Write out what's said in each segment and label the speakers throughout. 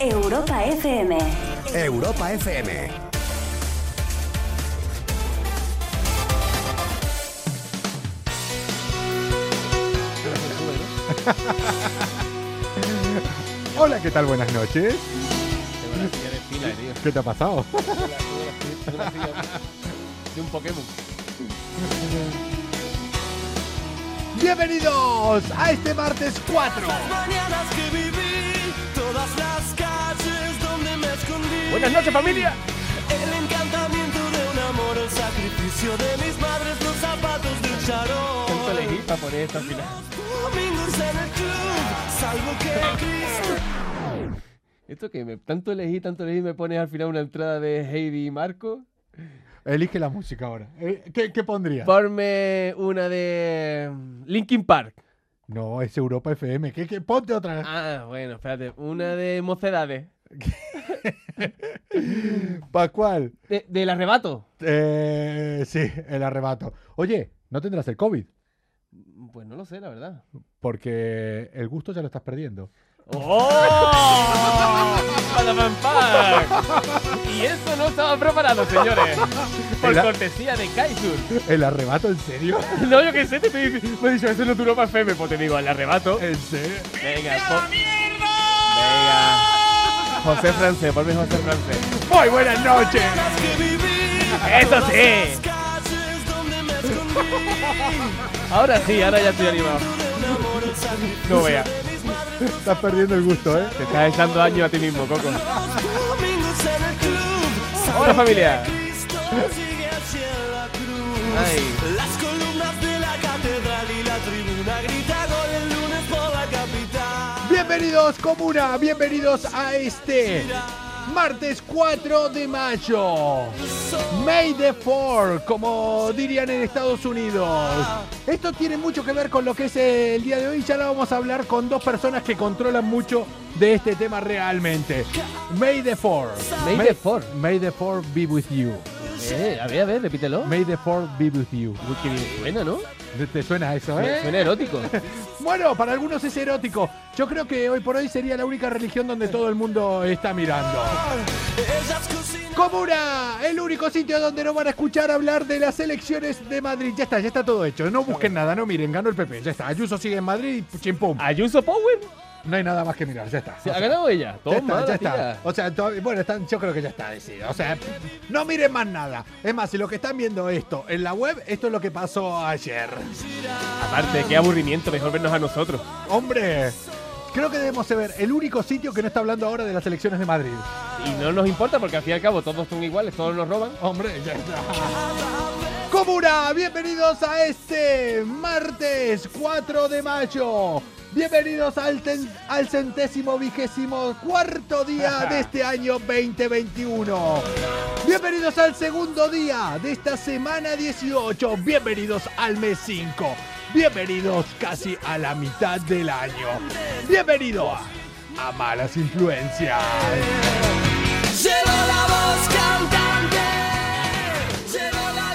Speaker 1: Europa FM.
Speaker 2: Europa FM. Hola, ¿qué tal? Buenas noches.
Speaker 3: Tengo una silla de fila, tío.
Speaker 2: ¿Qué te ha pasado?
Speaker 3: Tengo una silla de un Pokémon.
Speaker 2: Bienvenidos a este martes 4.
Speaker 4: Mañanas que viví, todas las calles donde me escondí.
Speaker 3: Buenas noches, familia.
Speaker 4: El encantamiento de un amor, el sacrificio de mis madres, los zapatos de un
Speaker 3: Tanto
Speaker 4: charol.
Speaker 3: elegí para poner esta fila.
Speaker 4: Domingos en el club, salvo que Cristo.
Speaker 3: ¿Esto que me, tanto elegí, tanto elegí, me pones al final una entrada de Heidi y Marco.
Speaker 2: Elige la música ahora. Eh, ¿Qué, qué pondría?
Speaker 3: Ponme una de mm, Linkin Park.
Speaker 2: No, es Europa FM. ¿Qué, qué? Ponte otra.
Speaker 3: Ah, bueno, espérate. Una de Mocedades.
Speaker 2: ¿Para cuál?
Speaker 3: De- del arrebato.
Speaker 2: Eh, sí, el arrebato. Oye, no tendrás el COVID,
Speaker 3: Pues no lo sé, la verdad.
Speaker 2: porque el gusto ya lo estás perdiendo.
Speaker 3: ¡Oh! Padawan Park. Y esto no estaba preparado, señores. Por
Speaker 2: Era-
Speaker 3: cortesía de Kaisur.
Speaker 2: ¿El arrebato en serio?
Speaker 3: No, yo qué sé, te estoy dic- me he dicho, eso no es tu para FM, pues te digo, al arrebato.
Speaker 2: ¿En serio?
Speaker 3: Venga, po- Venga. José Francés, ponme José Francés.
Speaker 2: Muy buenas noches.
Speaker 4: Mañanas que viví,
Speaker 3: Eso
Speaker 4: todas
Speaker 3: sí.
Speaker 4: las calles donde me escondí.
Speaker 3: Ahora sí, ahora ya estoy animado.
Speaker 4: De un amor, el sacrificio
Speaker 3: No veas.
Speaker 4: de mis madres,
Speaker 2: Estás perdiendo el gusto, ¿eh?
Speaker 3: Te estás echando daño a ti mismo, Coco.
Speaker 4: los domingos en el club, salvo
Speaker 3: Hola, familia.
Speaker 4: Cristo sigue hacia la cruz.
Speaker 3: Ay.
Speaker 4: Las columnas de la catedral y la tribuna grita gol el lunes por la capital.
Speaker 2: Bienvenidos, comuna. Bienvenidos a este martes 4 de mayo. May the 4, como dirían en Estados Unidos. Esto tiene mucho que ver con lo que es el día de hoy. Ya lo vamos a hablar con dos personas que controlan mucho de este tema realmente. May the 4.
Speaker 3: May the 4th.
Speaker 2: May the 4 be with you.
Speaker 3: Eh, a ver, a ver, repítelo.
Speaker 2: May the 4 be with you.
Speaker 3: Uy, qué bien suena, ¿no?
Speaker 2: ¿Te- ¿Te suena eso, eh?
Speaker 3: Suena suena erótico.
Speaker 2: Bueno, para algunos es erótico. Yo creo que hoy por hoy sería la única religión donde todo el mundo está mirando.
Speaker 4: Ellas cocinan
Speaker 2: Comuna, el único sitio donde no van a escuchar hablar de las elecciones de Madrid. Ya está, ya está todo hecho. No busquen nada, no miren, ganó el PP. Ya está, Ayuso sigue en Madrid y chimpum.
Speaker 3: Ayuso Power.
Speaker 2: No hay nada más que mirar, ya está.
Speaker 3: Se ha ganado ella.
Speaker 2: Ya está,
Speaker 3: Toma,
Speaker 2: ya
Speaker 3: la
Speaker 2: está.
Speaker 3: tía.
Speaker 2: O sea, todavía- bueno, están, yo creo que ya está decidido. O sea, no miren más nada. Es más, si los que están viendo esto en la web, esto es lo que pasó ayer.
Speaker 3: Aparte, qué aburrimiento, mejor vernos a nosotros.
Speaker 2: Hombre, creo que debemos ser el único sitio que no está hablando ahora de las elecciones de Madrid.
Speaker 3: Y no nos importa porque al fin y al cabo todos son iguales, todos nos roban.
Speaker 2: Hombre, ya está. Comuna, bienvenidos a este martes 4 de mayo. Bienvenidos al, ten- al centésimo vigésimo cuarto día de este año 2021. Bienvenidos al segundo día de esta semana 18. Bienvenidos al mes 5. Bienvenidos casi a la mitad del año. Bienvenidos a Malas Influencias.
Speaker 4: Llegó la voz cantante, llegó la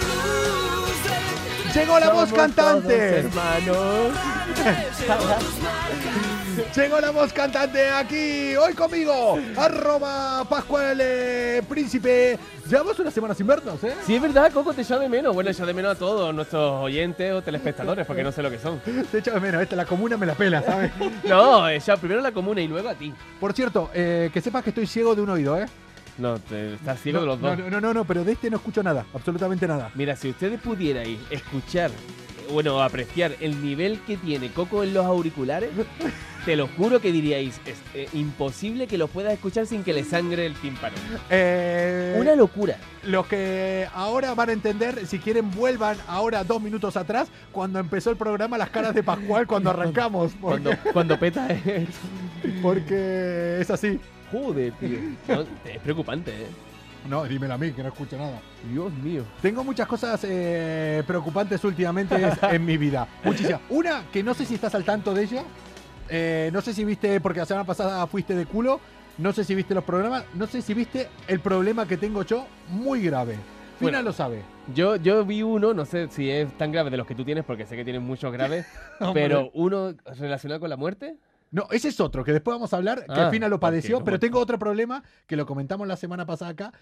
Speaker 4: luz del
Speaker 2: Llegó la voz cantante.
Speaker 3: hermanos.
Speaker 4: tren, llegó tus manos.
Speaker 2: Llegó la voz cantante aquí, hoy conmigo, arroba Pascual eh, Príncipe. Llevamos una semana sin vernos, ¿eh?
Speaker 3: Sí, es verdad, Coco te echa de menos. Bueno, echa de menos a todos nuestros oyentes o telespectadores, porque no sé lo que son.
Speaker 2: Te echo de menos, esta, la comuna me la pela, ¿sabes?
Speaker 3: No, echa primero a la comuna y luego a ti.
Speaker 2: Por cierto, eh, que sepas que estoy ciego de un oído, ¿eh?
Speaker 3: No, te, estás ciego de los
Speaker 2: no,
Speaker 3: dos.
Speaker 2: no, no, no, no, pero de este no escucho nada, absolutamente nada.
Speaker 3: Mira, si ustedes pudierais escuchar, bueno, apreciar el nivel que tiene Coco en los auriculares, te lo juro que diríais, es eh, imposible que lo puedas escuchar sin que le sangre el tímpano.
Speaker 2: Eh,
Speaker 3: Una locura.
Speaker 2: Los que ahora van a entender, si quieren, vuelvan ahora dos minutos atrás, cuando empezó el programa Las Caras de Pascual, cuando arrancamos.
Speaker 3: Cuando,
Speaker 2: Porque,
Speaker 3: cuando peta es...
Speaker 2: porque es así.
Speaker 3: Joder, tío. No, es preocupante, ¿eh?
Speaker 2: No, dímelo a mí, que no escucho nada.
Speaker 3: Dios mío.
Speaker 2: Tengo muchas cosas eh, preocupantes últimamente en mi vida. Muchísimas. Una, que no sé si estás al tanto de ella. Eh, no sé si viste, porque la semana pasada fuiste de culo. No sé si viste los programas. No sé si viste el problema que tengo yo muy grave. Fina
Speaker 3: Bueno.
Speaker 2: lo sabe.
Speaker 3: Yo, yo vi uno, no sé si es tan grave de los que tú tienes, porque sé que tienes muchos graves,
Speaker 2: Hombre.
Speaker 3: pero uno relacionado con la muerte.
Speaker 2: No, ese es otro, que después vamos a hablar, que
Speaker 3: Ah,
Speaker 2: al final lo
Speaker 3: ok,
Speaker 2: padeció,
Speaker 3: no
Speaker 2: pero
Speaker 3: me-
Speaker 2: tengo otro problema que lo comentamos la semana pasada acá.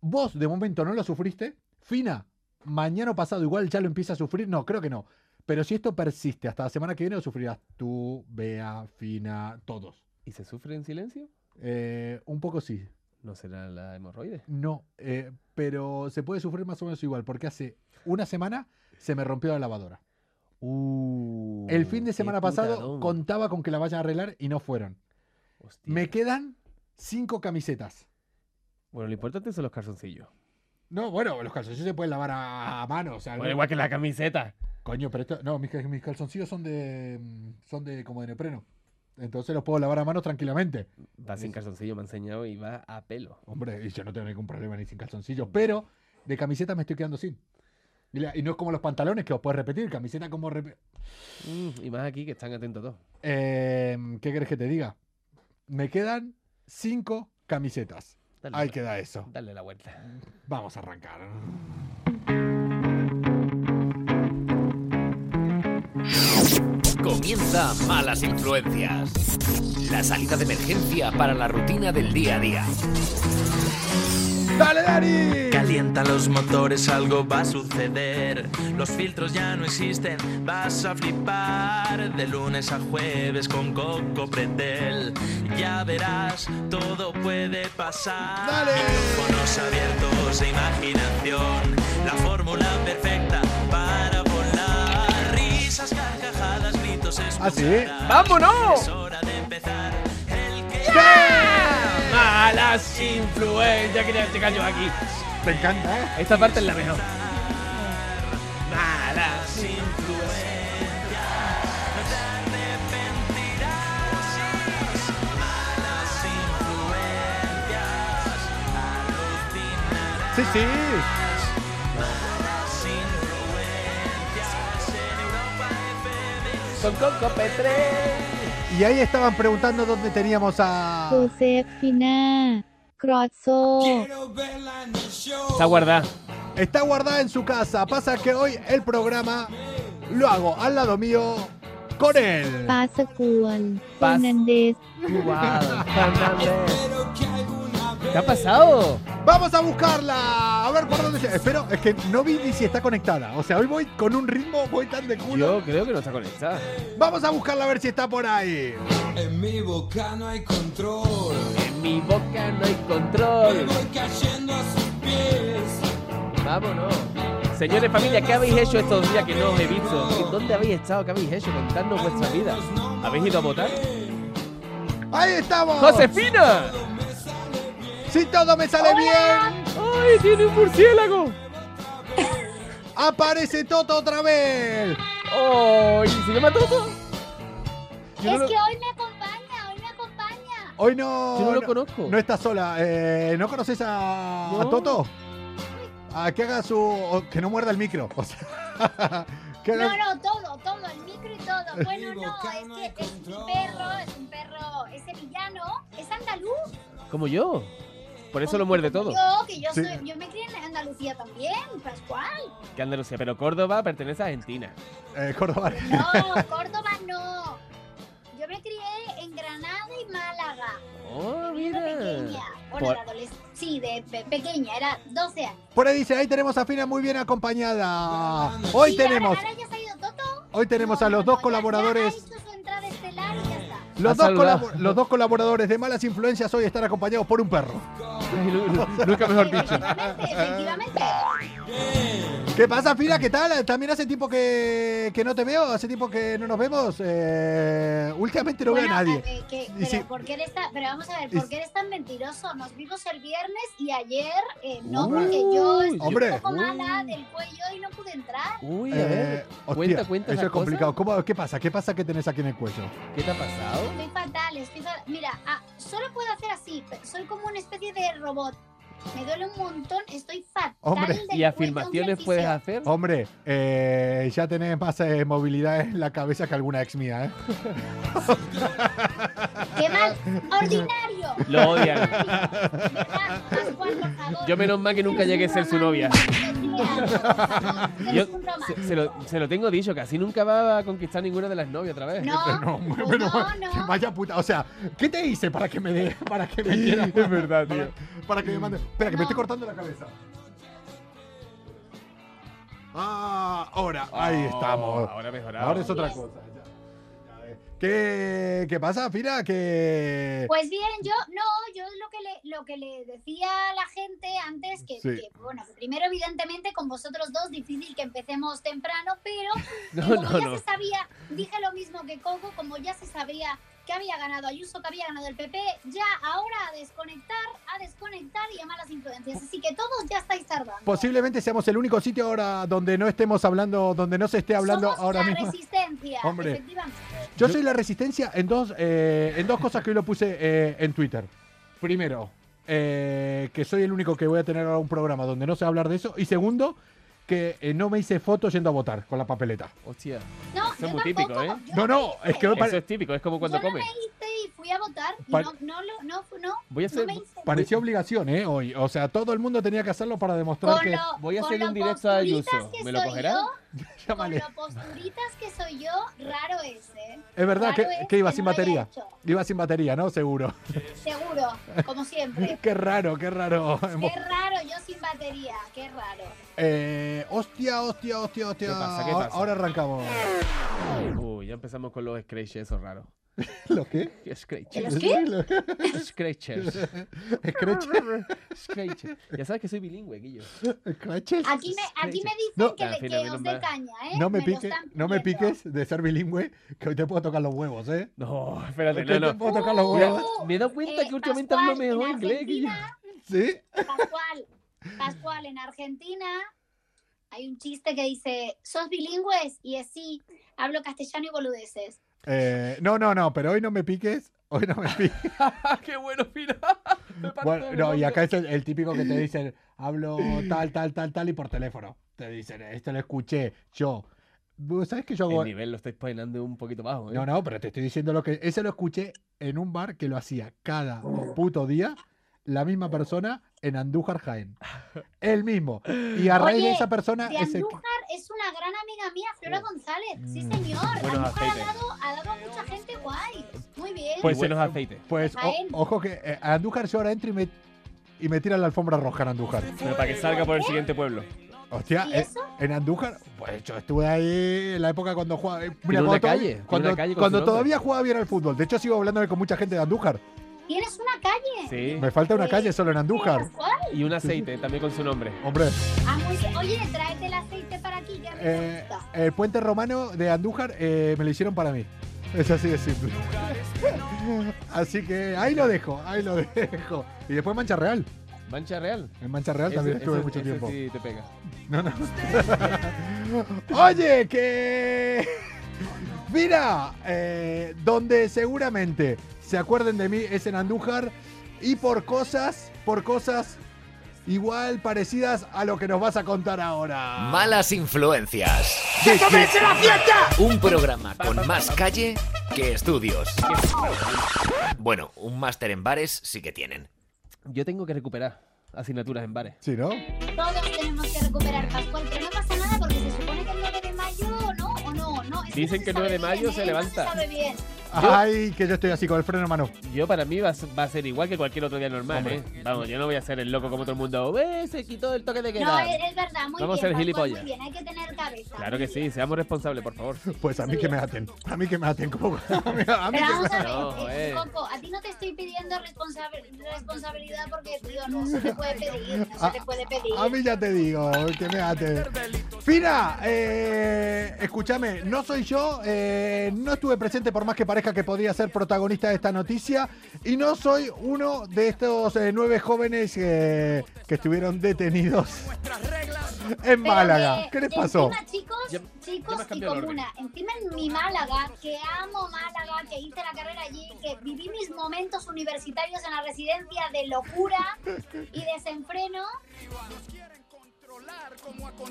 Speaker 2: Vos, de momento, no lo sufriste. Fina, mañana o pasado igual ya lo empieza a sufrir. No, creo que no. Pero si esto persiste hasta la semana que viene, lo sufrirás tú, Bea, Fina, todos.
Speaker 3: ¿Y se sufre en silencio?
Speaker 2: Eh, un poco sí.
Speaker 3: ¿No será la hemorroide?
Speaker 2: No, eh, pero se puede sufrir más o menos igual, porque hace una semana se me rompió la lavadora.
Speaker 3: Uh,
Speaker 2: El fin de
Speaker 3: qué
Speaker 2: semana pasado
Speaker 3: putadón.
Speaker 2: contaba con que la vayan a arreglar y no fueron.
Speaker 3: Hostia.
Speaker 2: Me quedan cinco camisetas.
Speaker 3: Bueno, lo importante son los calzoncillos.
Speaker 2: No, bueno, los calzoncillos se pueden lavar a, a mano, o sea,
Speaker 3: Bueno,
Speaker 2: no-
Speaker 3: igual que la camiseta.
Speaker 2: coño, pero esto, no, mis, cal- mis calzoncillos son de mm, son de como de neopreno. Entonces los puedo lavar a mano tranquilamente.
Speaker 3: Va sin calzoncillo, me ha enseñado y va a pelo.
Speaker 2: Hombre, y yo no tengo ningún problema ni sin calzoncillos,
Speaker 3: Mm.
Speaker 2: pero de camisetas me estoy quedando sin. Y, la- y no es como los pantalones que os puedes repetir, camiseta como rep-
Speaker 3: Mm, y más aquí que están atentos todos.
Speaker 2: Em, ¿qué querés que te diga? Me quedan cinco camisetas.
Speaker 3: Dale,
Speaker 2: Ahí
Speaker 3: la-
Speaker 2: queda eso.
Speaker 3: Dale la vuelta.
Speaker 2: Vamos a arrancar.
Speaker 1: Comienza Malas Influencias. La salida de emergencia para la rutina del día a día.
Speaker 2: ¡Dale, Dani!
Speaker 4: Calienta los motores, algo va a suceder. Los filtros ya no existen, vas a flipar. De lunes a jueves con Coco Pretel. Ya verás, todo puede pasar.
Speaker 2: Dale.
Speaker 4: Micrófonos abiertos e imaginación. La fórmula perfecta para volar. Risas, carcajadas, gritos,
Speaker 2: Ah, sí.
Speaker 4: escucharás.
Speaker 3: ¡Vámonos!
Speaker 4: Es hora de empezar. El que
Speaker 3: ¡Malas influencias! Quería llegar yo aquí.
Speaker 2: Te encanta, ¿eh?
Speaker 3: Esta parte es la mejor.
Speaker 4: malas influencias.
Speaker 2: Sí, sí.
Speaker 3: Son Coco Petre.
Speaker 2: Y ahí estaban preguntando dónde teníamos a.
Speaker 5: จูเซฟฟิน่ากรอตโซ
Speaker 3: Está guardada.
Speaker 2: Está guardada en su casa. Pasa que hoy el programa lo hago al lado mío con él.
Speaker 5: ปาสกูลเฟอ
Speaker 3: ปาส
Speaker 5: ร์นันเดส
Speaker 3: Guau, Fernández. ¿Qué ha pasado?
Speaker 2: Vamos a buscarla. A ver por dónde se. Espero, es que no vi ni si está conectada. O sea, hoy voy con un ritmo, voy tan de culo.
Speaker 3: Yo creo que no está conectada.
Speaker 2: Vamos a buscarla a ver si está por ahí.
Speaker 6: En mi boca no hay control.
Speaker 3: En mi boca no hay
Speaker 6: Me
Speaker 3: control.
Speaker 6: voy cayendo a sus pies.
Speaker 3: Vámonos. Señores, familia, ¿qué habéis hecho estos días que no os he visto? ¿Y ¿Dónde habéis estado? ¿Qué habéis hecho? Contadnos vuestra vida. ¿Habéis ido a votar?
Speaker 2: Ahí estamos.
Speaker 3: ¡Josefina!
Speaker 2: Si todo me sale bien,
Speaker 3: ¡Ay, tiene un murciélago!
Speaker 2: aparece Toto otra vez.
Speaker 3: ¡Ay, se llama Toto! Yo no
Speaker 7: es
Speaker 3: lo-
Speaker 7: que hoy me acompaña, hoy me acompaña.
Speaker 2: Hoy no.
Speaker 3: Yo no lo
Speaker 2: no-
Speaker 3: conozco.
Speaker 2: No estás sola. Eh, ¿No conoces a, a
Speaker 3: No.
Speaker 2: Toto? A que haga su. o que no muerda el micro. O sea, que haga-
Speaker 7: No, no, todo, todo, el micro y todo. Bueno,
Speaker 6: Vivo,
Speaker 7: no,
Speaker 6: calma
Speaker 7: es que
Speaker 6: y
Speaker 7: es un
Speaker 6: control.
Speaker 7: perro, es un perro, es sevillano, es andaluz.
Speaker 3: Como yo. Por eso lo muerde todo.
Speaker 7: Yo, que yo
Speaker 2: Sí.
Speaker 7: soy, yo me crié en Andalucía también, Pascual.
Speaker 3: Que Andalucía, pero Córdoba pertenece a Argentina.
Speaker 2: eh, Córdoba.
Speaker 7: No, Córdoba no. Yo me crié en Granada y Málaga.
Speaker 3: ¡Oh,
Speaker 7: Yo era
Speaker 3: mira!
Speaker 7: pequeña. Bueno,
Speaker 3: Por-
Speaker 7: de adolescente. Sí, de pe- pequeña, era 12 años.
Speaker 2: Por ahí dice, ahí tenemos a Fina muy bien acompañada. Hoy
Speaker 7: Sí, ahora-
Speaker 2: tenemos,
Speaker 7: Ahora, ya se ha ido Toto.
Speaker 2: hoy tenemos
Speaker 7: No,
Speaker 2: a los
Speaker 7: no,
Speaker 2: dos
Speaker 7: ya-
Speaker 2: colaboradores.
Speaker 7: Ya ha hecho su entrada estelar y ya está.
Speaker 2: Los
Speaker 3: Ha
Speaker 2: dos,
Speaker 3: saludado.
Speaker 2: colabo- los dos colaboradores de malas influencias hoy están acompañados por un perro.
Speaker 3: Ay, nu- nu- Nunca mejor dicho.
Speaker 7: Efectivamente, efectivamente.
Speaker 2: ¿Qué pasa, Fina? ¿Qué tal? También hace tiempo que, que no te veo, hace tiempo que no nos vemos. Eh, últimamente no veo a
Speaker 7: Bueno,
Speaker 2: nadie.
Speaker 7: eh, que-
Speaker 2: Y
Speaker 7: pero,
Speaker 2: sí.
Speaker 7: ¿por qué eres tan, pero vamos a ver,
Speaker 2: Y
Speaker 7: ¿por
Speaker 2: sí.
Speaker 7: qué eres tan mentiroso? Nos vimos el viernes y ayer eh, no,
Speaker 2: Uy,
Speaker 7: porque yo estoy
Speaker 2: hombre.
Speaker 7: un poco mala
Speaker 3: Uy.
Speaker 7: del cuello y no pude entrar.
Speaker 3: Uy, a
Speaker 2: Eh,
Speaker 3: ver.
Speaker 2: hostia,
Speaker 3: cuenta, cuenta
Speaker 2: Eso
Speaker 3: esas
Speaker 2: es complicado. ¿Cómo- ¿Qué pasa? ¿Qué pasa que tenés aquí en el cuello?
Speaker 3: ¿Qué te ha pasado?
Speaker 7: Estoy fatal, estoy fatal. Mira, ah, solo puedo hacer así, pe- soy como una especie de robot. Me duele un montón, estoy fatal.
Speaker 2: Hombre.
Speaker 7: del
Speaker 3: ¿Y
Speaker 7: cuello,
Speaker 3: afirmaciones
Speaker 7: un
Speaker 3: puedes
Speaker 7: ejercicio.
Speaker 3: hacer?
Speaker 2: Hombre, eh, ya tenés más eh, movilidad en la cabeza que alguna ex mía, ¿eh?
Speaker 7: ¡Qué mal! ¡Ordinario!
Speaker 3: Lo odian.
Speaker 7: Ordinario. ¿Verdad? Pascual, por favor.
Speaker 3: Yo menos mal que nunca llegué a ser su novia.
Speaker 7: Romántico, Mira, no
Speaker 3: Yo
Speaker 7: eres un romántico.
Speaker 3: se, se lo, se lo tengo dicho, casi nunca va a conquistar ninguna de las novias otra vez.
Speaker 7: No,
Speaker 2: Pero no, hombre,
Speaker 7: pues
Speaker 2: pero
Speaker 7: no, no.
Speaker 2: vaya puta. O sea, ¿qué te hice para que me dé, para que me diera?
Speaker 3: Es verdad,
Speaker 2: para,
Speaker 3: tío.
Speaker 2: para que me mande. Espera, que me
Speaker 7: No.
Speaker 2: estoy cortando la cabeza. Ah, ahora, ahí
Speaker 3: Oh,
Speaker 2: estamos.
Speaker 3: Ahora mejorado.
Speaker 2: Ahora es otra cosa. ya, ya ves. ¿Qué, ¿Qué pasa, Fira? Que.
Speaker 7: Pues bien, yo no, yo lo que le, lo que le decía a la gente antes, que,
Speaker 2: Sí.
Speaker 7: que, bueno, que primero evidentemente con vosotros dos difícil que empecemos temprano, pero
Speaker 3: No,
Speaker 7: como
Speaker 3: no,
Speaker 7: ya
Speaker 3: no.
Speaker 7: se sabía, dije lo mismo que Coco, como ya se sabía que había ganado Ayuso, que había ganado el PP, ya ahora a desconectar, a desconectar y a malas influencias. Así que todos ya estáis tardando.
Speaker 2: Posiblemente seamos el único sitio ahora donde no estemos hablando, donde no se esté hablando
Speaker 7: Somos
Speaker 2: ahora
Speaker 7: la
Speaker 2: mismo.
Speaker 7: resistencia,
Speaker 2: Hombre.
Speaker 7: efectivamente.
Speaker 2: Yo soy la resistencia en dos, eh, en dos cosas que hoy lo puse eh, en Twitter. Primero, eh, que soy el único que voy a tener ahora un programa donde no sé hablar de eso. Y segundo, que eh, no me hice foto yendo a votar con la papeleta.
Speaker 3: Hostia.
Speaker 7: No,
Speaker 3: Eso es
Speaker 7: yo
Speaker 3: muy típico,
Speaker 7: tampoco,
Speaker 3: ¿eh?
Speaker 7: yo
Speaker 2: No, no,
Speaker 7: me
Speaker 2: es que
Speaker 7: hice.
Speaker 2: me
Speaker 3: Eso
Speaker 2: pare-
Speaker 3: es típico, es como cuando
Speaker 7: Yo no
Speaker 3: comes.
Speaker 7: me hice y fui a votar y
Speaker 2: Pare-
Speaker 7: no, no, lo- no, fu- no,
Speaker 3: Voy a
Speaker 7: no
Speaker 3: hacer.
Speaker 7: me hice.
Speaker 2: parecía obligación, ¿eh? Hoy. O sea, todo el mundo tenía que hacerlo para demostrar
Speaker 7: Con
Speaker 2: que.
Speaker 7: lo-
Speaker 3: voy a
Speaker 7: con
Speaker 3: hacer
Speaker 7: lo
Speaker 3: un directo a
Speaker 7: posturitas
Speaker 3: Ayuso.
Speaker 7: que
Speaker 3: ¿Me lo
Speaker 7: soy
Speaker 3: cogerá?
Speaker 7: yo, Con
Speaker 2: Llámale.
Speaker 7: lo posturitas que soy yo, raro es, ¿eh?
Speaker 2: Es verdad que,
Speaker 7: Raro es
Speaker 2: que iba
Speaker 7: que
Speaker 2: sin
Speaker 7: no lo haya
Speaker 2: batería.
Speaker 7: hecho.
Speaker 2: Iba sin batería, ¿no? Seguro.
Speaker 7: Seguro, como siempre.
Speaker 2: qué raro, qué raro.
Speaker 7: Qué raro, yo sin batería, qué raro.
Speaker 2: Eh, hostia, hostia, hostia, hostia.
Speaker 3: ¿Qué pasa, qué pasa?
Speaker 2: Ahora arrancamos.
Speaker 3: Uy, ya empezamos con los scratches, esos raros.
Speaker 2: ¿Lo qué?
Speaker 3: Scratches. Scratches.
Speaker 2: Scratch.
Speaker 3: Scratches. Ya sabes que soy bilingüe, Guillo.
Speaker 2: Scratches.
Speaker 7: Aquí me, aquí me dicen
Speaker 2: No.
Speaker 7: que, le-
Speaker 3: Ah,
Speaker 7: que
Speaker 3: fenomenal.
Speaker 7: os dé caña, ¿eh?
Speaker 2: No me,
Speaker 7: lo
Speaker 2: piques,
Speaker 7: están
Speaker 2: no me
Speaker 7: pidiendo.
Speaker 2: piques de ser bilingüe, que hoy te puedo tocar los huevos, ¿eh?
Speaker 3: No,
Speaker 2: Que
Speaker 3: espérate,
Speaker 2: te
Speaker 3: no, no.
Speaker 2: puedo tocar los
Speaker 7: Uh,
Speaker 2: huevos,
Speaker 3: Me he dado cuenta
Speaker 7: eh,
Speaker 3: que últimamente hablo
Speaker 7: Pascual, en
Speaker 3: mejor inglés, Guillo.
Speaker 7: Argentina,
Speaker 2: ¿sí?
Speaker 7: Pascual, Pascual, en Argentina hay un chiste que dice, ¿sos bilingües? Y es sí, hablo castellano y boludeces.
Speaker 2: Eh, no, no, no, pero hoy no me piques, hoy no me piques.
Speaker 3: Ah, ¡Qué bueno final! Me parto
Speaker 2: Bueno,
Speaker 3: de
Speaker 2: no, y
Speaker 3: vergüenza.
Speaker 2: acá es el, el típico que te dicen, hablo tal, tal, tal, tal y por teléfono. Te dicen, esto lo escuché yo. Vos ¿Sabes que yo hago?
Speaker 3: El nivel lo estáis peinando un poquito bajo, ¿eh?
Speaker 2: No, no, pero te estoy diciendo lo que... Ese lo escuché en un bar que lo hacía cada puto día la misma persona en Andújar Jaén. El mismo. Y a raíz de
Speaker 7: Oye,
Speaker 2: esa persona...
Speaker 7: De
Speaker 2: ese-
Speaker 7: Andújar es una gran amiga mía, Flora González. Sí,
Speaker 3: Mm.
Speaker 7: señor.
Speaker 3: Buenos
Speaker 7: Andújar ha
Speaker 3: aceites.
Speaker 7: dado, ha dado a mucha gente guay. Muy bien.
Speaker 3: Pues
Speaker 2: Pues,
Speaker 3: buenos
Speaker 2: eh,
Speaker 3: aceites.
Speaker 2: Pues o-
Speaker 7: Jaén.
Speaker 2: ojo que eh, a Andújar yo ahora entro y me, y me tira la alfombra roja en Andújar.
Speaker 3: Pero para que salga por el siguiente pueblo.
Speaker 2: Hostia,
Speaker 7: ¿Y
Speaker 2: eh,
Speaker 7: eso?
Speaker 2: en Andújar, pues yo estuve ahí en la época cuando jugaba. eh,
Speaker 3: una
Speaker 2: cuando,
Speaker 3: calle,
Speaker 2: todavía-
Speaker 3: tiene una
Speaker 2: cuando-
Speaker 3: calle con
Speaker 2: cuando
Speaker 3: su nombre.
Speaker 2: todavía jugaba bien al fútbol. De hecho, sigo hablándome con mucha gente de Andújar.
Speaker 7: Tienes una calle.
Speaker 3: Sí.
Speaker 2: Me falta una
Speaker 7: Sí.
Speaker 2: calle solo en Andújar.
Speaker 7: Pascual.
Speaker 3: Y un aceite también con su nombre.
Speaker 2: Hombre,
Speaker 7: Ah, muy bien. Oye, tráete el aceite para aquí, que a mí me
Speaker 2: eh,
Speaker 7: gusta.
Speaker 2: el puente romano de Andújar eh, me lo hicieron para mí. Es así de simple. así que ahí lo dejo, ahí lo dejo. Y después Mancha Real.
Speaker 3: Mancha Real.
Speaker 2: En Mancha Real también
Speaker 3: Ese-
Speaker 2: estuve
Speaker 3: ese-
Speaker 2: mucho
Speaker 3: ese
Speaker 2: tiempo.
Speaker 3: sí te pega.
Speaker 2: No, no. Oye, que. Mira, eh, donde seguramente se acuerden de mí es en Andújar y por cosas, por cosas igual parecidas a lo que nos vas a contar ahora.
Speaker 1: Malas influencias. Un programa con más calle que estudios. Bueno, un máster en bares sí que tienen.
Speaker 3: Yo tengo que recuperar asignaturas en bares.
Speaker 2: Sí, ¿no?
Speaker 7: Todos tenemos que recuperar Pascual, pero no pasa nada porque se supone que el 9 de mayo, ¿no? ¿O no? no es
Speaker 3: Dicen
Speaker 7: no se
Speaker 3: que el 9 de
Speaker 7: sabe
Speaker 3: mayo
Speaker 7: bien,
Speaker 3: se
Speaker 7: ¿eh?
Speaker 3: levanta.
Speaker 7: No se sabe bien.
Speaker 2: Ay, que yo estoy así con el freno en mano.
Speaker 3: Yo para mí va a, ser- va a ser igual que cualquier otro día normal,
Speaker 2: Hombre.
Speaker 3: ¿eh? Vamos, yo no voy a ser el loco como todo el mundo. ¡Eh, se quitó el toque de
Speaker 7: No,
Speaker 3: queda!
Speaker 7: es, es verdad, muy
Speaker 3: Vamos a
Speaker 7: bien.
Speaker 3: ser
Speaker 7: Pascual,
Speaker 3: gilipollas.
Speaker 7: Muy bien, hay que tener cabeza.
Speaker 3: Claro
Speaker 7: muy
Speaker 3: que sí,
Speaker 7: bien.
Speaker 3: seamos responsables, por favor.
Speaker 2: Pues a mí que me aten. A mí que me aten. Como, a mí- a mí
Speaker 7: Pero
Speaker 2: que me-
Speaker 7: vamos a ver,
Speaker 3: No,
Speaker 7: eh,
Speaker 3: eh.
Speaker 7: Coco, a ti no te estoy pidiendo responsa- responsabilidad porque, tío, no se te puede pedir, no se te puede pedir.
Speaker 2: Ah, A mí ya te digo, que me ate. Fina, eh, escúchame, no soy yo, eh, no estuve presente por más que parezca que podría ser protagonista de esta noticia y no soy uno de estos eh, nueve jóvenes eh, que estuvieron detenidos en
Speaker 7: Pero
Speaker 2: Málaga.
Speaker 7: que
Speaker 2: ¿Qué les pasó?
Speaker 7: Encima, chicos,
Speaker 3: Ya- ya me
Speaker 7: chicos
Speaker 3: has
Speaker 7: y
Speaker 3: cambiado el
Speaker 7: comuna, encima en mi Málaga, que amo Málaga, que hice la carrera allí, que viví mis momentos universitarios en la residencia de locura y desenfreno,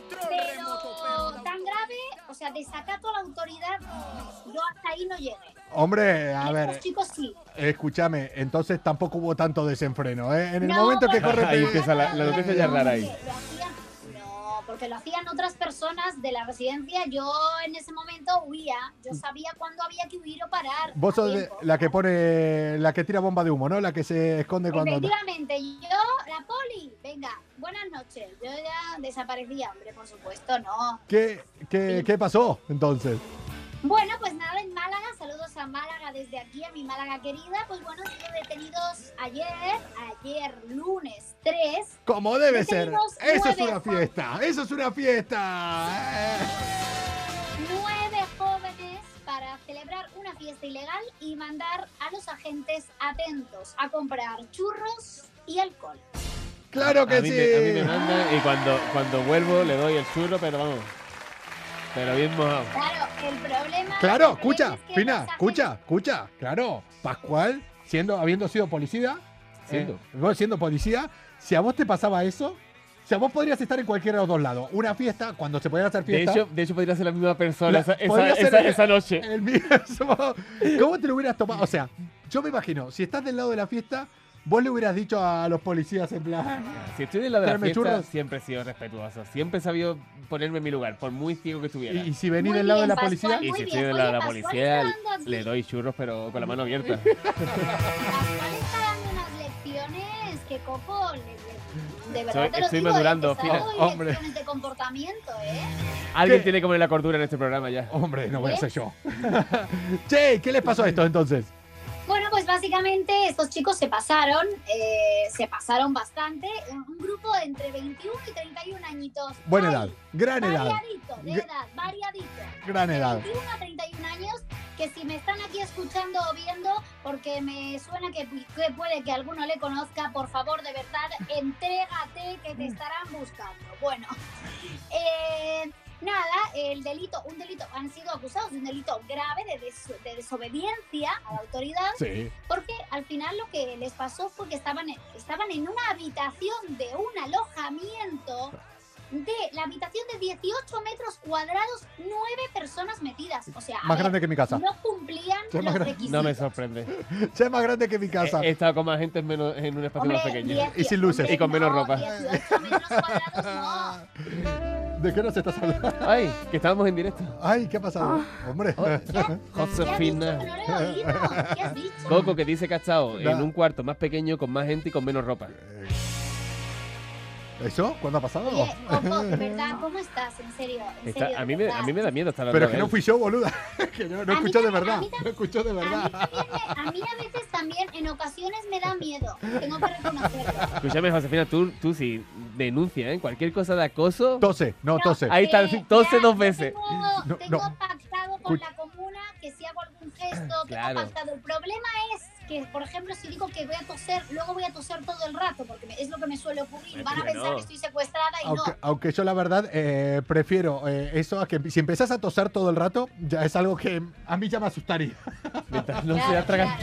Speaker 7: pero tan grave, o sea, desacato a la autoridad, yo hasta ahí no llegué.
Speaker 2: Hombre, a
Speaker 7: Y
Speaker 2: ver,
Speaker 7: estos chicos sí.
Speaker 2: escúchame, entonces tampoco hubo tanto desenfreno, ¿eh? En el
Speaker 7: No,
Speaker 2: momento que
Speaker 7: porque
Speaker 2: corre...
Speaker 3: Ahí empieza la- la noticia ya rara ahí.
Speaker 7: No, porque porque lo hacían otras personas de la residencia. Yo en ese momento huía, yo sabía cuándo había que huir o parar.
Speaker 2: Vos
Speaker 7: a
Speaker 2: sos de-
Speaker 7: tiempo.
Speaker 2: la que pone, la que tira bomba de humo, ¿no? La que se esconde cuando.
Speaker 7: Efectivamente, yo, la poli, venga, buenas noches. Yo ya desaparecía, hombre, por supuesto, no.
Speaker 2: ¿Qué, qué, qué pasó entonces?
Speaker 7: Bueno, pues nada, en Málaga, saludos a Málaga desde aquí, a mi Málaga querida. Pues bueno, han sido detenidos ayer, ayer lunes 3,
Speaker 2: Como debe ser.
Speaker 7: Tenemos
Speaker 2: Eso es
Speaker 7: nueve
Speaker 2: una fiesta. Eso es una fiesta. Eh.
Speaker 7: nueve jóvenes para celebrar una fiesta ilegal y mandar a los agentes atentos a comprar churros y alcohol.
Speaker 2: Claro que
Speaker 3: a, mí
Speaker 2: sí.
Speaker 3: me, a mí me manda y cuando, cuando vuelvo le doy el churro, pero vamos. Pero bien mojado.
Speaker 7: Claro, el problema.
Speaker 2: Claro,
Speaker 7: el problema
Speaker 2: escucha,
Speaker 7: es que
Speaker 2: Pina,
Speaker 7: los
Speaker 2: escucha, escucha. Claro, Pascual, siendo, habiendo sido policía,
Speaker 3: Siendo.
Speaker 2: eh, vos siendo policía, si a vos te pasaba eso, si a vos podrías estar en cualquiera de los dos lados. Una fiesta, cuando se podía hacer
Speaker 3: De
Speaker 2: fiesta.
Speaker 3: hecho, de hecho, podría ser la misma persona
Speaker 2: La-
Speaker 3: esa, esa-
Speaker 2: podría ser
Speaker 3: esa-
Speaker 2: el-
Speaker 3: esa noche.
Speaker 2: el mismo- ¿Cómo te lo hubieras tomado? O sea, yo me imagino, si estás del lado de la fiesta, vos le hubieras dicho a los policías en plan.
Speaker 3: Si estoy del lado de la
Speaker 2: Tráeme
Speaker 3: fiesta,
Speaker 2: churros.
Speaker 3: siempre he sido respetuoso. Siempre he sabido ponerme en mi lugar, por muy ciego que
Speaker 2: Y,
Speaker 3: estuviera.
Speaker 2: y
Speaker 3: Y,
Speaker 2: si venís
Speaker 7: Muy
Speaker 2: del lado de
Speaker 7: bien,
Speaker 2: la
Speaker 7: Pascual.
Speaker 2: policía.
Speaker 7: Muy
Speaker 3: si
Speaker 7: bien,
Speaker 3: estoy del lado de la
Speaker 7: oye, Pascual,
Speaker 3: policía,
Speaker 7: ¿qué andas
Speaker 3: le
Speaker 7: haciendo?
Speaker 3: doy churros, pero con la mano abierta.
Speaker 7: Pascual está dando unas lecciones que Coco, le- le- de verdad
Speaker 3: Soy-
Speaker 7: te lo
Speaker 3: estoy
Speaker 7: digo,
Speaker 3: madurando,
Speaker 7: eh, te está
Speaker 3: Fina.
Speaker 7: dando
Speaker 2: Hombre.
Speaker 7: lecciones de este comportamiento, ¿eh?
Speaker 3: Alguien
Speaker 2: ¿Qué?
Speaker 3: tiene que poner la cordura en este programa ya.
Speaker 2: Hombre, no voy a ser yo. che, ¿qué les pasó a esto entonces?
Speaker 7: Bueno, pues básicamente estos chicos se pasaron, eh, se pasaron bastante, eh, un grupo de entre 21 y 31 añitos.
Speaker 2: Buena
Speaker 7: Ay,
Speaker 2: edad, gran edad,
Speaker 7: Variadito, de
Speaker 2: Gr-
Speaker 7: edad, variadito.
Speaker 2: gran
Speaker 7: De
Speaker 2: edad.
Speaker 7: 21 a 31 años, que si me están aquí escuchando o viendo, porque me suena que, que puede que alguno le conozca, por favor, de verdad, entrégate que te estarán buscando. Bueno, eh, nada, el delito, un delito, han sido acusados de un delito grave de, des- de desobediencia a la autoridad,
Speaker 2: Sí.
Speaker 7: porque al final lo que les pasó fue que estaban en, estaban en una habitación de un alojamiento de la habitación de 18 metros cuadrados, nueve personas metidas. O sea, a
Speaker 2: Más
Speaker 7: ver,
Speaker 2: grande que mi casa.
Speaker 7: no cumplían
Speaker 2: Sí, más
Speaker 7: los
Speaker 2: grande.
Speaker 7: requisitos.
Speaker 3: No me sorprende.
Speaker 2: Ya es más grande que mi casa.
Speaker 3: He, he estado con más gente en menos- en un espacio más
Speaker 7: Hombre,
Speaker 3: pequeño.
Speaker 7: 10,
Speaker 2: Y sin luces.
Speaker 7: hombre,
Speaker 3: Y con menos
Speaker 7: no,
Speaker 3: ropa.
Speaker 7: 18 metros cuadrados,
Speaker 2: ¿De qué nos estás hablando?
Speaker 3: Ay, que estábamos en directo.
Speaker 2: Ay, ¿qué ha pasado?
Speaker 7: Ah.
Speaker 2: Hombre.
Speaker 3: Oh,
Speaker 7: no. ¿Qué has dicho?
Speaker 3: Josefina.
Speaker 7: Que no lo he oído. ¿Qué has dicho?
Speaker 3: Coco que dice que ha estado en
Speaker 2: Da.
Speaker 3: un cuarto más pequeño con más gente y con menos ropa.
Speaker 2: ¿Eso? ¿Cuándo ha pasado?
Speaker 7: Oye, Coco, de verdad, ¿cómo estás? En serio, en
Speaker 3: Está-
Speaker 7: serio,
Speaker 3: a,
Speaker 7: de
Speaker 3: mí me, a
Speaker 7: verdad.
Speaker 3: mí me da miedo estar hablando
Speaker 2: Pero es que
Speaker 3: de
Speaker 2: no
Speaker 3: él.
Speaker 2: fui yo, boluda. Que no, no
Speaker 7: A mí
Speaker 2: escuchó de
Speaker 7: también, a
Speaker 2: verdad.
Speaker 7: mí también.
Speaker 2: No escuchó de
Speaker 7: A mí,
Speaker 2: verdad.
Speaker 7: también me- a mí a veces también, en ocasiones me da miedo. Tengo que reconocerlo.
Speaker 3: Escúchame, Josefina, tú, tú sí denuncia, ¿eh? Cualquier cosa de acoso.
Speaker 2: Tose, no tose.
Speaker 3: Ahí está,
Speaker 7: eh,
Speaker 3: tose
Speaker 7: ya,
Speaker 3: dos
Speaker 7: yo
Speaker 3: veces.
Speaker 7: Tengo,
Speaker 2: No,
Speaker 7: tengo
Speaker 2: no.
Speaker 7: pactado con
Speaker 2: Escucha.
Speaker 7: la comuna que si hago algún gesto,
Speaker 3: Claro.
Speaker 7: tengo pactado. El problema es que, por ejemplo, si digo que voy a toser, luego voy a toser todo el rato, porque me- es lo que me suele ocurrir.
Speaker 3: Bueno,
Speaker 7: Van a
Speaker 3: pero
Speaker 7: pensar
Speaker 3: pues no.
Speaker 7: que estoy secuestrada y
Speaker 2: Aunque,
Speaker 7: no.
Speaker 2: aunque yo la verdad eh, prefiero eh, eso a que si empezás a toser todo el rato, ya es algo que a mí ya me asustaría.
Speaker 3: Mientras no
Speaker 7: Claro,
Speaker 3: sea
Speaker 7: claro.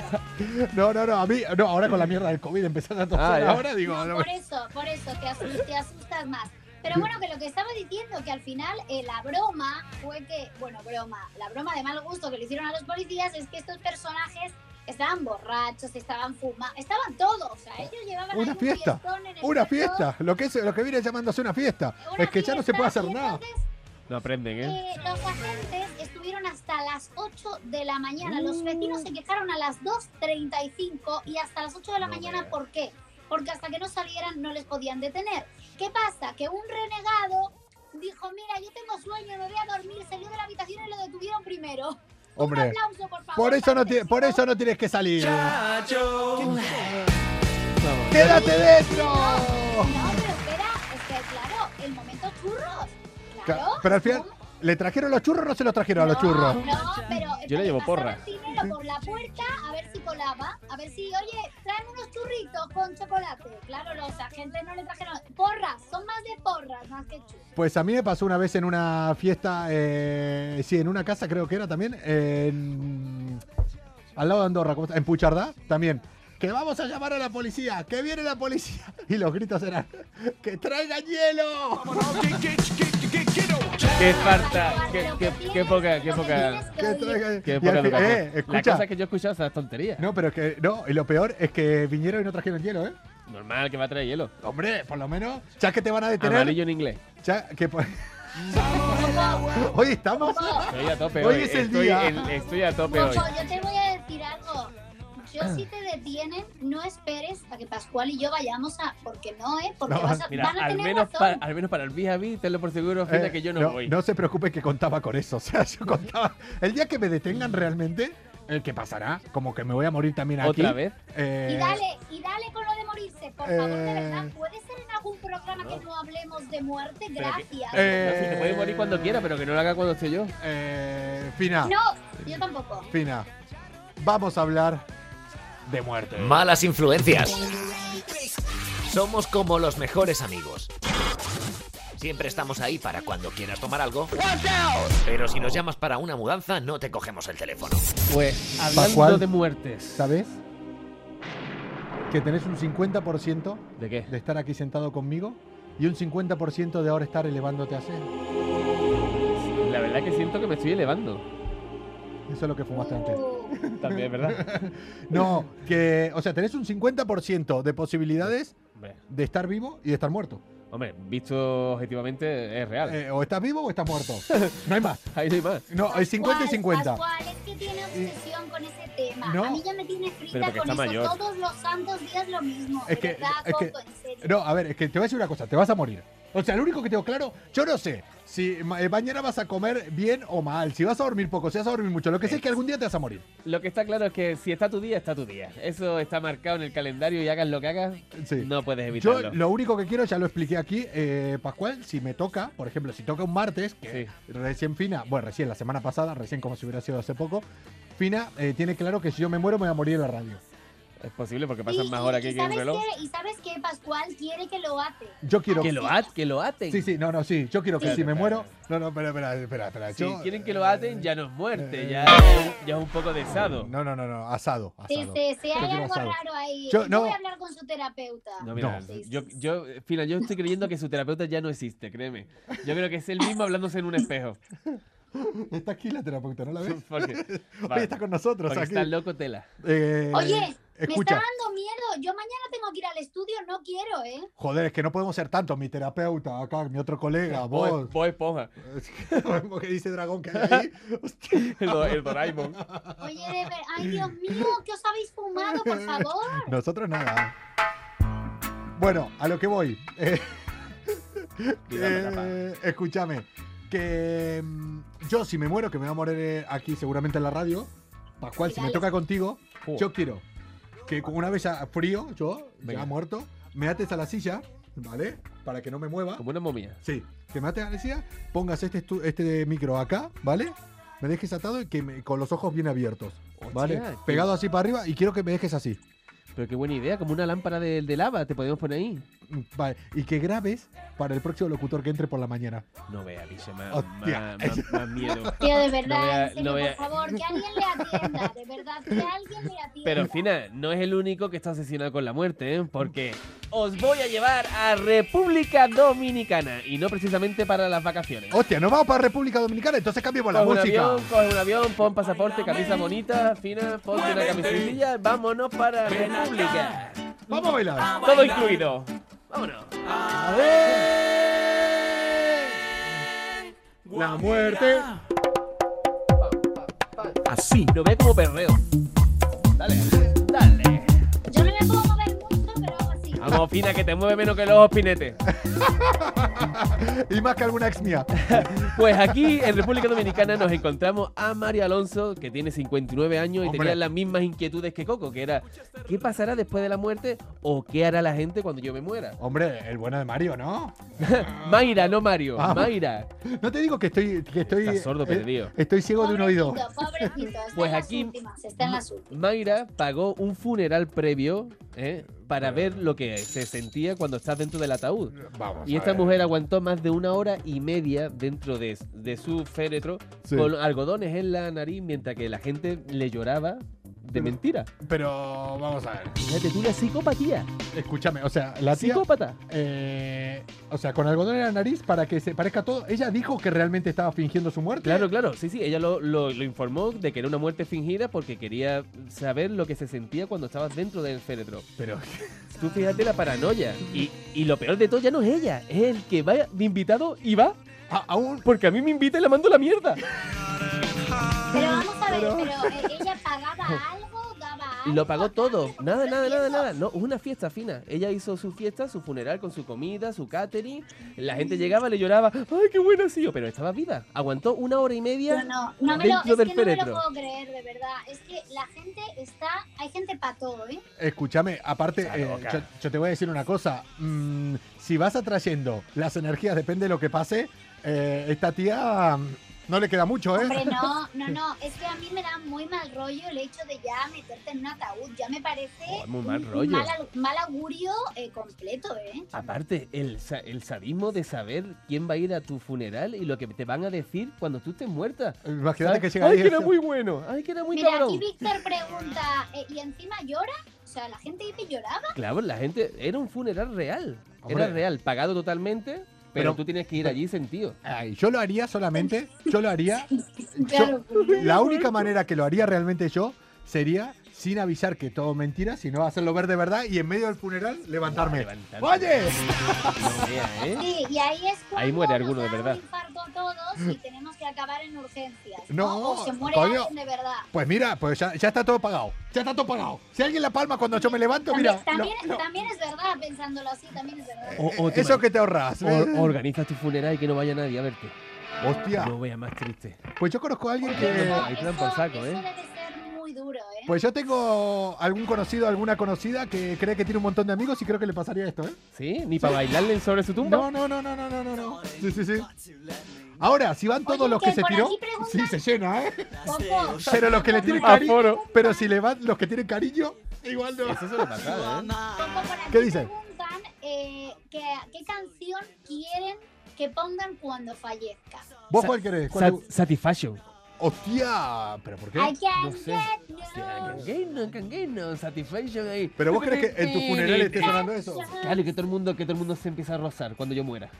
Speaker 3: tragado.
Speaker 2: No, no, no, a mí, no, ahora con la mierda del COVID empezás a toser.
Speaker 3: Ah, ya.
Speaker 2: ahora digo,
Speaker 7: No,
Speaker 2: no,
Speaker 7: por eso, por eso, te asus- te asustas, más. Pero bueno, que lo que estaba diciendo, que al final eh, la broma fue que, bueno, broma, la broma de mal gusto que le hicieron a los policías es que estos personajes estaban borrachos, estaban fumando, estaban todos, o sea, ellos llevaban
Speaker 2: Oh, Una
Speaker 7: ahí un
Speaker 2: fiesta,
Speaker 7: fiestón en
Speaker 2: una
Speaker 7: el cuerpo,
Speaker 2: fiesta, lo que, es, lo que viene llamándose una fiesta.
Speaker 7: una
Speaker 2: es que ya no se
Speaker 7: fiesta,
Speaker 2: puede hacer
Speaker 7: y
Speaker 2: nada.
Speaker 7: entonces
Speaker 3: No aprenden, ¿eh?
Speaker 7: eh, los agentes estuvieron hasta las 8 de la mañana.
Speaker 2: Mm.
Speaker 7: Los vecinos se quejaron a las 2.35 y hasta las 8 de la
Speaker 3: No
Speaker 7: mañana.
Speaker 3: veas.
Speaker 7: ¿Por qué? Porque hasta que no salieran no les podían detener. ¿Qué pasa? Que un renegado dijo, mira, yo tengo sueño, me voy a dormir, salió de la habitación y lo detuvieron primero. Un
Speaker 2: Hombre,
Speaker 7: aplauso, por favor.
Speaker 2: por eso, no
Speaker 7: para
Speaker 2: ti-
Speaker 7: este
Speaker 2: por
Speaker 7: chico.
Speaker 2: eso no tienes que salir.
Speaker 4: Chacho.
Speaker 3: Vamos.
Speaker 2: ¡Quédate dentro!
Speaker 7: No, pero espera, es que claro, el momento churros. Claro.
Speaker 2: Ca- Pero al final, ¿le trajeron los churros o no se los trajeron a los churros?
Speaker 7: Ah, No, pero
Speaker 3: Yo le llevo porra.
Speaker 7: Primero por la puerta a ver si colaba, a ver si, oye, traen unos churritos con chocolate. Claro, los agentes no le trajeron porras, son más de porras más que churros.
Speaker 2: Pues a mí me pasó una vez en una fiesta, eh, sí, en una casa creo que era también, en- al lado de Andorra, ¿cómo está? en Puchardá también. Que vamos a llamar a la policía, que viene la policía. Y los gritos eran, que traigan hielo.
Speaker 3: Qué
Speaker 7: Tal
Speaker 3: falta, qué,
Speaker 7: cual,
Speaker 3: qué,
Speaker 7: lo que
Speaker 3: qué
Speaker 7: tienes-
Speaker 3: poca, qué
Speaker 7: lo que
Speaker 3: poca,
Speaker 7: tienes que
Speaker 2: Que
Speaker 7: oír.
Speaker 2: traigan...
Speaker 3: qué
Speaker 2: Y
Speaker 3: poca
Speaker 2: al fin-
Speaker 3: educación.
Speaker 2: eh,
Speaker 3: La
Speaker 2: escucha.
Speaker 3: cosa que yo he escuchado son las tonterías.
Speaker 2: No, pero es que, no, y lo peor es que vinieron y no trajeron hielo, ¿eh?
Speaker 3: Normal que va a traer hielo.
Speaker 2: Hombre, por lo menos. ¿Sabes que te van a detener?
Speaker 3: Amarillo en inglés.
Speaker 2: Chas que po- Hoy estamos.
Speaker 3: Estoy a tope
Speaker 2: Hoy
Speaker 3: hoy.
Speaker 2: es el
Speaker 3: estoy,
Speaker 2: día.
Speaker 3: en- estoy a tope hoy.
Speaker 7: Mocho, yo te voy a decir algo. Yo si te detienen, no esperes a que Pascual y yo vayamos a... Porque no, ¿eh? Porque
Speaker 2: No,
Speaker 7: vas a-
Speaker 3: Mira,
Speaker 7: van a
Speaker 3: al
Speaker 7: tener
Speaker 3: menos, para,
Speaker 7: razón.
Speaker 3: al menos para el vis a vis, tenlo por seguro, Fina,
Speaker 2: Eh,
Speaker 3: que yo no, voy.
Speaker 2: se preocupe que contaba con eso. O sea, yo contaba. El día que me detengan realmente, el que pasará, como que me voy a morir también aquí.
Speaker 3: ¿Otra vez?
Speaker 2: eh,
Speaker 7: Y dale, y dale con lo de morirse, por favor, de
Speaker 2: eh,
Speaker 7: verdad. ¿Puede ser en algún programa que no hablemos de muerte?
Speaker 3: Pero que-
Speaker 7: Gracias.
Speaker 2: Eh,
Speaker 3: No, si te puedes morir cuando quiera, pero que no lo haga cuando esté yo.
Speaker 2: eh, Fina,
Speaker 7: No, yo tampoco.
Speaker 2: Fina, vamos a hablar de muerte.
Speaker 1: Malas influencias. Somos como los mejores amigos. Siempre estamos ahí para cuando quieras tomar algo. Pero si nos llamas para una mudanza, no te cogemos el teléfono.
Speaker 3: Pues, hablando
Speaker 2: Pascual.
Speaker 3: de muertes.
Speaker 2: ¿Sabes? Que tenés un 50%
Speaker 3: ¿De qué?
Speaker 2: de estar aquí sentado conmigo y un 50% de ahora estar elevándote a cero.
Speaker 3: La verdad que siento que me estoy elevando.
Speaker 2: Eso es lo que fumaste antes.
Speaker 7: Uh,
Speaker 3: También, ¿verdad?
Speaker 2: No, que, o sea, tenés un 50% de posibilidades
Speaker 3: Hombre,
Speaker 2: de estar vivo y de estar muerto.
Speaker 3: hombre, visto objetivamente, es real.
Speaker 2: Eh, o estás vivo o estás muerto. No hay más.
Speaker 3: Ahí no hay más.
Speaker 2: No, hay 50 y
Speaker 7: Pascual,
Speaker 2: 50.
Speaker 7: Pascual, es que tiene obsesión con ese tema.
Speaker 2: No.
Speaker 7: A mí ya me tiene
Speaker 3: Pero
Speaker 7: frita
Speaker 3: porque
Speaker 7: con
Speaker 3: está
Speaker 7: eso.
Speaker 3: mayor.
Speaker 7: Todos los santos días lo mismo.
Speaker 2: Es
Speaker 7: de
Speaker 2: que-
Speaker 7: verdad,
Speaker 2: es que-
Speaker 7: Coco, en serio.
Speaker 2: No, a ver, es que te voy a decir una cosa, te vas a morir. O sea, lo único que tengo claro, yo no sé si ma- eh, mañana vas a comer bien o mal, si vas a dormir poco, si vas a dormir mucho, lo que sé es que algún día te vas a morir.
Speaker 3: Lo que está claro es que si está tu día, está tu día. Eso está marcado en el calendario y hagas lo que hagas,
Speaker 2: Sí.
Speaker 3: no puedes
Speaker 2: Yo
Speaker 3: evitarlo.
Speaker 2: lo único que quiero, ya lo expliqué aquí, eh, Pascual, si me toca, por ejemplo, si toca un martes, que recién Fina, bueno, recién la semana pasada, recién como si hubiera sido hace poco, Fina eh, tiene claro que si yo me muero me voy a morir en la radio.
Speaker 3: Es posible porque
Speaker 7: Y-
Speaker 3: pasan más horas
Speaker 7: y
Speaker 3: aquí que en
Speaker 7: ¿sabes
Speaker 3: reloj.
Speaker 7: qué? Y sabes que Pascual quiere que lo ate.
Speaker 2: Yo quiero...
Speaker 3: Que lo, at- que lo aten.
Speaker 2: Sí, sí, no, no, sí, yo quiero que
Speaker 3: Claro,
Speaker 2: si me muero...
Speaker 3: claro.
Speaker 2: No, no, espera, espera, espera, espera,
Speaker 3: Si
Speaker 2: yo- eh,
Speaker 3: quieren que lo aten, ya no es muerte, ya, ya es un poco desado.
Speaker 2: No, no, no, no, asado.
Speaker 7: Sí,
Speaker 2: asado.
Speaker 7: sí, sí,
Speaker 2: Yo
Speaker 7: hay
Speaker 2: quiero
Speaker 7: algo
Speaker 2: asado.
Speaker 7: raro ahí.
Speaker 2: Yo-
Speaker 7: Yo,
Speaker 2: no.
Speaker 7: voy a hablar con su terapeuta.
Speaker 3: No, mira,
Speaker 7: No.
Speaker 3: yo, yo, Fina, yo estoy creyendo que su terapeuta ya no existe, créeme. Yo creo que es él mismo hablándose en un espejo.
Speaker 2: Está aquí la terapeuta, ¿no la ves?
Speaker 3: Porque,
Speaker 2: Hoy
Speaker 3: vale,
Speaker 2: está con nosotros
Speaker 3: porque
Speaker 2: aquí.
Speaker 3: está loco tela.
Speaker 2: Eh,
Speaker 7: Oye, me está
Speaker 2: escucha.
Speaker 7: dando miedo. Yo mañana tengo que ir al estudio, no quiero, ¿eh?
Speaker 2: Joder, es que no podemos ser tanto. Mi terapeuta, acá, mi otro colega, vos.
Speaker 3: Vos esponja,
Speaker 2: Vemos que dice dragón que hay ahí. Hostia.
Speaker 3: el, do- el Doraemon.
Speaker 7: Oye, de ver- ay Dios mío, ¿qué os habéis fumado, por favor?
Speaker 2: Nosotros nada. Bueno, a lo que voy. Eh,
Speaker 3: Dígame,
Speaker 2: eh,
Speaker 3: papá.
Speaker 2: escúchame. Que mm, yo, si me muero, que me voy a morir eh, aquí seguramente en la radio. Pascual, si me
Speaker 7: Dale.
Speaker 2: toca contigo,
Speaker 3: Joder.
Speaker 2: yo quiero que con- una vez ya frío, yo,
Speaker 3: Venga.
Speaker 2: ya muerto, me ates a la silla, ¿vale? Para que no me mueva.
Speaker 3: Como una momia.
Speaker 2: Sí, que me ates a la silla, pongas este, estu- este micro acá, ¿vale? Me dejes atado y que me- con los ojos bien abiertos, ¿vale?
Speaker 3: Hostia, qué-
Speaker 2: Pegado así para arriba y quiero que me dejes así.
Speaker 3: Pero qué buena idea, como una lámpara de, de lava, te podemos poner ahí.
Speaker 2: Mm, Vale, y que grabes para el próximo locutor que entre por la mañana.
Speaker 3: No vea, bicho, más,
Speaker 2: Hostia.
Speaker 3: más- más- más miedo. No
Speaker 7: Tío, de
Speaker 3: voy a-
Speaker 7: verdad, en serio,
Speaker 3: no voy a-
Speaker 7: por favor, que alguien le atienda, de verdad, que alguien le atienda.
Speaker 3: Pero Fina, no es el único que está obsesionado con la muerte, ¿eh? porque os voy a llevar a República Dominicana y no precisamente para las vacaciones.
Speaker 2: Hostia, nos vamos para República Dominicana, entonces cambiemos la
Speaker 3: Coge un
Speaker 2: música.
Speaker 3: avión, coge un avión, pon pasaporte, camisa bonita, fina, ponte una camisilla, vámonos para República.
Speaker 2: Vamos a bailar.
Speaker 3: Todo incluido. Vámonos.
Speaker 2: La muerte.
Speaker 3: Así. Lo ve como perreo. Dale, dale.
Speaker 7: Yo no me puedo mover mucho, pero hago así.
Speaker 3: Vamos, fina, que te mueve menos que los ojos pinetes.
Speaker 2: Y más que alguna ex mía.
Speaker 3: Pues aquí en República Dominicana nos encontramos a Mario Alonso, que tiene 59 años y
Speaker 2: Hombre.
Speaker 3: tenía las mismas inquietudes que Coco, que era ¿qué pasará después de la muerte o qué hará la gente cuando yo me muera?
Speaker 2: Hombre, el bueno de Mario, ¿no?
Speaker 3: Mayra, no Mario,
Speaker 2: Ah.
Speaker 3: Mayra.
Speaker 2: No te digo que estoy. Que estoy
Speaker 3: Estás sordo,
Speaker 2: eh,
Speaker 3: perdido.
Speaker 2: Estoy ciego de un oído.
Speaker 7: Pobrecito, pobrecito, está
Speaker 3: Pues
Speaker 7: en
Speaker 3: aquí-
Speaker 7: las últimas, está en las últimas.
Speaker 3: Mayra pagó un funeral previo ¿eh? para ver lo que se sentía cuando estás dentro del ataúd.
Speaker 2: Vamos.
Speaker 3: Y
Speaker 2: a
Speaker 3: esta
Speaker 2: ver.
Speaker 3: mujer aguantó más de una hora y media dentro de, de su féretro
Speaker 2: Sí.
Speaker 3: con algodones en la nariz mientras que la gente le lloraba de mentira.
Speaker 2: Pero vamos a ver.
Speaker 3: Fíjate tú la psicopatía.
Speaker 2: Escúchame, o sea, la tía.
Speaker 3: Psicópata.
Speaker 2: eh, o sea, con algodón en la nariz para que se parezca todo. Ella dijo que realmente estaba fingiendo su muerte.
Speaker 3: Claro, claro, sí, sí, ella lo, lo- lo informó de que era una muerte fingida porque quería saber lo que se sentía cuando estabas dentro del féretro.
Speaker 2: Pero
Speaker 3: Tú fíjate la paranoia. Y, y lo peor de todo ya no es ella, es el que va de invitado y va
Speaker 2: a- aún.
Speaker 3: porque a mí me invita y la mando a la mierda.
Speaker 7: Pero vamos a ver,
Speaker 2: Pero-
Speaker 7: pero, eh, ella pagaba algo, daba algo.
Speaker 3: Lo pagó todo. Nada,
Speaker 7: Yo
Speaker 3: nada, nada,
Speaker 7: pienso,
Speaker 3: nada. No, una fiesta fina. Ella hizo su fiesta, su funeral con su comida, su catering. La gente llegaba, le lloraba. ¡Ay, qué buena ha sido! Pero estaba viva. Aguantó una hora y
Speaker 7: Yo
Speaker 3: media.
Speaker 7: no, no me lo,
Speaker 3: Dentro
Speaker 7: es
Speaker 3: del
Speaker 7: que no me lo
Speaker 3: féretro.
Speaker 7: puedo creer, de verdad. Es que la gente está. Hay gente para todo, ¿eh?
Speaker 2: Escúchame, aparte,
Speaker 1: Está
Speaker 2: eh,
Speaker 1: loca.
Speaker 2: yo, yo te voy a decir una cosa. Mm, si vas atrayendo las energías, depende de lo que pase, eh, esta tía mm, no le queda mucho, ¿eh?
Speaker 7: Hombre, no, no, no. Es que a mí me da muy mal rollo el hecho de ya meterte en un ataúd. Ya me parece
Speaker 3: Oh, es muy mal
Speaker 7: un- un
Speaker 3: rollo.
Speaker 7: mal au- mal augurio eh, completo, ¿eh?
Speaker 3: Aparte, el, sa- el sadismo de saber quién va a ir a tu funeral y lo que te van a decir cuando tú estés muerta.
Speaker 2: Imagínate que
Speaker 3: ¿Sabes?
Speaker 2: llega
Speaker 3: ¡Ay,
Speaker 2: ahí
Speaker 3: que era
Speaker 2: el-
Speaker 3: muy bueno! ¡Ay, que era muy
Speaker 7: Mira,
Speaker 3: cabrón!
Speaker 7: aquí Víctor pregunta, eh, ¿y encima llora? O sea, la gente dice lloraba.
Speaker 3: Claro, la gente. Era un funeral real.
Speaker 2: Hombre.
Speaker 3: Era real, pagado totalmente, pero,
Speaker 2: Pero-
Speaker 3: tú tienes que ir allí sentido.
Speaker 2: Ay, yo lo haría solamente, yo lo haría.
Speaker 7: Claro, pues,
Speaker 2: yo- la única manera que lo haría realmente yo sería sin avisar que todo es mentira, sino hacerlo ver de verdad y en medio del funeral levantarme.
Speaker 3: Levantarte.
Speaker 2: ¡Oye! Ah.
Speaker 3: No vea, ¿eh?
Speaker 7: Sí, y ahí es cuando
Speaker 3: Ahí muere
Speaker 7: nos
Speaker 3: alguno, de
Speaker 7: da un
Speaker 3: verdad.
Speaker 7: infarto a todos y tenemos que acabar en urgencias. No,
Speaker 2: No,
Speaker 7: O se muere
Speaker 2: coño.
Speaker 7: alguien de verdad.
Speaker 2: Pues mira, pues ya, ya está todo pagado. Ya está todo pagado. Si alguien la palma cuando yo me levanto,
Speaker 7: También,
Speaker 2: mira. Eh,
Speaker 7: también,
Speaker 2: lo- lo-
Speaker 7: también es verdad, pensándolo así, también es verdad.
Speaker 3: O- o te
Speaker 2: eso
Speaker 3: man-
Speaker 2: que te ahorras.
Speaker 3: O- organiza tu funeral y que no vaya nadie a verte.
Speaker 2: Hostia.
Speaker 3: No vea más triste.
Speaker 2: Pues yo conozco a alguien
Speaker 7: Oye,
Speaker 2: que.
Speaker 7: eso-
Speaker 3: hay trampa al
Speaker 7: eso-
Speaker 3: saco,
Speaker 7: eso
Speaker 3: ¿eh?
Speaker 7: debe ser muy duro, ¿eh?
Speaker 2: Pues yo tengo algún conocido, alguna conocida que cree que tiene un montón de amigos y creo que le pasaría esto, ¿eh?
Speaker 3: ¿Sí? ¿Ni para bailarle sobre su tumba?
Speaker 2: No, no, no, no, no, no, no, no. Sí, sí, sí. Ahora, si van todos
Speaker 7: Oye,
Speaker 2: los que
Speaker 7: que
Speaker 2: se
Speaker 7: por
Speaker 2: tiró,
Speaker 7: aquí preguntan-
Speaker 2: sí se llena, ¿eh?
Speaker 7: Poco.
Speaker 2: Pero los que le tienen
Speaker 3: Ah,
Speaker 2: cariño,
Speaker 3: foro.
Speaker 2: pero si le van los que tienen cariño, igual no.
Speaker 3: Eso es una pasada, ¿eh?
Speaker 7: Como por aquí
Speaker 2: ¿Qué dicen?
Speaker 7: preguntan eh, que, qué canción quieren que pongan cuando fallezca.
Speaker 2: ¿Vos
Speaker 3: Sa-
Speaker 2: cuál querés? ¿Cuál
Speaker 3: Sat-
Speaker 2: te-
Speaker 3: satisfaction.
Speaker 2: Hostia, pero ¿por
Speaker 7: I
Speaker 2: qué?
Speaker 7: can
Speaker 3: No sé.
Speaker 7: get no
Speaker 3: Cangueno, cangueno, satisfaction ahí.
Speaker 2: Pero vos crees que en tu funeral esté sonando eso.
Speaker 7: satisfaction.
Speaker 3: Claro, y que todo el mundo, que todo el mundo se empieza a rozar cuando yo muera.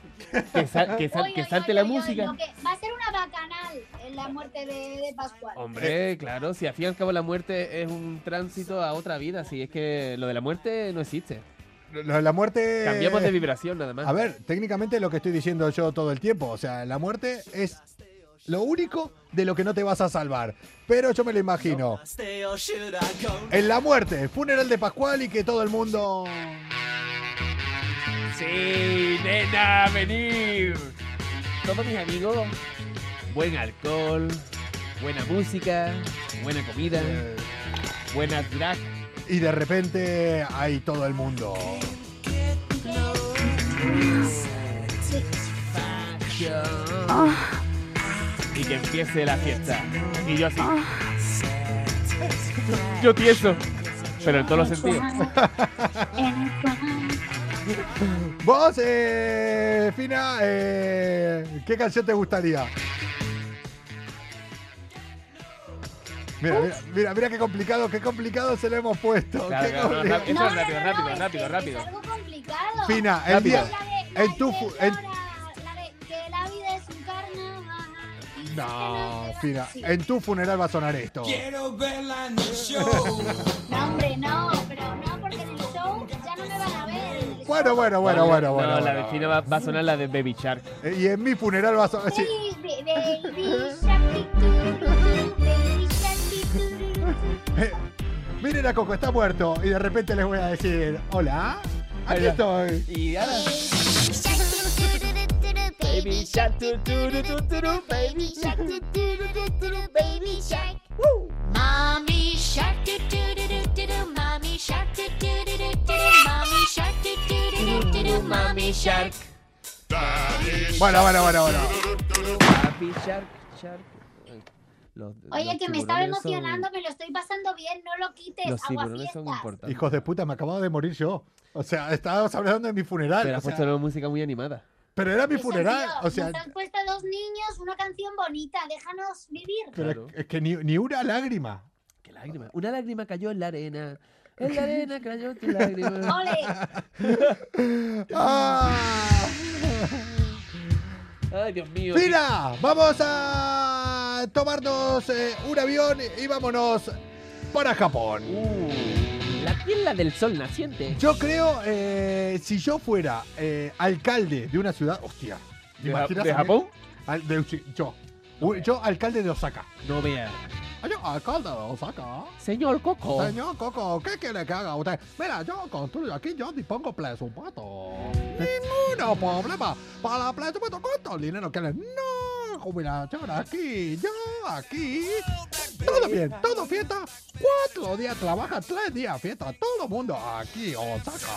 Speaker 3: Que, sal- que, sal-
Speaker 7: Oy,
Speaker 3: que
Speaker 7: oy,
Speaker 3: salte
Speaker 7: oy,
Speaker 3: la
Speaker 7: oy, oy,
Speaker 3: música.
Speaker 7: lo que- va a ser una bacanal en la muerte de, de Pascual.
Speaker 3: Oh, Hombre, Eh, claro, si al fin y al cabo la muerte es un tránsito a otra vida, si es que lo de la muerte no existe.
Speaker 2: Lo de la muerte.
Speaker 3: Cambiamos de vibración nada más.
Speaker 2: Eh, A ver, técnicamente lo que estoy diciendo yo todo el tiempo, o sea, la muerte es lo único de lo que no te vas a salvar. Pero yo me lo imagino. En la muerte, funeral de Pascual y que todo el mundo...
Speaker 3: Sí, nena, venir. Todos mis amigos, buen alcohol, buena música, buena comida,
Speaker 2: eh,
Speaker 3: buena drag.
Speaker 2: y de repente hay todo el mundo.
Speaker 3: Y que empiece la fiesta. Y yo así.
Speaker 7: Ah.
Speaker 3: Yo pienso. Pero en todos los sentidos.
Speaker 2: Vos, eh, Fina, eh, ¿qué canción te gustaría? Mira, mira, mira, mira qué complicado, qué complicado se lo hemos puesto.
Speaker 3: Claro,
Speaker 2: qué
Speaker 3: claro, no,
Speaker 2: complicado.
Speaker 3: rápido. Eso es rápido, rápido,
Speaker 7: es
Speaker 3: rápido,
Speaker 7: que es
Speaker 3: rápido.
Speaker 7: algo complicado.
Speaker 2: Fina, el
Speaker 3: Rápido.
Speaker 2: día... en tu fu- en-
Speaker 7: La de que la vida es un carnaval. y
Speaker 2: No,
Speaker 7: que
Speaker 2: Fina,
Speaker 7: Sí.
Speaker 2: en tu funeral va a sonar esto.
Speaker 6: Quiero verla en el show.
Speaker 7: No, hombre, no, pero no, porque en el show ya no me van a ver. en el
Speaker 2: Bueno,
Speaker 7: show.
Speaker 2: bueno, bueno, bueno,
Speaker 3: No,
Speaker 2: bueno.
Speaker 3: la
Speaker 2: bueno.
Speaker 3: vecina va, va a sonar la de Baby Shark.
Speaker 2: Eh, Y en mi funeral va a sonar. sí.
Speaker 7: Baby, baby, shark, doo, doo, doo, baby, shark, doo, doo, doo.
Speaker 2: Eh, Miren a Coco, está muerto. Y de repente les voy a decir, hola, aquí
Speaker 3: Hola.
Speaker 2: estoy.
Speaker 3: Y ahora.
Speaker 8: Baby shark, do do do do do do. Baby shark, do do do do do do. Baby shark. Mommy shark, do do do do do do. Mommy shark, do do do do do do. Mommy shark, do do do do do do. Mommy shark.
Speaker 2: Bueno, bueno, bueno, bueno.
Speaker 3: Baby Shark, Shark. Ay, los-
Speaker 7: Oye,
Speaker 3: los
Speaker 7: que me estaba
Speaker 3: tiburones son-
Speaker 7: emocionando, me lo estoy pasando bien, no lo quites.
Speaker 3: Los tiburones son
Speaker 7: aguafiestas.
Speaker 3: importantes.
Speaker 2: Hijos de puta, me acabado de morir yo. O sea, estábamos hablando de mi funeral.
Speaker 3: Pero
Speaker 2: o
Speaker 3: has
Speaker 2: sea,
Speaker 3: puesto una música muy animada.
Speaker 2: pero era mi
Speaker 7: Pues,
Speaker 2: funeral.
Speaker 7: tío,
Speaker 2: O sea,
Speaker 7: nos has puesto dos niños, una canción bonita, déjanos vivir.
Speaker 2: pero
Speaker 3: Claro.
Speaker 2: es que ni, ni una lágrima.
Speaker 3: Qué lágrima. Una lágrima cayó en la arena. En la arena cayó tu lágrima.
Speaker 7: ¡Ole!
Speaker 2: ¡Ah!
Speaker 3: Ay, Dios mío.
Speaker 2: ¡Fina! Vamos a tomarnos eh, un avión y vámonos para Japón.
Speaker 3: Uh, la tienda del sol naciente.
Speaker 2: Yo creo, eh, si yo fuera eh, alcalde de una ciudad. ¡Hostia! ¿te
Speaker 3: ¿De,
Speaker 2: imaginas
Speaker 3: de
Speaker 2: a mí?
Speaker 3: Japón?
Speaker 2: Al- de- sí, yo. U- Yo, alcalde de Osaka.
Speaker 3: No vea.
Speaker 2: Ah, Yo, alcalde de Osaka.
Speaker 3: Señor Coco.
Speaker 2: Señor Coco, ¿qué quiere que haga usted? Mira, yo construyo aquí, yo dispongo presupuesto. Ninguno problema. Para presupuesto, ¿cuánto dinero quieren? No, jubilación aquí, yo aquí. Todo bien, todo fiesta. Cuatro días trabaja, tres días fiesta. Todo el mundo aquí, Osaka.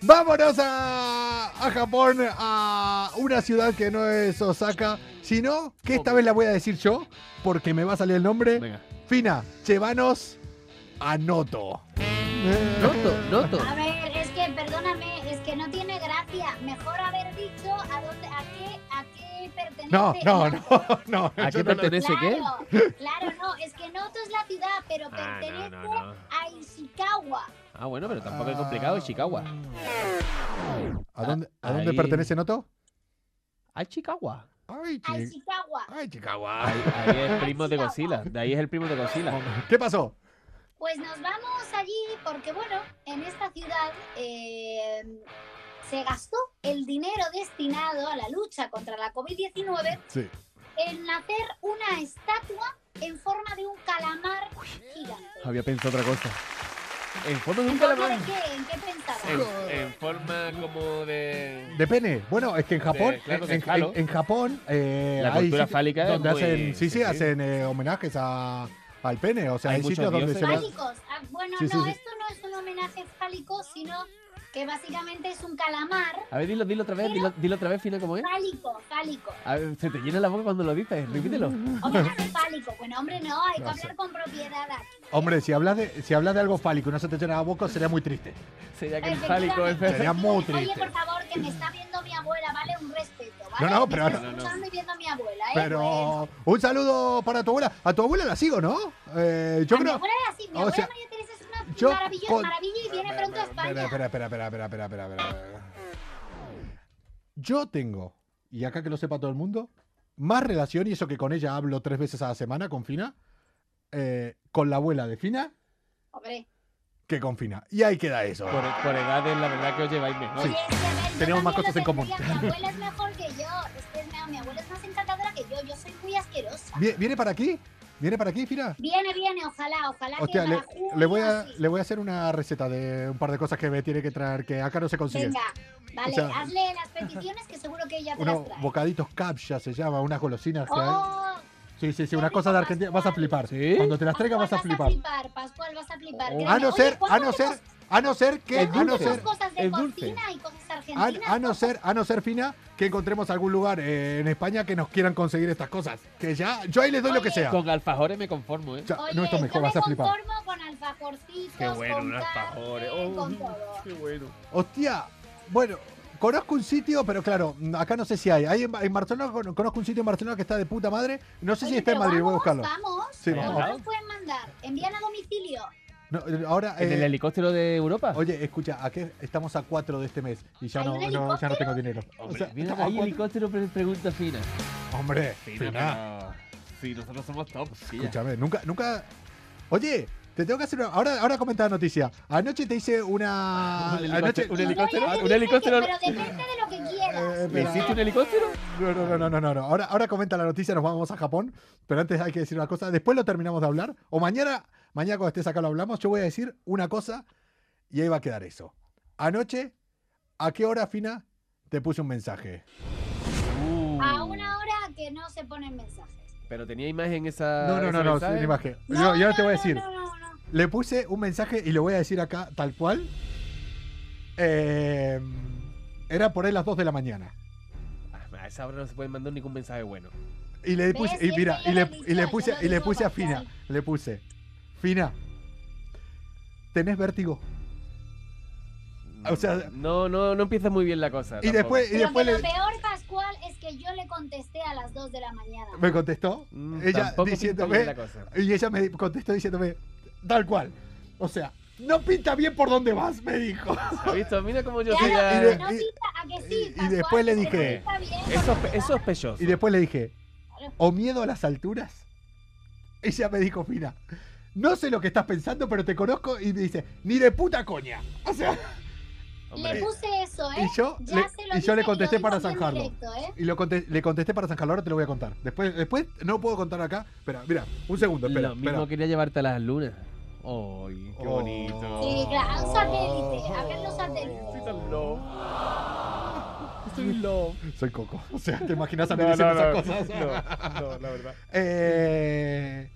Speaker 2: Vámonos a, a Japón, a una ciudad que no es Osaka, sino que esta vez la voy a decir yo, porque me va a salir el nombre.
Speaker 3: Venga.
Speaker 2: Fina, llévanos a Noto.
Speaker 3: Noto, noto.
Speaker 7: A ver, es que, perdóname, es que no tiene gracia. Mejor haber dicho a dónde, a qué, a qué pertenece.
Speaker 2: No, no,
Speaker 7: y-
Speaker 2: no, no.
Speaker 3: ¿A
Speaker 2: yo no lo-
Speaker 3: qué pertenece qué?
Speaker 7: Claro, claro, no, es que Noto es la ciudad, pero
Speaker 1: Ah, no,
Speaker 7: pertenece
Speaker 1: no, no.
Speaker 7: a Ishikawa.
Speaker 3: Ah, bueno, pero tampoco es complicado. Chicago.
Speaker 2: ¿A dónde, a dónde
Speaker 3: Ahí.
Speaker 2: pertenece Noto?
Speaker 3: Ah, Chicago.
Speaker 2: Ay,
Speaker 7: A
Speaker 2: chi-
Speaker 7: Ishikawa.
Speaker 2: Ay, Chicago.
Speaker 3: Ahí, ahí es el primo de Godzilla. De ahí es el primo de Godzilla.
Speaker 2: ¿Qué pasó?
Speaker 7: Pues nos vamos allí porque, bueno, en esta ciudad eh, se gastó el dinero destinado a la lucha contra la COVID-19
Speaker 2: Sí.
Speaker 7: en hacer una estatua en forma de un calamar gigante.
Speaker 3: Había pensado otra cosa. En fondo de un
Speaker 7: ¿En forma
Speaker 3: calamar.
Speaker 7: de qué? ¿En qué pensabas?
Speaker 2: En-
Speaker 3: forma como de.
Speaker 2: De pene. Bueno, es que en Japón,
Speaker 3: De- claro,
Speaker 2: en,
Speaker 3: de
Speaker 2: en-
Speaker 3: jalo.
Speaker 2: en Japón, eh,
Speaker 3: La
Speaker 2: hay
Speaker 3: cultura
Speaker 2: sitios
Speaker 3: fálica es
Speaker 2: donde
Speaker 3: muy-
Speaker 2: hacen, sí, sí,
Speaker 3: sí, sí.
Speaker 2: hacen eh, homenajes a, al pene. O sea,
Speaker 3: Hay
Speaker 2: hay,
Speaker 3: muchos
Speaker 2: sitios donde
Speaker 3: dioses.
Speaker 2: se le-
Speaker 7: Fálicos. Ah, bueno,
Speaker 2: Sí, sí,
Speaker 7: no,
Speaker 2: sí.
Speaker 7: esto no es un homenaje fálico, sino que básicamente es un calamar
Speaker 3: A ver, dilo, dilo otra vez. Dilo, dilo otra vez, Fina,
Speaker 2: ¿Eh?
Speaker 3: cómo es.
Speaker 7: fálico, fálico.
Speaker 3: A ver, se te llena la boca cuando lo dices. Repítelo.
Speaker 7: Homenaje fálico. Bueno, hombre, no, hay que
Speaker 2: No sé.
Speaker 7: hablar con propiedad aquí.
Speaker 2: Hombre, si hablas de, si hablas de algo fálico y no se te llena la boca, sería muy triste.
Speaker 3: Sería que el fálico es.
Speaker 7: Efectivamente.
Speaker 2: Sería muy
Speaker 7: Oye,
Speaker 2: triste.
Speaker 7: por favor, que me está viendo mi abuela, ¿vale? Un respeto, ¿vale?
Speaker 2: No, no,
Speaker 7: Me
Speaker 2: pero-
Speaker 7: está
Speaker 2: no, no,
Speaker 3: no.
Speaker 7: escuchando y viendo a mi abuela, ¿eh? Bueno.
Speaker 2: Pero un saludo para tu abuela. A tu abuela la sigo, ¿no? Eh, yo
Speaker 7: A mi
Speaker 2: creo.
Speaker 7: abuela era así, mi
Speaker 2: o
Speaker 7: abuela
Speaker 2: sea,
Speaker 7: María Teresa es una
Speaker 2: yo
Speaker 7: maravilla,
Speaker 2: con-
Speaker 7: maravilla y viene pronto a España.
Speaker 2: Espera, espera, espera, espera, espera, espera, espera, espera. Yo tengo, y acá que lo sepa todo el mundo, más relación, y eso que con ella hablo tres veces a la semana con Fina, eh, con la abuela de Fina
Speaker 7: Hombre,
Speaker 2: que con Fina. Y ahí queda eso.
Speaker 3: Por, por edades, la verdad que os lleváis mejor.
Speaker 7: oye, es que a ver, yo
Speaker 2: Tenemos más
Speaker 7: también
Speaker 2: cosas
Speaker 7: lo
Speaker 2: en común.
Speaker 7: tendría, Mi abuela es mejor que yo. Es que no, mi abuela es más encantadora que yo. Yo soy muy asquerosa.
Speaker 2: Vie- ¿Viene para aquí? ¿Viene para aquí, Fina?
Speaker 7: Viene, viene, ojalá, ojalá
Speaker 2: Hostia,
Speaker 7: que
Speaker 2: le,
Speaker 7: para junio,
Speaker 2: le voy a,
Speaker 7: sí.
Speaker 2: le voy a hacer una receta de un par de cosas que me tiene que traer, que acá no se consiguen.
Speaker 7: Venga, vale,
Speaker 2: O sea-
Speaker 7: hazle las peticiones que seguro que ella te las
Speaker 2: Unos
Speaker 7: trae.
Speaker 2: bocaditos captcha se llama, unas golosinas. que hay.
Speaker 7: Oh,
Speaker 2: Sí, sí, sí,
Speaker 7: qué
Speaker 2: unas cosas de
Speaker 7: rico,
Speaker 2: Argentina. Vas a flipar.
Speaker 3: ¿Sí?
Speaker 2: Cuando te las traiga vas a
Speaker 7: Pascual,
Speaker 2: flipar.
Speaker 7: Pascual, vas a flipar.
Speaker 3: Oh.
Speaker 7: créeme.
Speaker 2: A no
Speaker 7: Oye,
Speaker 2: ser, a
Speaker 7: ¿cuándo
Speaker 2: no ser,
Speaker 7: hacemos-
Speaker 2: a no ser que,
Speaker 3: Es
Speaker 2: a no
Speaker 3: dulce.
Speaker 2: ser,
Speaker 7: hacemos cosas de
Speaker 3: es dulce.
Speaker 7: cocina y cosas
Speaker 2: a,
Speaker 7: argentinas?
Speaker 2: a no ser, a no ser fina que encontremos algún lugar eh, en España que nos quieran conseguir estas cosas. Que ya, yo ahí les doy lo que
Speaker 7: Oye.
Speaker 2: sea.
Speaker 3: Con alfajores me conformo, ¿eh?
Speaker 2: O sea,
Speaker 7: Oye,
Speaker 2: no, esto
Speaker 7: yo
Speaker 2: mejor,
Speaker 7: me
Speaker 2: vas a flipar.
Speaker 7: conformo con alfajorcitos,
Speaker 3: Qué bueno,
Speaker 7: con
Speaker 3: un alfajor,
Speaker 7: carne,
Speaker 3: oh.
Speaker 7: con todo.
Speaker 3: Qué bueno.
Speaker 2: Hostia, bueno, conozco un sitio, pero claro, acá no sé si hay. Hay en, en Barcelona, con- conozco un sitio en Barcelona que está de puta madre. No sé si
Speaker 7: Oye,
Speaker 2: está en
Speaker 7: pero
Speaker 2: Madrid, voy a buscarlo.
Speaker 7: Vamos,
Speaker 2: Sí,
Speaker 7: ¿Cómo
Speaker 2: vamos.
Speaker 7: nos pueden mandar? Envían a domicilio.
Speaker 2: No, eh, ahora,
Speaker 3: ¿En
Speaker 2: eh,
Speaker 3: el helicóptero de Europa?
Speaker 2: oye, escucha, aquí estamos a 4 de este mes y ya
Speaker 7: ¿Hay
Speaker 2: no,
Speaker 7: un
Speaker 2: no- ya no
Speaker 7: helicóptero?
Speaker 2: tengo dinero. O sea, estamos
Speaker 3: Mira,
Speaker 2: a
Speaker 3: hay
Speaker 2: cuatro-
Speaker 3: helicóptero, pero pregunta fina.
Speaker 2: Hombre, Fina.
Speaker 3: Sí, nosotros somos top.
Speaker 2: Escúchame, nunca, nunca. Oye, te tengo que hacer una. Ahora, ahora comenta la noticia. Anoche te hice una.
Speaker 3: Un helicóptero-
Speaker 2: Anoche.
Speaker 3: un
Speaker 7: No,
Speaker 3: helicóptero-
Speaker 7: ya te
Speaker 3: un
Speaker 7: dije
Speaker 3: helicóptero-
Speaker 7: que- pero depende de lo que
Speaker 2: Eh,
Speaker 7: quieras.
Speaker 3: ¿Le
Speaker 2: espera.
Speaker 3: hiciste un helicóptero?
Speaker 2: No, no, no, no, no, no. Ahora, ahora comenta la noticia, nos vamos a Japón. Pero antes hay que decir una cosa. Después lo terminamos de hablar. O mañana, mañana cuando estés acá lo hablamos. Yo voy a decir una cosa y ahí va a quedar eso. Anoche, ¿a qué hora fina te puse un mensaje?
Speaker 7: A una hora que no se ponen mensajes.
Speaker 3: Uh. Pero tenía imagen esa.
Speaker 2: No, no,
Speaker 3: ese
Speaker 2: no, no,
Speaker 3: mensaje?
Speaker 2: sin imagen. Yo, yo te voy a decir.
Speaker 7: Ah, No, no, no.
Speaker 2: Le puse un mensaje y lo voy a decir acá tal cual. Eh, era por ahí las 2 de la mañana.
Speaker 3: Ah, A esa hora no se puede mandar ningún mensaje bueno.
Speaker 2: Y le
Speaker 7: ¿Ves?
Speaker 2: puse, y
Speaker 7: Siempre
Speaker 2: mira,
Speaker 7: yo
Speaker 2: y le,
Speaker 7: lo
Speaker 2: y le
Speaker 7: digo,
Speaker 2: puse,
Speaker 7: yo lo
Speaker 2: y le
Speaker 7: digo,
Speaker 2: puse a
Speaker 7: Pascual.
Speaker 2: Fina, le puse, Fina, ¿tenés vértigo? O sea-
Speaker 3: No, no, no empieza muy bien la cosa.
Speaker 2: Y
Speaker 3: tampoco.
Speaker 2: después, y
Speaker 7: Pero
Speaker 2: después
Speaker 7: que
Speaker 2: le,
Speaker 7: lo peor, Pascual, es que que yo le contesté a las 2 de la mañana.
Speaker 2: Me contestó.
Speaker 3: Mm,
Speaker 2: ella
Speaker 3: tampoco pinta bien
Speaker 2: diciéndome.
Speaker 3: la cosa.
Speaker 2: Y ella me contestó diciéndome, tal cual. O sea, no pinta bien por dónde vas, me dijo.
Speaker 3: ¿Has visto? Mira cómo yo soy
Speaker 2: y
Speaker 3: la-
Speaker 2: de-
Speaker 7: Claro, no pinta a que
Speaker 2: y-
Speaker 7: sí.
Speaker 2: y
Speaker 7: tal
Speaker 2: después
Speaker 7: cual,
Speaker 2: le
Speaker 7: que
Speaker 2: dije-
Speaker 7: pinta bien,
Speaker 3: Es, sospe- es
Speaker 7: porque-
Speaker 3: sospechoso.
Speaker 2: Y después le dije, ¿o miedo a las alturas? Ella me dijo, mira, no sé lo que estás pensando, pero te conozco. Y me dice, ni de puta coña. O sea,
Speaker 7: Le
Speaker 3: Hombre,
Speaker 7: puse eso, ¿eh?
Speaker 2: y yo
Speaker 7: Ya
Speaker 2: le,
Speaker 7: se lo
Speaker 2: y yo
Speaker 7: dije
Speaker 2: le
Speaker 7: y lo
Speaker 2: contesté
Speaker 7: dijo
Speaker 2: para
Speaker 7: bien
Speaker 2: zanjarlo.
Speaker 7: directo, ¿eh?
Speaker 2: Y lo conte- le contesté para zanjarlo, ahora te lo voy a contar. Después, después no puedo contar acá. Espera, mira, un segundo, espera,
Speaker 3: lo mismo
Speaker 2: espera.
Speaker 3: quería llevarte a las lunas. ¡Ay, qué
Speaker 2: Oh.
Speaker 3: bonito!
Speaker 7: Sí, claro, a un satélite, a ver los satélites.
Speaker 3: Estoy loco.
Speaker 2: Soy Coco. O sea, te imaginas a mí diciendo esas cosas.
Speaker 3: la verdad.
Speaker 2: Eh,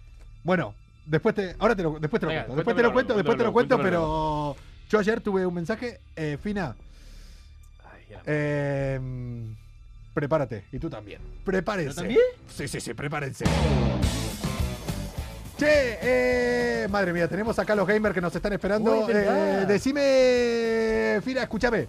Speaker 2: bueno, después te, ahora te lo, después te lo
Speaker 3: Venga,
Speaker 2: cuento. Después te lo
Speaker 3: cuéntamelo
Speaker 2: cuento,
Speaker 3: luego,
Speaker 2: después te lo cuento, pero
Speaker 3: cuéntamelo
Speaker 2: yo ayer tuve un mensaje. eh, Fina, eh, prepárate. Y tú también. Prepárense.
Speaker 3: también?
Speaker 2: Sí, sí, sí, prepárense. Che, eh, madre mía, tenemos acá los gamers que nos están esperando.
Speaker 3: Uy, verdad.
Speaker 2: Eh, decime, Fina, escúchame.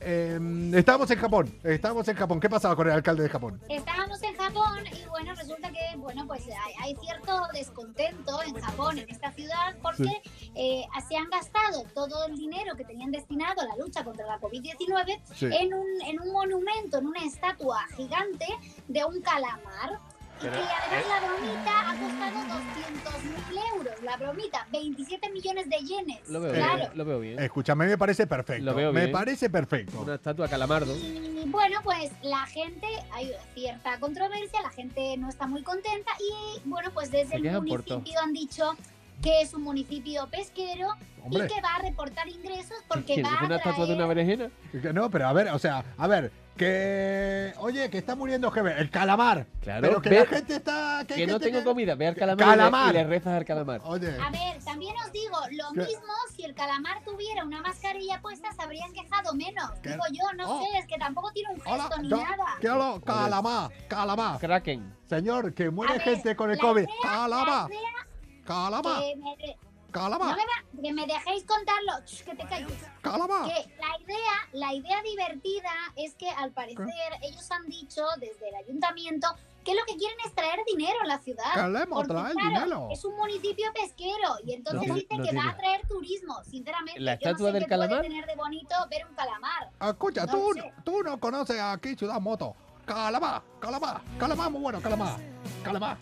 Speaker 2: Eh, estábamos en Japón, estábamos en Japón. ¿Qué pasaba con el alcalde de Japón?
Speaker 7: Estábamos en Japón y bueno, resulta que bueno, pues hay, hay cierto descontento en Japón, en esta ciudad, porque eh, se han gastado todo el dinero que tenían destinado a la lucha contra la COVID-19
Speaker 2: Sí.
Speaker 7: en, un, en un monumento, en una estatua gigante de un calamar. Y que
Speaker 3: Pero, eh,
Speaker 7: además la bromita ha costado 200 mil euros, la bromita, 27 millones de yenes.
Speaker 3: Lo veo
Speaker 2: Eh,
Speaker 7: claro.
Speaker 3: bien. Lo veo bien.
Speaker 2: Escúchame, me parece perfecto.
Speaker 3: Lo veo
Speaker 2: me
Speaker 3: bien.
Speaker 2: parece perfecto.
Speaker 3: Una estatua calamardo.
Speaker 7: Y bueno, pues la gente, hay cierta controversia, la gente no está muy contenta y bueno, pues
Speaker 3: Se
Speaker 7: desde el
Speaker 3: quejan por todo.
Speaker 7: municipio han dicho que es un municipio pesquero
Speaker 2: Hombre,
Speaker 7: y que va a reportar ingresos porque ¿eh?
Speaker 3: ¿Quieres
Speaker 7: va
Speaker 3: una
Speaker 7: a
Speaker 3: estatua de una
Speaker 7: traer...
Speaker 3: berenjena?
Speaker 2: que no, pero a ver, o sea, a ver, que. Oye, que está muriendo Gebe, el calamar.
Speaker 3: Claro,
Speaker 2: pero que
Speaker 3: ve-
Speaker 2: la gente está.
Speaker 3: Que,
Speaker 2: hay
Speaker 3: no
Speaker 2: gente
Speaker 3: tengo
Speaker 2: que-
Speaker 3: comida. Ve al calamar,
Speaker 2: Calamar. Oh.
Speaker 3: Y, le, y le rezas al calamar.
Speaker 2: Oye,
Speaker 7: A ver, también os digo, lo
Speaker 2: ¿Qué?
Speaker 7: mismo si el calamar tuviera una mascarilla puesta se habrían quejado menos.
Speaker 2: ¿Qué?
Speaker 7: Digo yo, no
Speaker 2: Oh.
Speaker 7: sé, es que tampoco tiene un
Speaker 2: hola,
Speaker 7: gesto ni
Speaker 2: yo
Speaker 7: nada.
Speaker 2: quiero calamar, calamar.
Speaker 3: Kraken.
Speaker 2: Señor, que
Speaker 7: A
Speaker 2: muere
Speaker 7: ver,
Speaker 2: gente con el
Speaker 7: la
Speaker 2: COVID.
Speaker 7: idea-
Speaker 2: Calamar,
Speaker 7: la idea
Speaker 2: calamar,
Speaker 7: que me- no
Speaker 2: calamar,
Speaker 7: me va- que me dejéis contarlo, Ch, que te calles.
Speaker 2: calamar.
Speaker 7: que la idea, la idea divertida es que al parecer ellos han dicho desde el ayuntamiento que lo que quieren es traer dinero a la ciudad.
Speaker 2: Queremos
Speaker 7: Porque,
Speaker 2: traer
Speaker 7: claro,
Speaker 2: dinero.
Speaker 7: Es un municipio pesquero y entonces
Speaker 3: No tiene-
Speaker 7: dicen
Speaker 3: no
Speaker 7: que va
Speaker 3: tiene.
Speaker 7: a traer turismo, sinceramente.
Speaker 3: ¿La
Speaker 7: yo no
Speaker 3: estatua
Speaker 7: sé
Speaker 3: del
Speaker 7: qué puede
Speaker 3: calamar?
Speaker 7: tener de bonito ver un calamar.
Speaker 2: Escucha,
Speaker 7: no
Speaker 2: tú,
Speaker 7: lo sé.
Speaker 2: tú no conoces aquí Ciudad Moto. Calamar, calamar, calamar, muy bueno, calamar, calamar,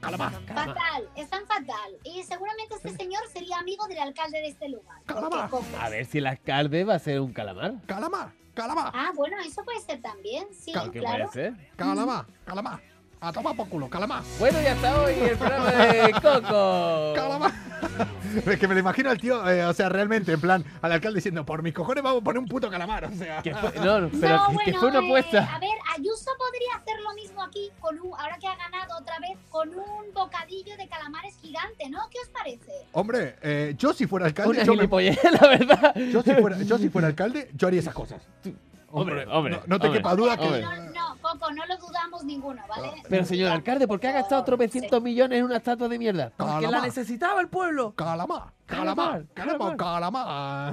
Speaker 2: calamar,
Speaker 7: Fatal, es tan fatal. Y seguramente este señor sería amigo del alcalde de este lugar. porque
Speaker 2: Calamar.
Speaker 7: como-
Speaker 3: A ver si el alcalde va a ser un calamar.
Speaker 2: calamar, calamar.
Speaker 7: Ah, bueno, eso puede ser también, sí,
Speaker 2: Claro
Speaker 3: ¿Qué
Speaker 7: claro.
Speaker 3: puede ser?
Speaker 2: Calamá, calamá. A tomar por culo, calamá.
Speaker 3: Bueno, ya está hoy el programa de Coco.
Speaker 2: Calamá. Es que me lo imagino al tío, eh, o sea, realmente, en plan, al alcalde diciendo, por mis cojones vamos a poner un puto calamar, o sea.
Speaker 3: Que fue- no, no, pero
Speaker 7: no,
Speaker 3: que, que
Speaker 7: bueno,
Speaker 3: fue una
Speaker 7: eh, a
Speaker 3: apuesta.
Speaker 7: ver, Ayuso podría hacer lo mismo aquí, con un, ahora que ha ganado otra vez, con un bocadillo de calamares gigante, ¿no? ¿Qué os parece?
Speaker 2: Hombre, eh, yo si fuera alcalde,
Speaker 3: Una
Speaker 2: yo, me-
Speaker 3: gilipollez, la verdad.
Speaker 2: yo si fuera, yo si fuera alcalde, yo haría esas cosas.
Speaker 3: Hombre, hombre,
Speaker 2: No, no te
Speaker 3: hombre.
Speaker 2: quepa duda
Speaker 7: Pero
Speaker 2: que... Ah,
Speaker 7: no, no, Coco, no lo dudamos ninguno, ¿vale?
Speaker 3: Pero señor alcalde, ¿por qué ha gastado tropecientos
Speaker 7: Sí.
Speaker 3: millones en una estatua de mierda? Porque
Speaker 2: Calamar.
Speaker 3: la necesitaba el pueblo.
Speaker 2: Calamá, calamá, calamá, calamá.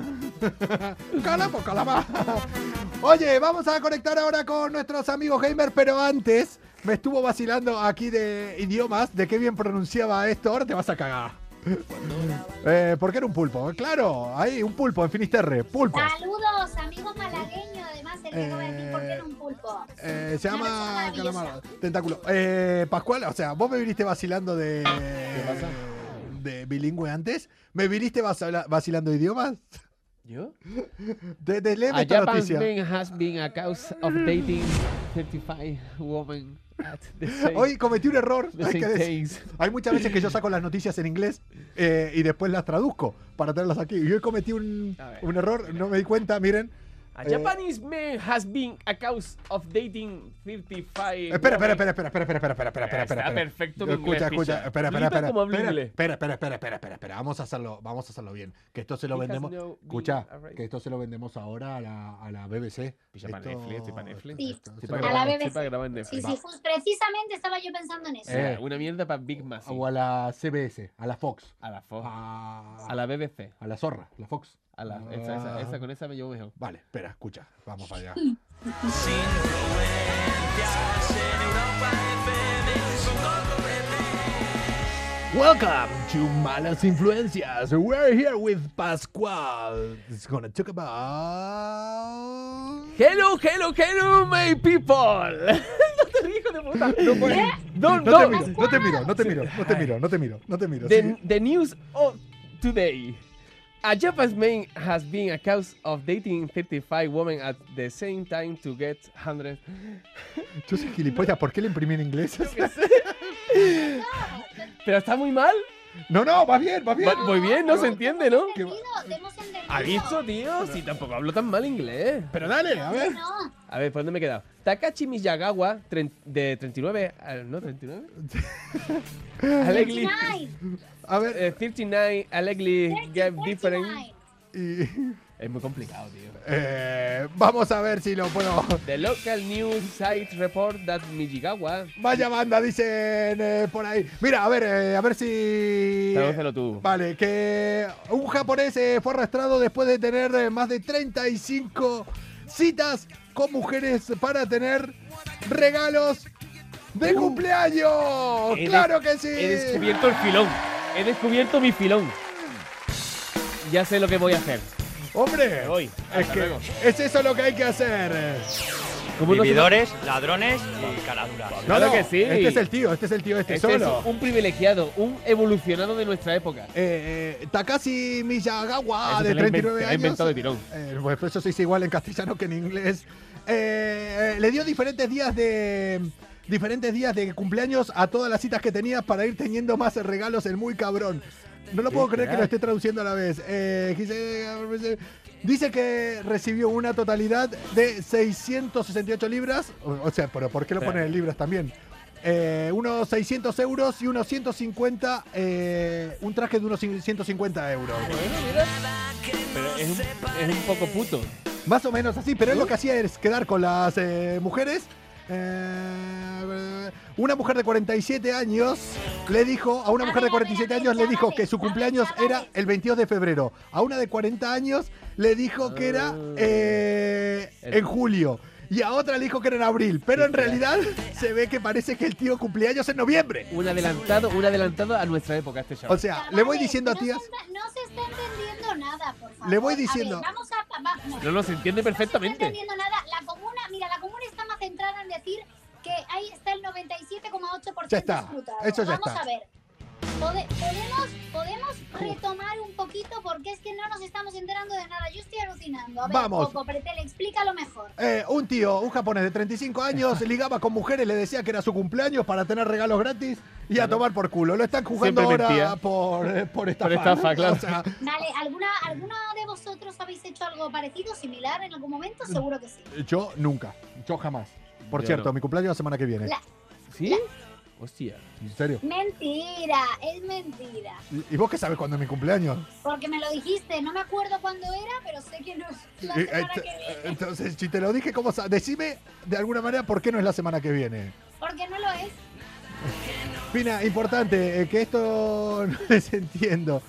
Speaker 2: Calamá, calamá. Oye, vamos a conectar ahora con nuestros amigos gamer, pero antes me estuvo vacilando aquí de idiomas, de qué bien pronunciaba esto, ahora te vas a cagar. Eh, porque era un pulpo, claro, hay un pulpo en Finisterre, pulpo.
Speaker 7: Saludos, amigo malagueño, además, el que acaba de decir por qué
Speaker 2: Eh,
Speaker 7: era un pulpo.
Speaker 2: Eh, se
Speaker 7: Una persona
Speaker 2: llama
Speaker 7: maravillosa.
Speaker 2: calamar, tentáculo. Eh, Pascual, o sea, vos me viniste vacilando de...
Speaker 3: pasa?
Speaker 2: De bilingüe antes, ¿me viniste vacila- vacilando idiomas?
Speaker 3: ¿Yo?
Speaker 2: De, de léeme
Speaker 3: A
Speaker 2: esta
Speaker 3: Japan's
Speaker 2: noticia.
Speaker 3: man has been accused of dating 35 women at the same,
Speaker 2: Hoy cometí un error.
Speaker 3: the
Speaker 2: hay
Speaker 3: same
Speaker 2: que decir.
Speaker 3: days.
Speaker 2: Hay muchas veces que yo saco las noticias en inglés eh, y después las traduzco para tenerlas aquí. Y hoy cometí un,
Speaker 3: A ver,
Speaker 2: un error, no me di cuenta, miren.
Speaker 3: A
Speaker 2: Eh,
Speaker 3: Japanese man has been accused of dating 35
Speaker 2: Espera, espera,
Speaker 3: women
Speaker 2: espera, espera, espera, espera, espera, espera, espera, espera,
Speaker 3: Está
Speaker 2: espera.
Speaker 3: perfecto mi inglés,
Speaker 2: Escucha, escucha,
Speaker 3: picha.
Speaker 2: espera, espera,
Speaker 3: Flipa
Speaker 2: espera,
Speaker 3: como hablo
Speaker 2: espera,
Speaker 3: inglés.
Speaker 2: espera, espera, espera, espera, espera, espera, vamos a hacerlo, vamos a hacerlo bien, que esto se lo
Speaker 3: He has
Speaker 2: vendemos,
Speaker 3: no been
Speaker 2: escucha,
Speaker 3: arrested.
Speaker 2: que esto se lo vendemos ahora a la, a la BBC.
Speaker 3: Picha para
Speaker 2: Esto-
Speaker 3: Netflix, estoy para Netflix.
Speaker 7: Sí.
Speaker 2: esto-
Speaker 3: Estoy
Speaker 2: esto-
Speaker 3: para
Speaker 7: A la
Speaker 3: grabar-
Speaker 7: BBC.
Speaker 3: estoy para grabar en
Speaker 7: Sí,
Speaker 3: Netflix.
Speaker 7: sí, just- precisamente estaba yo pensando en eso.
Speaker 3: O sea,
Speaker 2: Eh.
Speaker 3: Una mierda para Big Massive.
Speaker 2: O a la CBS, a la Fox,
Speaker 3: A la Fox.
Speaker 2: a,
Speaker 3: A la BBC.
Speaker 2: a la zorra, la Fox.
Speaker 3: Ala, esa,
Speaker 2: Ah.
Speaker 3: esa, esa, con esa me llevo mejor.
Speaker 2: Vale, espera, escucha. Vamos para allá.
Speaker 4: Sin influencias en Europa FM con Coco
Speaker 2: Welcome to Malas Influencias. We're here with Pascual. It's gonna talk about.
Speaker 3: Hello, hello, hello, my people. no te ríes, hijo de puta. Eh, No No,
Speaker 2: No te miro, no te miro, no te miro, no te miro, no te miro, no te miro.
Speaker 3: The, the news of today. A Japanese man has been accused of dating 35 women at the same time to get 100.
Speaker 2: Sí, Yo soy gilipollas, ¿por qué le imprimí en inglés?
Speaker 3: Pero está muy mal.
Speaker 2: No, no, va bien, va bien.
Speaker 3: Va- muy bien, no se entiende, ¿no?
Speaker 7: Entendido, te hemos entendido.
Speaker 3: ¿Ha visto, tío? Si tampoco hablo tan mal inglés.
Speaker 2: Pero dale, a ver.
Speaker 7: No,
Speaker 3: A ver, ¿por dónde me he quedado? Takachi Miyagawa, tren- de 39 al... ¿No? ¿39? allegedly,
Speaker 7: night.
Speaker 2: A ver.
Speaker 3: eh, 39, allegedly gave different...
Speaker 7: night.
Speaker 2: eh, y,
Speaker 3: Es muy complicado, tío.
Speaker 2: eh, vamos a ver si lo puedo.
Speaker 3: The local news site report that Miyagawa...
Speaker 2: Vaya banda, dicen eh, por ahí. Mira, a ver, eh, a ver si.
Speaker 3: Tradúcelo tú.
Speaker 2: Vale, que un japonés eh, fue arrastrado después de tener eh, más de 35 citas con mujeres para tener regalos de cumpleaños.
Speaker 3: Uh. He
Speaker 2: ¡Claro
Speaker 3: des-
Speaker 2: que sí!
Speaker 3: He descubierto el filón. He descubierto mi filón. Ya sé lo que voy a hacer.
Speaker 2: Hombre,
Speaker 3: Me voy.
Speaker 2: es
Speaker 3: Hasta
Speaker 2: que
Speaker 3: luego.
Speaker 2: es eso lo que hay que hacer.
Speaker 3: Como uno se-
Speaker 9: Vividores, ladrones y caraduras.
Speaker 3: Claro que sí.
Speaker 2: Este es el tío, este es el tío, este,
Speaker 3: Este es
Speaker 2: solo.
Speaker 3: un privilegiado, un evolucionado de nuestra época.
Speaker 2: Eh, eh, Takashi Miyagawa,
Speaker 3: Eso
Speaker 2: Ah, de
Speaker 3: se lo ha
Speaker 2: 39
Speaker 3: inven-
Speaker 2: años.
Speaker 3: ha inventado de tirón.
Speaker 2: Eh, pues por eso se dice igual en castellano que en inglés. Eh, eh, le dio diferentes días de. Diferentes días de cumpleaños a todas las citas que tenía para ir teniendo más regalos el muy cabrón. No lo puedo creer que lo esté traduciendo a la vez. Eh, dice- dice que recibió una totalidad de 668 libras. O, o sea, pero ¿por qué lo ponen en libras también? Eh, unos 600 euros y unos 150. eh, un traje de unos 150 euros.
Speaker 3: Pero es un, es un poco puto.
Speaker 2: Más o menos así, pero él lo que hacía es quedar con las eh, mujeres. Eh, una mujer de 47 años le dijo, a una
Speaker 7: A
Speaker 2: mujer
Speaker 7: ver,
Speaker 2: de
Speaker 7: a ver,
Speaker 2: 47
Speaker 7: a ver,
Speaker 2: años le dijo
Speaker 7: chavales,
Speaker 2: que su
Speaker 7: a ver,
Speaker 2: cumpleaños era
Speaker 7: chavales.
Speaker 2: el 22 de febrero. A una de 40 años le dijo que era eh, en julio. Y a otra le dijo que era en abril. Pero en realidad se ve que parece que el tío cumpleaños en noviembre.
Speaker 3: Un adelantado, un adelantado a nuestra época este
Speaker 2: O
Speaker 3: chaval.
Speaker 2: sea, le voy
Speaker 7: Chavales,
Speaker 2: diciendo a
Speaker 7: no
Speaker 2: tías...
Speaker 7: se está- No se está entendiendo nada, por favor.
Speaker 2: Le voy
Speaker 7: A ver,
Speaker 2: diciendo-
Speaker 7: vamos a. vamos.
Speaker 3: No, no, se entiende
Speaker 7: No
Speaker 3: perfectamente.
Speaker 7: estoy entendiendo nada. La comuna, mira, la comuna está más centrada en decir que ahí está el 97,8%
Speaker 2: Ya está.
Speaker 7: disfrutado.
Speaker 2: Eso ya
Speaker 7: Vamos
Speaker 2: está.
Speaker 7: a ver. Pode- podemos, podemos retomar un poquito porque es que no nos estamos enterando de nada. Yo estoy alucinando. A ver,
Speaker 2: Vamos.
Speaker 7: Coco, Pretel, explícalo mejor.
Speaker 2: Eh, un tío, un japonés de 35 años, ligaba con mujeres, le decía que era su cumpleaños para tener regalos gratis y a tomar por culo. Lo están jugando
Speaker 3: Siempre
Speaker 2: ahora
Speaker 3: mentía.
Speaker 2: por, eh, por estafa.
Speaker 3: estafa, claro.
Speaker 2: O sea,
Speaker 7: Vale, ¿alguna, ¿alguna de vosotros habéis hecho algo parecido, similar en algún momento?
Speaker 2: Mm.
Speaker 7: Seguro que sí.
Speaker 2: yo nunca, yo jamás. Por
Speaker 3: Yo
Speaker 2: cierto,
Speaker 3: no.
Speaker 2: mi cumpleaños la semana que viene.
Speaker 7: La-
Speaker 3: ¿Sí? Hostia.
Speaker 2: ¿En serio?
Speaker 7: Mentira, es mentira.
Speaker 2: ¿Y- ¿Y vos qué sabes cuándo es mi cumpleaños?
Speaker 7: Porque me lo dijiste, no me acuerdo cuándo era, pero sé que no es la
Speaker 2: Eh,
Speaker 7: semana
Speaker 2: eh,
Speaker 7: que viene.
Speaker 2: Entonces, si te lo dije, ¿cómo sabes? Decime de alguna manera por qué no es la semana que viene.
Speaker 7: Porque no lo es.
Speaker 2: Pina, importante, eh, que esto no les entiendo.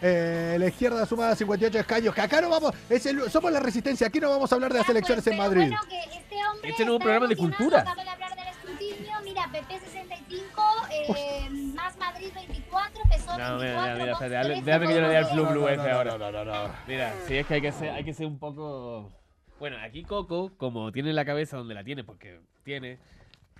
Speaker 2: Eh, la izquierda suma 58 escaños, que acá no vamos, es el- somos la resistencia, aquí no vamos a hablar de las
Speaker 3: Ah,
Speaker 7: Ya,
Speaker 2: elecciones
Speaker 7: pues,
Speaker 2: en
Speaker 7: pero
Speaker 2: Madrid.
Speaker 7: Bueno, que este hombre
Speaker 3: Este no es un
Speaker 7: está
Speaker 3: programa de
Speaker 7: emocionado,
Speaker 3: cultura.
Speaker 7: Acaba de hablar del escrutinio. Mira, PP 65, eh, más Madrid 24, PSOE
Speaker 3: No, mira,
Speaker 7: 24.
Speaker 3: mira, mira,
Speaker 7: Vox
Speaker 3: espérate, dale-
Speaker 7: 13,
Speaker 3: déjame que yo le dé el
Speaker 7: Podemos
Speaker 3: flu
Speaker 7: dos.
Speaker 3: flu ese ahora. Mira, sí, es que hay que ser, hay que ser un poco. Bueno, aquí Coco, como tiene la cabeza donde la tiene, porque tiene.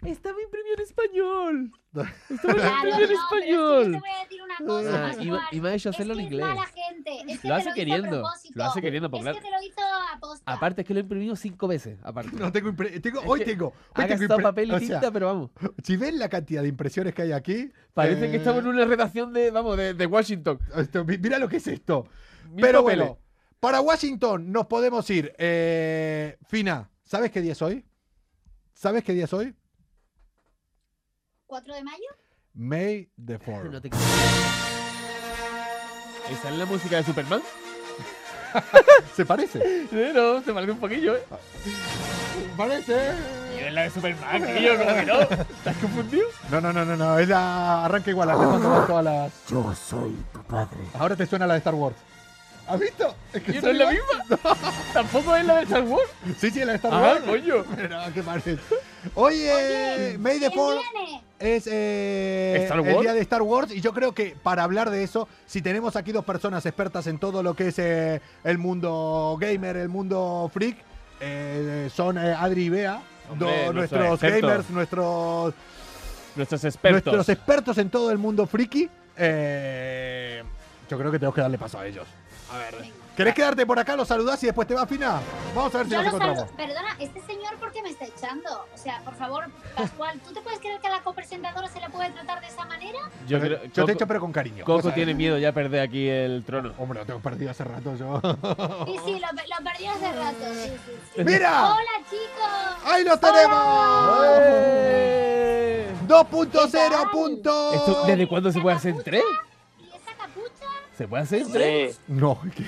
Speaker 3: Estaba imprimido en español. Estaba
Speaker 7: Claro,
Speaker 3: imprimido en
Speaker 7: no, pero es que yo
Speaker 3: español.
Speaker 7: te voy a decir una cosa,
Speaker 3: Ah,
Speaker 7: Pascual.
Speaker 3: iba- iba a ello
Speaker 7: Es
Speaker 3: hacerlo en
Speaker 7: que es
Speaker 3: inglés.
Speaker 7: mala gente,
Speaker 3: Lo
Speaker 7: es que te
Speaker 3: hace
Speaker 7: hizo a
Speaker 3: queriendo,
Speaker 7: propósito.
Speaker 3: lo hace queriendo, porque
Speaker 7: Es que te lo hizo a posta.
Speaker 3: Aparte es que lo he imprimido cinco veces. Aparte.
Speaker 2: No tengo, impre- tengo- hoy
Speaker 3: que
Speaker 2: tengo, hoy
Speaker 3: ha
Speaker 2: tengo
Speaker 3: gastado
Speaker 2: impre-
Speaker 3: papel y
Speaker 2: o sea,
Speaker 3: tinta, pero vamos.
Speaker 2: si ven la cantidad de impresiones que hay aquí,
Speaker 3: Parece que
Speaker 2: eh,
Speaker 3: estamos en una redacción de, vamos, de, de Washington.
Speaker 2: esto, mi- mira lo que es esto.
Speaker 3: Mil
Speaker 2: Pero
Speaker 3: papeles.
Speaker 2: bueno, para Washington nos podemos ir. Eh, Fina, ¿sabes qué día es hoy? ¿Sabes qué día es hoy?
Speaker 7: ¿4 de mayo?
Speaker 2: May the 4
Speaker 3: No te creo. ¿Esa es la música de Superman?
Speaker 2: ¿Se parece?
Speaker 3: Eh, No, se parece un poquillo, ¿eh?
Speaker 2: Parece.
Speaker 3: Es la de Superman, tío, como que no. ¿Estás confundido?
Speaker 2: No, no, no, no, no, es la arranca igual, le faltan todas las. Yo soy tu padre. Ahora te suena la de Star Wars. ¿Has visto? Es
Speaker 3: ¿Y no es la misma? ¿Tampoco es la de Star Wars?
Speaker 2: Sí, sí, la de Star
Speaker 3: Ah,
Speaker 2: Wars.
Speaker 3: coño.
Speaker 2: Pero, qué parece. Oye, May the
Speaker 7: ¿Quién
Speaker 2: Fourth
Speaker 7: viene?
Speaker 2: es eh,
Speaker 3: ¿Star
Speaker 2: el
Speaker 3: Wars?
Speaker 2: día de Star Wars y yo creo que para hablar de eso, si tenemos aquí dos personas expertas en todo lo que es eh, el mundo gamer, el mundo freak, eh, son eh, Adri y Bea,
Speaker 3: Hombre,
Speaker 2: do-
Speaker 3: nuestros
Speaker 2: nuestros
Speaker 3: expertos.
Speaker 2: gamers, nuestros
Speaker 3: Nuestros expertos.
Speaker 2: nuestros expertos en todo el mundo friki. eh, yo creo que tenemos que darle paso a ellos. A ver. ¿Querés quedarte por acá? Los saludás y después te vas, Fina. Vamos a ver si
Speaker 7: Yo
Speaker 2: nos
Speaker 7: lo
Speaker 2: encontramos.
Speaker 7: saludo. Perdona, este señor, ¿por qué me está echando? O sea, por favor, Pascual, ¿tú te puedes creer que a la copresentadora se la puede tratar de esa manera?
Speaker 2: Pero-
Speaker 3: Yo, creo,
Speaker 2: yo
Speaker 3: Coco,
Speaker 2: te echo, pero con cariño.
Speaker 3: Coco
Speaker 2: O sea,
Speaker 3: tiene miedo ya a perder aquí el trono.
Speaker 2: Hombre, lo tengo perdido hace rato yo.
Speaker 7: Sí, sí, lo, pe- lo perdí hace rato. sí, sí, sí.
Speaker 2: ¡Mira!
Speaker 7: ¡Hola, chicos!
Speaker 2: ¡Ahí lo tenemos!
Speaker 3: ¡Eh!
Speaker 2: 2.0
Speaker 7: ¿Qué tal?
Speaker 2: puntos.
Speaker 3: ¿Esto desde cuándo se puede hacer en
Speaker 7: ¿Capucha?
Speaker 3: tres?
Speaker 7: ¿Y esa capucha?
Speaker 3: ¿Se puede hacer en tres?
Speaker 10: Hombre,
Speaker 2: No, ¿qué?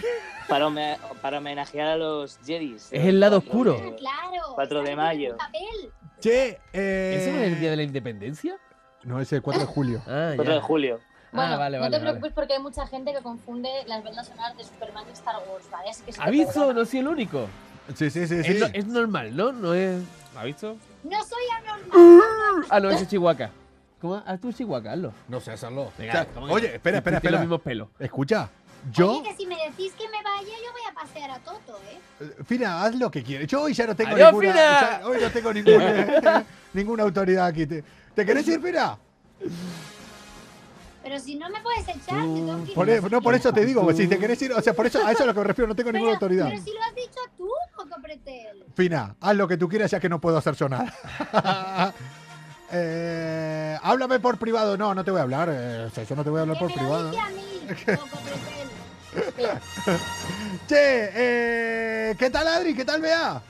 Speaker 10: para, home- para homenajear a los Jedis.
Speaker 3: Es el lado oscuro.
Speaker 7: Ah,
Speaker 2: Oh.
Speaker 7: Claro.
Speaker 10: 4 de
Speaker 7: esa
Speaker 10: mayo.
Speaker 7: tiene papel.
Speaker 2: Che, eh...
Speaker 3: ¿Ese no es el día de la independencia?
Speaker 2: No, ese es el 4 de julio.
Speaker 3: Ah,
Speaker 10: 4 Pues de
Speaker 3: ya.
Speaker 10: julio.
Speaker 3: Ah, vale,
Speaker 11: no
Speaker 3: vale,
Speaker 11: te
Speaker 3: vale.
Speaker 11: preocupes porque hay mucha gente que confunde las bandas sonoras de Superman y Star Wars, ¿vale? Así que se te
Speaker 3: Aviso,
Speaker 11: perdona.
Speaker 3: no soy el único.
Speaker 2: Sí, sí, sí, sí.
Speaker 3: Es, no- es normal, ¿no? No es. ¿Aviso?
Speaker 7: No soy anormal.
Speaker 3: Ah, no, ese es Chihuahua. ¿Cómo? Haz tu Chihuahua, hazlo.
Speaker 2: No sé hacerlo.
Speaker 3: Venga,
Speaker 2: O sea,
Speaker 3: ¿cómo que-
Speaker 2: oye, espera, espera,
Speaker 3: Tiene
Speaker 2: espera.
Speaker 3: los mismos pelos.
Speaker 2: Escucha, yo...
Speaker 7: Oye, que si me decís que me vaya, yo voy a pasear a Toto, ¿eh?
Speaker 2: Fina, haz lo que quieres. Yo hoy ya no tengo
Speaker 3: Adiós,
Speaker 2: ninguna.
Speaker 3: Fina.
Speaker 2: ya- hoy no tengo ninguna, ninguna autoridad aquí. ¿Te, te querés ir, Fina?
Speaker 7: Pero si no me puedes echar, te tengo que ir.
Speaker 2: Por, e- no, por eso te digo, pues, si te querés ir, o sea, por eso, a eso es a lo que me refiero, no tengo
Speaker 7: pero,
Speaker 2: ninguna autoridad.
Speaker 7: Pero si lo has dicho tú, Coco Pretel.
Speaker 2: Fina, haz lo que tú quieras ya que no puedo hacer yo nada. Eh, háblame por privado. No, no te voy a hablar. eh, o sea, yo no te voy a hablar
Speaker 7: Que
Speaker 2: por
Speaker 7: me lo
Speaker 2: privado.
Speaker 7: dice a mí, Coco Pretel.
Speaker 2: Che, eh, ¿qué tal Adri? ¿Qué tal Bea?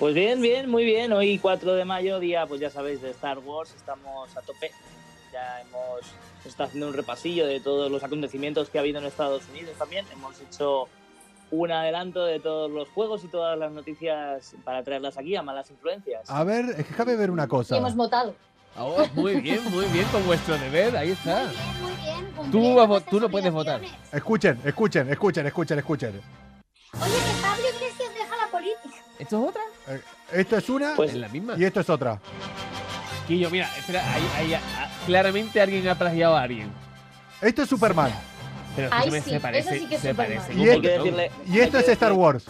Speaker 10: Pues bien, bien, muy bien. Hoy 4 de mayo, día, pues ya sabéis, de Star Wars. Estamos a tope. Ya hemos estado haciendo un repasillo de todos los acontecimientos que ha habido en Estados Unidos también. Hemos hecho un adelanto de todos los juegos y todas las noticias para traerlas aquí a malas influencias.
Speaker 2: A ver, déjame ver una
Speaker 11: Y
Speaker 2: cosa.
Speaker 11: hemos votado.
Speaker 3: Oh, muy bien, muy bien, con vuestro deber, ahí está.
Speaker 7: Muy bien, muy bien.
Speaker 3: Ah. Tú
Speaker 7: cumpliendo
Speaker 3: a vo-
Speaker 7: nuestras
Speaker 3: tú no puedes votar.
Speaker 7: obligaciones.
Speaker 2: Escuchen, escuchen, escuchen, escuchen, escuchen.
Speaker 7: Oye, que Pablo Iglesias deja la política.
Speaker 3: ¿Esto es otra?
Speaker 2: Eh, esto es una
Speaker 10: Pues-
Speaker 3: ¿Es la misma?
Speaker 2: y esto es otra.
Speaker 3: Quillo, mira, espera, ahí, ahí, ah, claramente alguien ha plagiado a alguien.
Speaker 2: Esto es Superman.
Speaker 3: Pero
Speaker 11: Ay,
Speaker 3: escúchame,
Speaker 11: sí,
Speaker 3: se
Speaker 11: eso
Speaker 3: parece,
Speaker 11: sí que es
Speaker 3: se
Speaker 11: Superman.
Speaker 3: parece.
Speaker 2: Y
Speaker 3: un
Speaker 2: este-
Speaker 10: Hay que
Speaker 3: montón.
Speaker 10: decirle-
Speaker 2: Y esto
Speaker 10: hay
Speaker 2: es
Speaker 10: que
Speaker 2: Star
Speaker 10: decirle-
Speaker 2: Wars.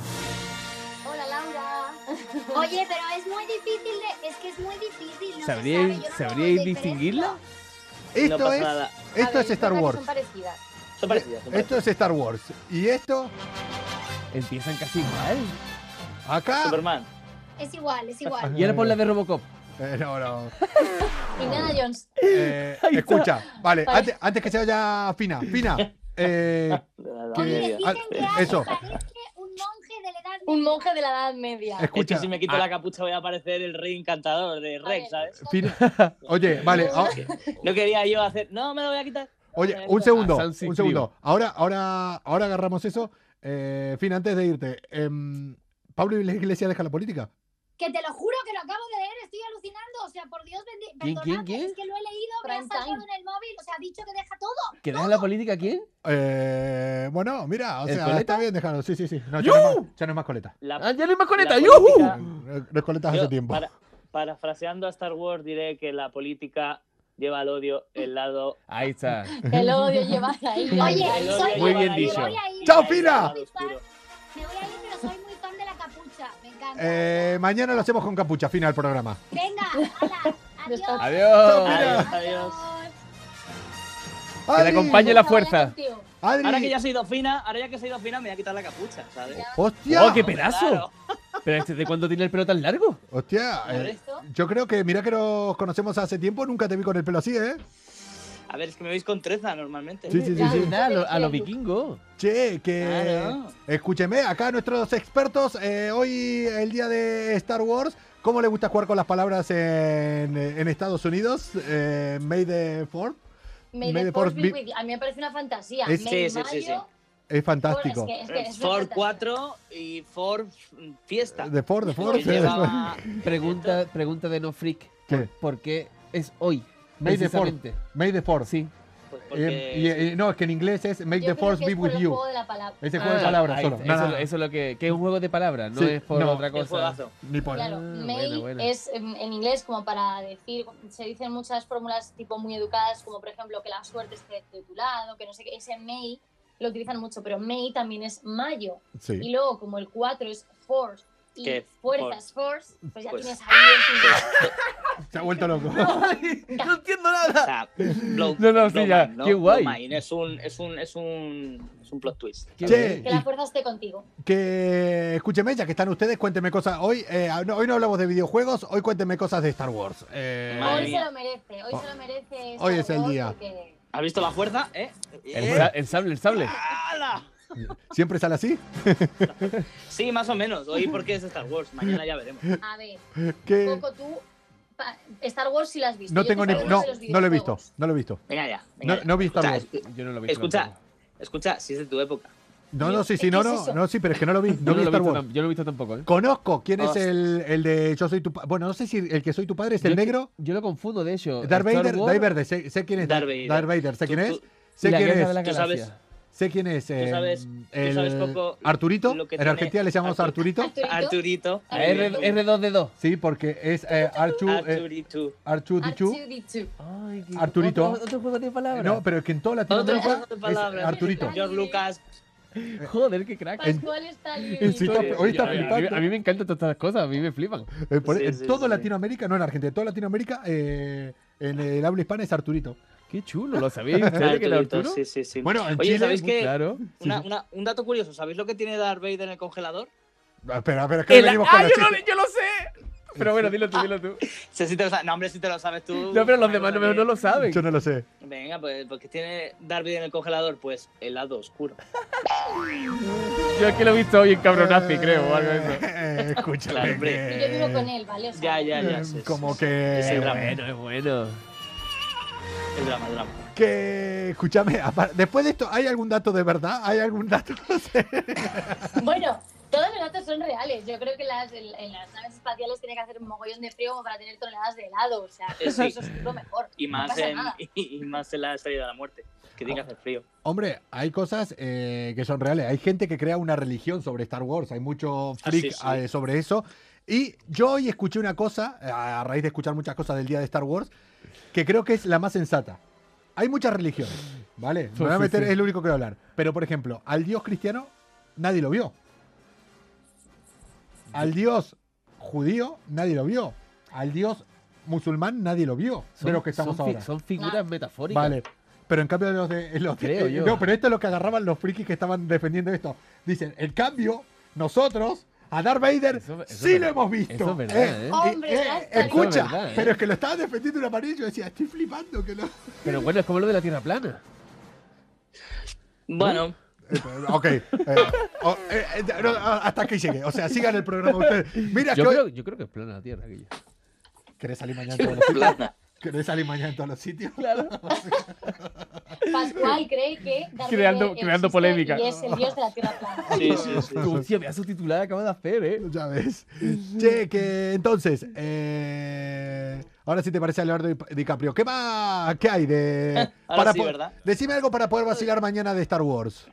Speaker 11: Hola, Laura.
Speaker 7: Oye, pero es muy difícil de... Es que es muy difícil.
Speaker 3: ¿Sabríais-
Speaker 7: No se sabe, yo no
Speaker 3: sabríais
Speaker 7: puedo
Speaker 3: distinguirla?
Speaker 7: diferenciarlo.
Speaker 10: No
Speaker 2: Esto
Speaker 10: pasa
Speaker 2: es,
Speaker 10: nada.
Speaker 11: A
Speaker 2: esto
Speaker 11: ver,
Speaker 2: es Star
Speaker 11: verdad que
Speaker 2: Wars.
Speaker 11: Son parecidas.
Speaker 10: Son parecidas, son
Speaker 2: Esto es
Speaker 10: parecidas.
Speaker 2: Star Wars. Y esto,
Speaker 3: Empiezan casi igual.
Speaker 2: acá.
Speaker 10: Superman.
Speaker 7: Es igual, es igual.
Speaker 3: Y ahora por la de Robocop.
Speaker 2: Eh, no, no.
Speaker 11: Indiana Jones.
Speaker 2: Eh,
Speaker 3: Ahí está.
Speaker 2: escucha, vale,
Speaker 11: Vale.
Speaker 2: antes, antes que se vaya Fina, Fina. eh,
Speaker 10: de la Edad
Speaker 2: Que-
Speaker 7: Oye,
Speaker 10: Media.
Speaker 7: dicen
Speaker 2: ah,
Speaker 7: que Ash
Speaker 2: eso.
Speaker 7: parece un monje de la edad
Speaker 11: Un
Speaker 7: media.
Speaker 11: monje de la Edad Media.
Speaker 10: Es que
Speaker 2: escucha,
Speaker 10: si Este me quito
Speaker 3: Ah.
Speaker 10: la capucha voy a aparecer el rey encantador de Rex, ¿sabes?
Speaker 2: Fina. Oye, vale, ah,
Speaker 10: No quería yo hacer. No, me lo voy a quitar.
Speaker 2: oye, un segundo,
Speaker 3: A Sans y
Speaker 2: un segundo. Ahora, ahora, ahora agarramos eso. Eh, Fina, antes de irte, em, Pablo Iglesias deja la política.
Speaker 7: Que te lo juro que lo acabo de leer, estoy alucinando. O sea, por Dios, bendi-
Speaker 3: ¿Quién, quién,
Speaker 7: perdonadme,
Speaker 3: quién?
Speaker 7: es que lo he leído, me ha
Speaker 11: Prime time.
Speaker 7: saltado en el móvil. O sea, ha dicho que deja todo.
Speaker 3: ¿Que deja la política quién?
Speaker 2: Eh, bueno, mira, o
Speaker 3: ¿El
Speaker 2: sea,
Speaker 3: coleta?
Speaker 2: está bien dejarlo. Sí, sí, sí. No,
Speaker 3: ¡Yu!
Speaker 2: ya, no es más, ya no es más coleta.
Speaker 10: La-
Speaker 3: ¡Ah, ya no hay más coneta!
Speaker 10: la
Speaker 3: ¡Yujú!
Speaker 10: política-
Speaker 2: Eh, No es coleta hace
Speaker 10: yo,
Speaker 2: tiempo.
Speaker 10: para- parafraseando a Star Wars, diré que la política lleva al odio el lado.
Speaker 3: Ahí está.
Speaker 11: El odio lleva ahí.
Speaker 7: Oye,
Speaker 10: el odio
Speaker 7: soy
Speaker 3: Muy
Speaker 10: lleva
Speaker 3: bien
Speaker 10: al
Speaker 7: me
Speaker 3: dicho.
Speaker 7: voy
Speaker 10: lado-
Speaker 7: a ir.
Speaker 2: ¡Chao,
Speaker 7: me
Speaker 2: Fina!
Speaker 7: voy a ir, Me voy a ir, pero soy muy fan de la capucha. Me encanta.
Speaker 2: Eh, mañana lo hacemos con capucha, final programa.
Speaker 7: Venga, hala. Adiós.
Speaker 3: Adiós.
Speaker 10: Adiós, adiós.
Speaker 3: Que te acompañe la fuerza.
Speaker 11: Contigo.
Speaker 2: Adri.
Speaker 10: Ahora que ya soy dofina, ahora ya que soy dofina, me voy a quitar la capucha, ¿sabes?
Speaker 2: ¡Hostia!
Speaker 3: ¡Oh, qué pedazo!
Speaker 10: Claro.
Speaker 3: ¿Pero este de cuándo tiene el pelo tan largo?
Speaker 2: ¡Hostia!
Speaker 11: ¿Por
Speaker 2: eh,
Speaker 11: esto?
Speaker 2: yo creo que, mira que nos conocemos hace tiempo, nunca te vi con el pelo así, ¿eh?
Speaker 10: A ver, es que me veis con treza normalmente.
Speaker 2: Sí, sí, sí.
Speaker 3: Es
Speaker 2: sí.
Speaker 3: verdad, a lo- a los vikingos.
Speaker 2: Che, que.
Speaker 10: Claro.
Speaker 2: Escúcheme, acá nuestros expertos, eh, hoy el día de Star Wars, ¿cómo les gusta jugar con las palabras en, en Estados Unidos? Eh, May the Fourth.
Speaker 11: May
Speaker 2: May
Speaker 11: the
Speaker 2: the
Speaker 11: Force
Speaker 2: Force
Speaker 11: be
Speaker 2: be-
Speaker 11: with you. A mí me parece una fantasía.
Speaker 2: Es-
Speaker 11: May
Speaker 10: Sí, sí, sí, sí.
Speaker 11: Mayo,
Speaker 2: Es
Speaker 11: Force-
Speaker 2: fantástico. Eh,
Speaker 11: Es que, es que es una
Speaker 10: Ford
Speaker 11: fantasía.
Speaker 10: 4 y Ford mm, Fiesta.
Speaker 2: De Ford, de Ford.
Speaker 10: que
Speaker 2: sí, de Ford.
Speaker 10: lleva-
Speaker 3: Pregunta, pregunta de no freak.
Speaker 2: ¿Qué?
Speaker 3: ¿Por qué es hoy?
Speaker 2: May the Fourth.
Speaker 3: Precisamente.
Speaker 2: May the Fourth.
Speaker 3: Sí.
Speaker 10: Pues,
Speaker 2: Eh, y- y- no, es que en inglés es Make
Speaker 7: Yo
Speaker 2: the
Speaker 7: creo
Speaker 2: Force
Speaker 7: que
Speaker 2: be
Speaker 7: es
Speaker 2: with
Speaker 7: por el
Speaker 2: you.
Speaker 7: juego de la palabra.
Speaker 2: Ese juego de palabras
Speaker 3: Ah, ahí
Speaker 2: solo.
Speaker 3: está,
Speaker 2: nada.
Speaker 3: Eso, eso es lo que, que es un juego de palabras, no
Speaker 2: Sí,
Speaker 3: es por
Speaker 2: no.
Speaker 3: otra
Speaker 2: El
Speaker 3: cosa.
Speaker 2: juegazo. Ni por-
Speaker 7: Claro,
Speaker 2: Ah,
Speaker 7: mail
Speaker 2: bueno, bueno.
Speaker 7: es em, en inglés como para decir, se dicen muchas fórmulas tipo muy educadas, como por ejemplo que la suerte esté de tu lado, que no sé qué, ese May lo utilizan mucho, pero May también es mayo.
Speaker 2: Sí.
Speaker 7: Y luego como el 4 es force y
Speaker 2: ¿Qué?
Speaker 7: fuerzas force, pues ya
Speaker 2: Pues-
Speaker 7: tienes ahí
Speaker 2: Se ha vuelto loco.
Speaker 10: no entiendo nada.
Speaker 3: No, no, sí, ya. Qué guay.
Speaker 10: es un, es un, es un, es un plot twist.
Speaker 2: Qué
Speaker 7: el
Speaker 2: Che,
Speaker 7: fin, que la fuerza esté contigo.
Speaker 2: Que escúcheme, ya que están ustedes, cuénteme cosas. Hoy, eh, no- hoy no hablamos de videojuegos, hoy cuénteme cosas de Star Wars. Eh,
Speaker 7: hoy se lo merece, hoy se lo merece.
Speaker 2: Hoy
Speaker 7: Star
Speaker 2: es el
Speaker 7: Wars
Speaker 2: día.
Speaker 7: porque-
Speaker 10: ¿Has visto la fuerza? ¿Eh?
Speaker 3: El, sa- el sable, el sable.
Speaker 2: ¿Siempre sale así?
Speaker 10: Sí, más o menos. Hoy porque es Star Wars. Mañana ya veremos.
Speaker 7: A ver,
Speaker 2: Que-
Speaker 7: Coco, tú pa- Star Wars si la has visto.
Speaker 2: no
Speaker 7: Yo
Speaker 2: tengo
Speaker 7: te
Speaker 2: ni.
Speaker 7: hablo
Speaker 2: No,
Speaker 7: de los
Speaker 2: no lo he
Speaker 7: videojuegos.
Speaker 2: visto. No lo he visto.
Speaker 10: Venga ya. venga
Speaker 2: No,
Speaker 10: ya.
Speaker 2: no he visto
Speaker 10: Escucha,
Speaker 2: algo.
Speaker 10: es-
Speaker 3: Yo no lo
Speaker 10: Escucha, escucha, si es de tu época.
Speaker 2: No, no, sí, sí,
Speaker 10: ¿Qué
Speaker 2: no,
Speaker 10: es
Speaker 2: no,
Speaker 10: eso?
Speaker 2: no, sí, pero es que no lo vi. No
Speaker 3: Yo
Speaker 2: vi
Speaker 3: no lo he
Speaker 2: Star
Speaker 3: visto,
Speaker 2: Wars.
Speaker 3: tam- yo no lo he visto tampoco, ¿eh?
Speaker 2: Conozco quién es
Speaker 3: Hostia.
Speaker 2: el, el de Yo soy tu padre. Bueno, no sé si el que soy tu padre es el
Speaker 3: Yo es que-
Speaker 2: negro.
Speaker 3: Yo lo confundo, de hecho.
Speaker 2: Darth
Speaker 3: Star
Speaker 2: Vader,
Speaker 3: Wars-
Speaker 2: Darth Vader, sé, sé quién es.
Speaker 10: Darth Vader.
Speaker 2: sé quién es.
Speaker 10: tú-
Speaker 2: Sé
Speaker 3: La
Speaker 2: quién
Speaker 3: guerra
Speaker 2: es.
Speaker 3: de la
Speaker 10: Tú sabes-
Speaker 3: galaxia.
Speaker 2: Sé quién es. eh,
Speaker 10: sabes- tú
Speaker 2: el
Speaker 10: sabes poco
Speaker 2: Arturito.
Speaker 10: lo que
Speaker 2: En
Speaker 10: tiene
Speaker 2: Argentina le llamamos Arturito.
Speaker 10: Arturito.
Speaker 3: A R- R2D2.
Speaker 2: Sí, porque es eh, Archu, eh,
Speaker 10: Arturito.
Speaker 2: Archu Dichu.
Speaker 7: R2D2.
Speaker 3: Ay, qué-
Speaker 2: Arturito.
Speaker 3: Otro, otro juego de palabras.
Speaker 2: No, pero es que en toda Latinoamérica
Speaker 10: Otro-
Speaker 2: es
Speaker 10: palabras.
Speaker 2: Arturito.
Speaker 10: George Lucas.
Speaker 3: Joder, qué crack.
Speaker 7: Pascual está libre.
Speaker 2: Sí, está- Eh, hoy está
Speaker 3: a, mí,
Speaker 2: flipando.
Speaker 3: a mí me encantan todas estas cosas, a mí me flipan.
Speaker 2: Eh, por-
Speaker 10: Sí,
Speaker 2: en
Speaker 10: sí,
Speaker 2: toda
Speaker 10: sí.
Speaker 2: Latinoamérica, no en Argentina, en toda Latinoamérica, eh, en el habla hispana es Arturito.
Speaker 3: Qué chulo, ¿lo sabéis? ¿Sabéis que era
Speaker 10: Arturito,
Speaker 3: Arturo?
Speaker 10: sí, sí, sí.
Speaker 2: Bueno, en
Speaker 10: Oye,
Speaker 2: Chile,
Speaker 10: ¿sabéis
Speaker 2: muy
Speaker 10: que
Speaker 3: Claro.
Speaker 10: una- una- un dato curioso, ¿sabéis lo que tiene Darth Vader en el congelador?
Speaker 2: Ah, Espera, espera, que venimos con
Speaker 3: ¡Ah,
Speaker 2: la
Speaker 3: yo,
Speaker 2: chica.
Speaker 3: no le- yo lo sé! Pero bueno, dilo tú, dilo tú.
Speaker 10: Sí, sí te lo sabes. No, hombre, si te lo sabes tú.
Speaker 3: No, pero los
Speaker 10: Una
Speaker 3: demás
Speaker 10: cosa
Speaker 3: no, no
Speaker 10: que-
Speaker 3: lo saben.
Speaker 2: Yo no lo sé.
Speaker 10: Venga, pues, pues, ¿qué tiene Darth Vader en el congelador? Pues el lado oscuro.
Speaker 3: Yo es que lo he visto hoy en Cabronazi, creo, o algo de eso.
Speaker 2: Eh, escúchame.
Speaker 10: Claro, hombre.
Speaker 2: que-
Speaker 7: Yo vivo con él, ¿vale? O sea,
Speaker 10: Ya, ya, ya.
Speaker 2: eh,
Speaker 10: sí, sí,
Speaker 2: Como
Speaker 10: sí.
Speaker 2: que.
Speaker 10: Ese drama.
Speaker 2: eh,
Speaker 3: es bueno.
Speaker 10: El drama, el drama.
Speaker 2: Que. Escúchame, apar- después de esto, ¿hay algún dato de verdad? ¿Hay algún dato? No sé.
Speaker 7: Bueno, todos los datos son reales. Yo creo que las, en, en las naves espaciales tiene que hacer un mogollón de frío como para tener toneladas de helado. O sea,
Speaker 10: Eh, sí.
Speaker 7: eso es lo mejor.
Speaker 10: Y
Speaker 7: no
Speaker 10: más,
Speaker 7: pasa
Speaker 10: en,
Speaker 7: nada.
Speaker 10: y más en la estrella de la muerte, que tiene que hacer frío.
Speaker 2: Hombre, hay cosas eh, que son reales. Hay gente que crea una religión sobre Star Wars. Hay mucho
Speaker 10: Ah,
Speaker 2: freak
Speaker 10: sí, sí.
Speaker 2: eh, sobre eso. Y yo hoy escuché una cosa, eh, a raíz de escuchar muchas cosas del día de Star Wars, que creo que es la más sensata. Hay muchas religiones, ¿vale? Me voy a
Speaker 3: Sí,
Speaker 2: meter,
Speaker 3: sí.
Speaker 2: es lo único que voy a hablar. Pero, por ejemplo, al dios cristiano nadie lo vio. Al dios judío nadie lo vio. Al dios musulmán nadie lo vio. de lo que estamos
Speaker 3: son, fi-
Speaker 2: ahora.
Speaker 3: son figuras metafóricas.
Speaker 2: Vale. Pero en cambio los de... Los de-
Speaker 3: Creo yo.
Speaker 2: No, pero esto es lo que agarraban los frikis que estaban defendiendo esto. Dicen, en cambio, nosotros, a Darth Vader,
Speaker 3: Eso- eso
Speaker 2: sí
Speaker 3: es
Speaker 2: lo
Speaker 3: verdad.
Speaker 2: hemos visto.
Speaker 3: Eso es verdad, ¿eh?
Speaker 7: Hombre, ya está
Speaker 2: escucha,
Speaker 3: bien. Eso es verdad, ¿eh?
Speaker 2: pero es que lo estaban defendiendo de una manera y yo decía, estoy flipando que Eh, no...
Speaker 3: Pero bueno, es como lo de la Tierra plana.
Speaker 10: Bueno,
Speaker 2: Eh, ok. eh, o- eh, eh, no, hasta aquí llegué. O sea, sigan el programa ustedes. Mira,
Speaker 3: Yo
Speaker 2: que hoy-
Speaker 3: creo, yo creo que es plana la Tierra, Guille.
Speaker 2: ¿Querés salir mañana en todos los sitios?
Speaker 10: plana.
Speaker 2: ¿Querés salir mañana en todos los sitios?
Speaker 7: Pascual cree que. Darth
Speaker 3: Creando-
Speaker 7: Vader
Speaker 3: creando
Speaker 7: existe
Speaker 3: polémica.
Speaker 7: Y es el dios de la tierra plana.
Speaker 10: Sí, sí, sí.
Speaker 3: Hostia, me ha subtitulado, acaba de hacer, ¿eh?
Speaker 2: Ya ves. Che, que entonces, eh, ahora sí te parece a Leonardo Di- DiCaprio. ¿Qué va? ¿Qué hay de
Speaker 10: Ahora
Speaker 2: para
Speaker 10: sí,
Speaker 2: po-
Speaker 10: ¿verdad?
Speaker 2: Decime algo para poder vacilar mañana de Star Wars.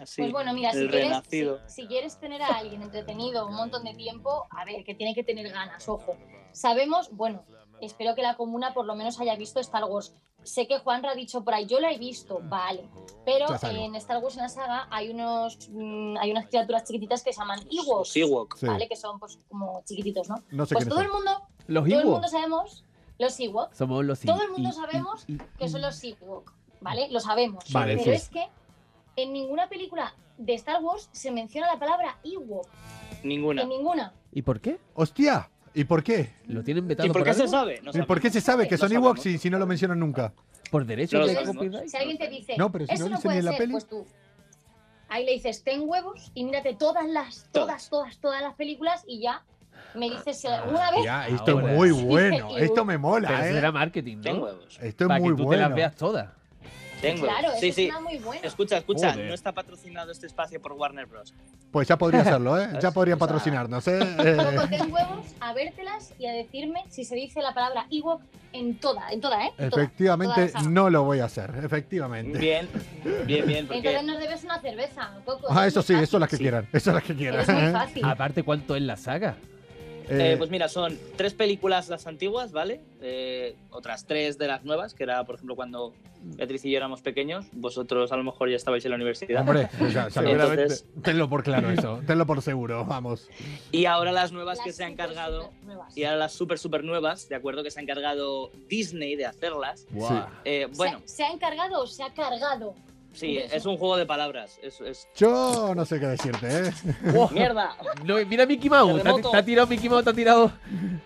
Speaker 10: Así,
Speaker 7: Pues bueno, mira, si
Speaker 10: el
Speaker 7: quieres, si,
Speaker 10: renacido.
Speaker 7: si quieres tener a alguien entretenido un montón de tiempo, a ver, que tiene que tener ganas, ojo. Sabemos, bueno, espero que la comuna por lo menos haya visto Star Wars. Sé que Juanra ha dicho por ahí, yo la he visto,
Speaker 3: Mm.
Speaker 7: vale. Pero
Speaker 2: Ya salgo.
Speaker 7: en Star Wars, en la saga, hay, unos, mm, hay unas criaturas chiquititas que se llaman Ewoks,
Speaker 10: Los Ewok.
Speaker 2: Sí.
Speaker 7: ¿vale? Que son pues como chiquititos, ¿no?
Speaker 2: No sé
Speaker 7: pues
Speaker 2: quiénes
Speaker 7: todo
Speaker 2: son.
Speaker 7: el mundo,
Speaker 3: Los
Speaker 7: todo el mundo
Speaker 3: Ewoks.
Speaker 7: sabemos, los Ewoks,
Speaker 3: Somos los
Speaker 7: Todo
Speaker 3: i-
Speaker 7: el mundo
Speaker 3: i-
Speaker 7: sabemos
Speaker 3: i-
Speaker 7: que son los Ewok, ¿vale? Lo sabemos.
Speaker 2: Mm. Vale,
Speaker 7: pero
Speaker 2: sí.
Speaker 7: es que en ninguna película de Star Wars se menciona la palabra Ewok.
Speaker 10: Ninguna.
Speaker 7: En ninguna.
Speaker 3: ¿Y por qué?
Speaker 2: Hostia, ¿y por qué?
Speaker 3: ¿Lo tienen vetado
Speaker 10: ¿Y por
Speaker 3: por,
Speaker 10: qué se
Speaker 3: algo?
Speaker 10: sabe? No
Speaker 2: ¿Y por qué se sabe que
Speaker 10: No
Speaker 2: son
Speaker 10: sabemos.
Speaker 2: Ewoks y si no lo mencionan nunca?
Speaker 3: ¿Por derecho
Speaker 10: Los
Speaker 3: de
Speaker 10: sabemos.
Speaker 3: copyright?
Speaker 7: Si alguien te dice,
Speaker 2: No, pero si
Speaker 7: eso
Speaker 2: no
Speaker 7: no,
Speaker 2: dicen ni
Speaker 7: puede
Speaker 2: en la
Speaker 7: ser,
Speaker 2: peli.
Speaker 7: pues tú. Ahí le dices, ten huevos y mírate todas las, todas, todas, todas las películas y ya me dices si alguna vez.
Speaker 2: Ah, Ya, esto
Speaker 3: Ahora.
Speaker 2: es muy
Speaker 7: Dice
Speaker 2: bueno.
Speaker 7: Ewoks.
Speaker 2: Esto me
Speaker 3: Ah, Pero
Speaker 2: mola,
Speaker 3: eso
Speaker 2: eh.
Speaker 3: era marketing,
Speaker 10: Ten
Speaker 3: ¿no?
Speaker 10: huevos.
Speaker 2: Esto es
Speaker 3: Para
Speaker 2: muy
Speaker 3: que tú te las
Speaker 2: bueno.
Speaker 3: veas todas.
Speaker 10: Tengo.
Speaker 7: Claro, eso
Speaker 10: sí,
Speaker 7: es
Speaker 10: sí.
Speaker 7: una muy buena.
Speaker 10: Escucha, escucha,
Speaker 2: Joder.
Speaker 10: no está patrocinado este espacio por Warner Bros.
Speaker 2: Pues ya podría serlo, ¿eh? Ya
Speaker 10: ¿Ves?
Speaker 2: podrían
Speaker 10: O sea-
Speaker 2: patrocinarnos, ¿eh?
Speaker 7: Poco
Speaker 2: Eh,
Speaker 7: ten huevos a vértelas y a decirme si se dice la palabra Ewok en toda, en toda, ¿eh? En toda, toda
Speaker 2: Efectivamente,
Speaker 7: la saga.
Speaker 2: no lo voy a hacer, efectivamente.
Speaker 10: Bien, bien, bien, porque
Speaker 7: Entonces nos debes una cerveza, Coco.
Speaker 2: Ah, eso
Speaker 7: muy
Speaker 2: sí,
Speaker 7: fácil.
Speaker 2: eso es las que quieran. Eso es las que
Speaker 7: Es muy
Speaker 2: quieran. ¿eh?
Speaker 10: Ah,
Speaker 7: fácil.
Speaker 3: Aparte, ¿cuánto es la saga?
Speaker 10: Eh, pues mira, son tres películas las antiguas, ¿vale? Eh, otras tres de las nuevas, que era, por ejemplo, cuando Beatriz y yo éramos pequeños. Vosotros a lo mejor ya estabais en la universidad.
Speaker 2: Hombre, ya,
Speaker 10: Sí,
Speaker 2: seguramente.
Speaker 10: entonces-
Speaker 2: Tenlo por claro eso, tenlo por seguro, vamos.
Speaker 10: Y ahora las nuevas que
Speaker 7: Las
Speaker 10: se han
Speaker 7: súper,
Speaker 10: cargado,
Speaker 7: súper nuevas.
Speaker 10: y ahora las súper, súper nuevas, ¿de acuerdo? Que se ha encargado Disney de hacerlas.
Speaker 2: Guau.
Speaker 10: Eh, bueno,
Speaker 7: ¿Se, se ha encargado o se ha cargado?
Speaker 10: sí, es un juego de palabras. Es, es-
Speaker 2: Yo no sé qué decirte, ¿eh?
Speaker 10: ¡Mierda!
Speaker 3: No, mira Mickey Mouse. Te, ha-
Speaker 10: Terremoto.
Speaker 3: te ha tirado Mickey Mouse, te ha tirado.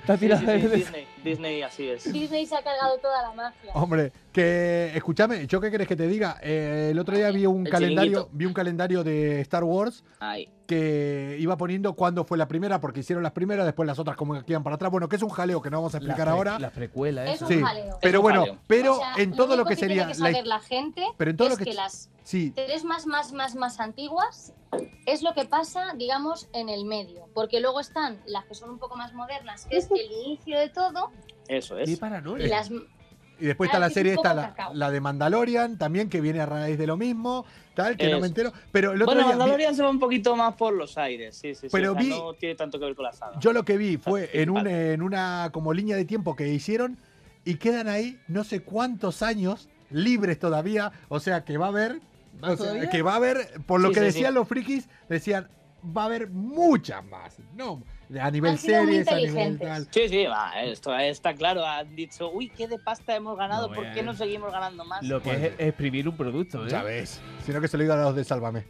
Speaker 3: Te ha
Speaker 10: Sí,
Speaker 3: tirado.
Speaker 10: sí, sí, Disney, Disney, así es.
Speaker 7: Disney se ha cargado toda la magia.
Speaker 2: Hombre, que escúchame, ¿yo qué querés que te diga? Eh, el otro día vi un
Speaker 10: El
Speaker 2: calendario,
Speaker 10: chiringuito.
Speaker 2: vi un calendario de Star Wars
Speaker 10: Ay.
Speaker 2: que iba poniendo cuándo fue la primera, porque hicieron las primeras, después las otras como que iban para atrás. Bueno, que es un jaleo que no vamos a
Speaker 3: La,
Speaker 2: explicar
Speaker 3: pre-
Speaker 2: ahora.
Speaker 3: la precuela,
Speaker 7: Es
Speaker 3: esa.
Speaker 7: un
Speaker 2: sí,
Speaker 7: jaleo.
Speaker 2: pero
Speaker 10: un
Speaker 2: bueno,
Speaker 10: jaleo.
Speaker 2: pero
Speaker 7: O sea,
Speaker 2: en todo lo
Speaker 7: único
Speaker 2: que sería
Speaker 7: tiene que
Speaker 2: la-
Speaker 7: saber la gente
Speaker 2: pero en todo
Speaker 7: es
Speaker 2: lo que,
Speaker 7: que las
Speaker 2: sí,
Speaker 7: tres más más más más antiguas es lo que pasa, digamos, en el medio, porque luego están las que son un poco más modernas, que es el inicio de todo,
Speaker 10: Eso
Speaker 3: Qué
Speaker 10: es.
Speaker 3: paranoia.
Speaker 7: y las
Speaker 2: y después está
Speaker 7: Ah,
Speaker 2: la
Speaker 7: sí, un
Speaker 2: serie
Speaker 7: poco
Speaker 2: está la,
Speaker 7: cacao.
Speaker 2: la de Mandalorian también que viene a raíz de lo mismo, tal que no
Speaker 10: Eso.
Speaker 2: me entero, pero el otro
Speaker 10: Bueno,
Speaker 2: día vi-
Speaker 10: Mandalorian se va un poquito más por los aires, sí, sí, sí.
Speaker 2: Pero
Speaker 10: o sea,
Speaker 2: vi-
Speaker 10: No tiene tanto que ver con la saga.
Speaker 2: Yo lo que vi fue en, un,
Speaker 10: Participar.
Speaker 2: en una como línea de tiempo que hicieron y quedan ahí no sé cuántos años libres todavía. O sea que va a haber, o sea,
Speaker 3: ¿Todavía?
Speaker 2: que va a haber, por lo
Speaker 10: Sí,
Speaker 2: que
Speaker 10: sí,
Speaker 2: decían
Speaker 10: sí.
Speaker 2: los frikis, decían va a haber muchas más. No, a nivel
Speaker 7: Han sido muy
Speaker 2: series, a nivel
Speaker 7: inteligentes.
Speaker 2: tal.
Speaker 10: Sí, sí, va, esto está claro. Han dicho, uy, qué de pasta hemos ganado,
Speaker 3: No,
Speaker 10: ¿por qué
Speaker 3: vean.
Speaker 10: no seguimos ganando más?
Speaker 3: Lo que es exprimir un producto, ¿eh?
Speaker 2: Ya ves, sino que se lo digan a los de Sálvame.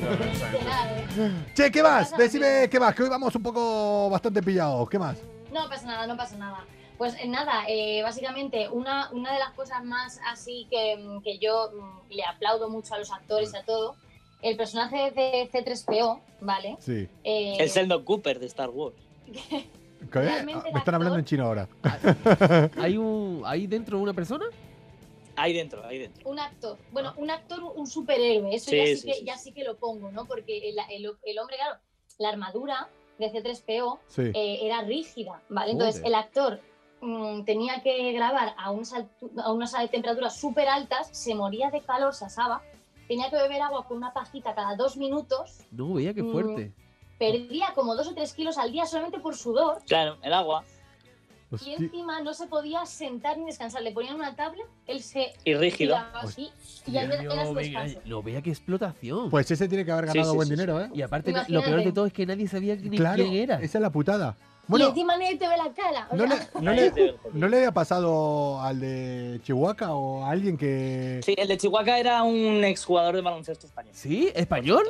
Speaker 7: claro.
Speaker 2: Che, ¿qué más?
Speaker 7: Pasa
Speaker 2: Decime qué más, que hoy vamos un poco bastante pillados. ¿Qué más?
Speaker 7: No pasa nada, no pasa nada. Pues eh, nada, eh, básicamente una, una de las cosas más así que, mm, que yo mm, le aplaudo mucho a los actores y a todo, el personaje de C3PO, ¿vale?
Speaker 2: Sí.
Speaker 7: Eh,
Speaker 10: El Sheldon Cooper de Star Wars.
Speaker 2: ¿Qué? Ah,
Speaker 7: Realmente
Speaker 2: Me
Speaker 7: el
Speaker 2: están hablando
Speaker 7: actor-
Speaker 2: en chino ahora.
Speaker 3: ¿Hay, un, ¿Hay dentro una persona?
Speaker 10: Ahí dentro, ahí dentro.
Speaker 7: un actor, bueno, un actor, un superhéroe, eso
Speaker 10: Sí,
Speaker 7: ya, sí
Speaker 10: sí,
Speaker 7: que,
Speaker 10: sí,
Speaker 7: ya
Speaker 10: sí.
Speaker 7: sí que lo pongo, ¿no? Porque el, el- el hombre, claro, la armadura de C3PO
Speaker 2: Sí.
Speaker 7: eh, era rígida, ¿vale? Entonces
Speaker 3: Joder.
Speaker 7: el actor mm, tenía que grabar a unas, altu- a unas temperaturas súper altas, se moría de calor, se asaba, tenía que beber agua con una pajita cada dos minutos,
Speaker 3: No, veía qué
Speaker 7: Mm.
Speaker 3: fuerte.
Speaker 7: perdía como dos o tres kilos al día solamente por sudor
Speaker 10: Claro, el agua.
Speaker 7: y
Speaker 2: Hosti-
Speaker 7: encima no se podía sentar ni descansar, le ponían una tabla, él se
Speaker 10: Y rígido.
Speaker 7: tiraba así y ahí era
Speaker 3: no,
Speaker 7: su
Speaker 3: veía,
Speaker 7: descanso.
Speaker 3: no, veía qué explotación.
Speaker 2: Pues ese tiene que haber
Speaker 10: Sí,
Speaker 2: ganado
Speaker 10: sí,
Speaker 2: buen
Speaker 10: sí,
Speaker 2: dinero, ¿eh?
Speaker 3: y aparte, no- lo
Speaker 7: Imagínate.
Speaker 3: peor de todo es que nadie sabía ni
Speaker 2: Claro,
Speaker 3: quién era.
Speaker 2: esa es la putada.
Speaker 7: y
Speaker 2: Bueno,
Speaker 7: encima nadie te ve la cara. o
Speaker 2: no
Speaker 7: sea,
Speaker 2: le,
Speaker 3: ah.
Speaker 2: no,
Speaker 10: Ahí
Speaker 2: le,
Speaker 10: te veo, Jordi.
Speaker 2: ¿no le había pasado al de Chihuahua o a alguien que...
Speaker 10: Sí, el de Chihuahua era un exjugador de baloncesto español.
Speaker 3: ¿Sí? ¿Español?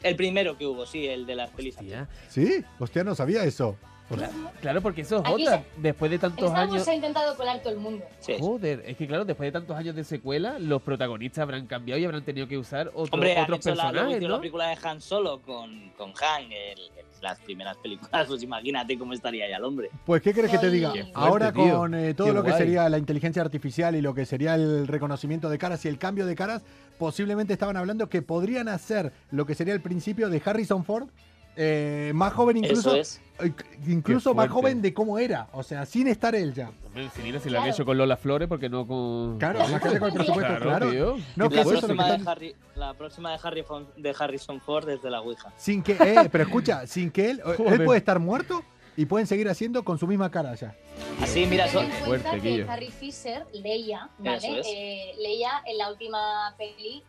Speaker 10: El primero que hubo, sí, el de las pelis.
Speaker 3: Hostia.
Speaker 2: Sí, hostia, no sabía eso. Pues,
Speaker 3: Claro, claro, porque eso es
Speaker 7: Aquí
Speaker 3: otra. Después de tantos
Speaker 7: Star Wars
Speaker 3: años.
Speaker 7: se ha intentado colar todo el mundo.
Speaker 10: Sí.
Speaker 3: Joder, es que claro, después de tantos años de secuela, los protagonistas habrán cambiado y habrán tenido que usar otro-
Speaker 10: Hombre, han
Speaker 3: otros
Speaker 10: hecho la, luego
Speaker 3: personajes,
Speaker 10: hicieron la
Speaker 3: ¿no?
Speaker 10: película de Han Solo con, con Han, el- el- las primeras películas, pues imagínate cómo estaría ya el hombre.
Speaker 2: Pues, ¿qué crees que te
Speaker 7: Ay.
Speaker 2: diga?
Speaker 7: Qué fuerte,
Speaker 2: Ahora
Speaker 3: tío.
Speaker 2: con eh, todo
Speaker 3: Qué
Speaker 2: lo que
Speaker 3: guay.
Speaker 2: sería la inteligencia artificial y lo que sería el reconocimiento de caras y el cambio de caras, posiblemente estaban hablando que podrían hacer lo que sería el principio de Harrison Ford, eh, más joven incluso,
Speaker 10: Eso es.
Speaker 2: eh, incluso
Speaker 3: Qué
Speaker 2: más
Speaker 3: fuerte.
Speaker 2: joven de cómo era, o sea, sin estar él ya.
Speaker 3: Hombre, si mira, se lo
Speaker 7: Claro.
Speaker 3: han hecho con Lola Flores, porque no con.
Speaker 2: Claro, la gente con el presupuesto,
Speaker 3: Claro,
Speaker 2: claro.
Speaker 3: tío.
Speaker 2: No, que
Speaker 10: la,
Speaker 2: eso es lo que
Speaker 10: próxima
Speaker 2: están
Speaker 10: de Harry, la próxima de, Harry Fon- de Harrison Ford desde la Ouija.
Speaker 2: Sin que, eh, pero escucha, sin que él, él
Speaker 3: Joder.
Speaker 2: puede estar muerto y pueden seguir haciendo con su misma cara ya.
Speaker 10: Así, Ah, mira,
Speaker 7: Ten
Speaker 10: eso-
Speaker 7: en cuenta
Speaker 3: Fuerte,
Speaker 7: que
Speaker 3: Guillo.
Speaker 7: Harry Fisher, Leia,
Speaker 10: Eso
Speaker 7: ¿vale?
Speaker 10: es.
Speaker 7: Eh, Leia en la última peli.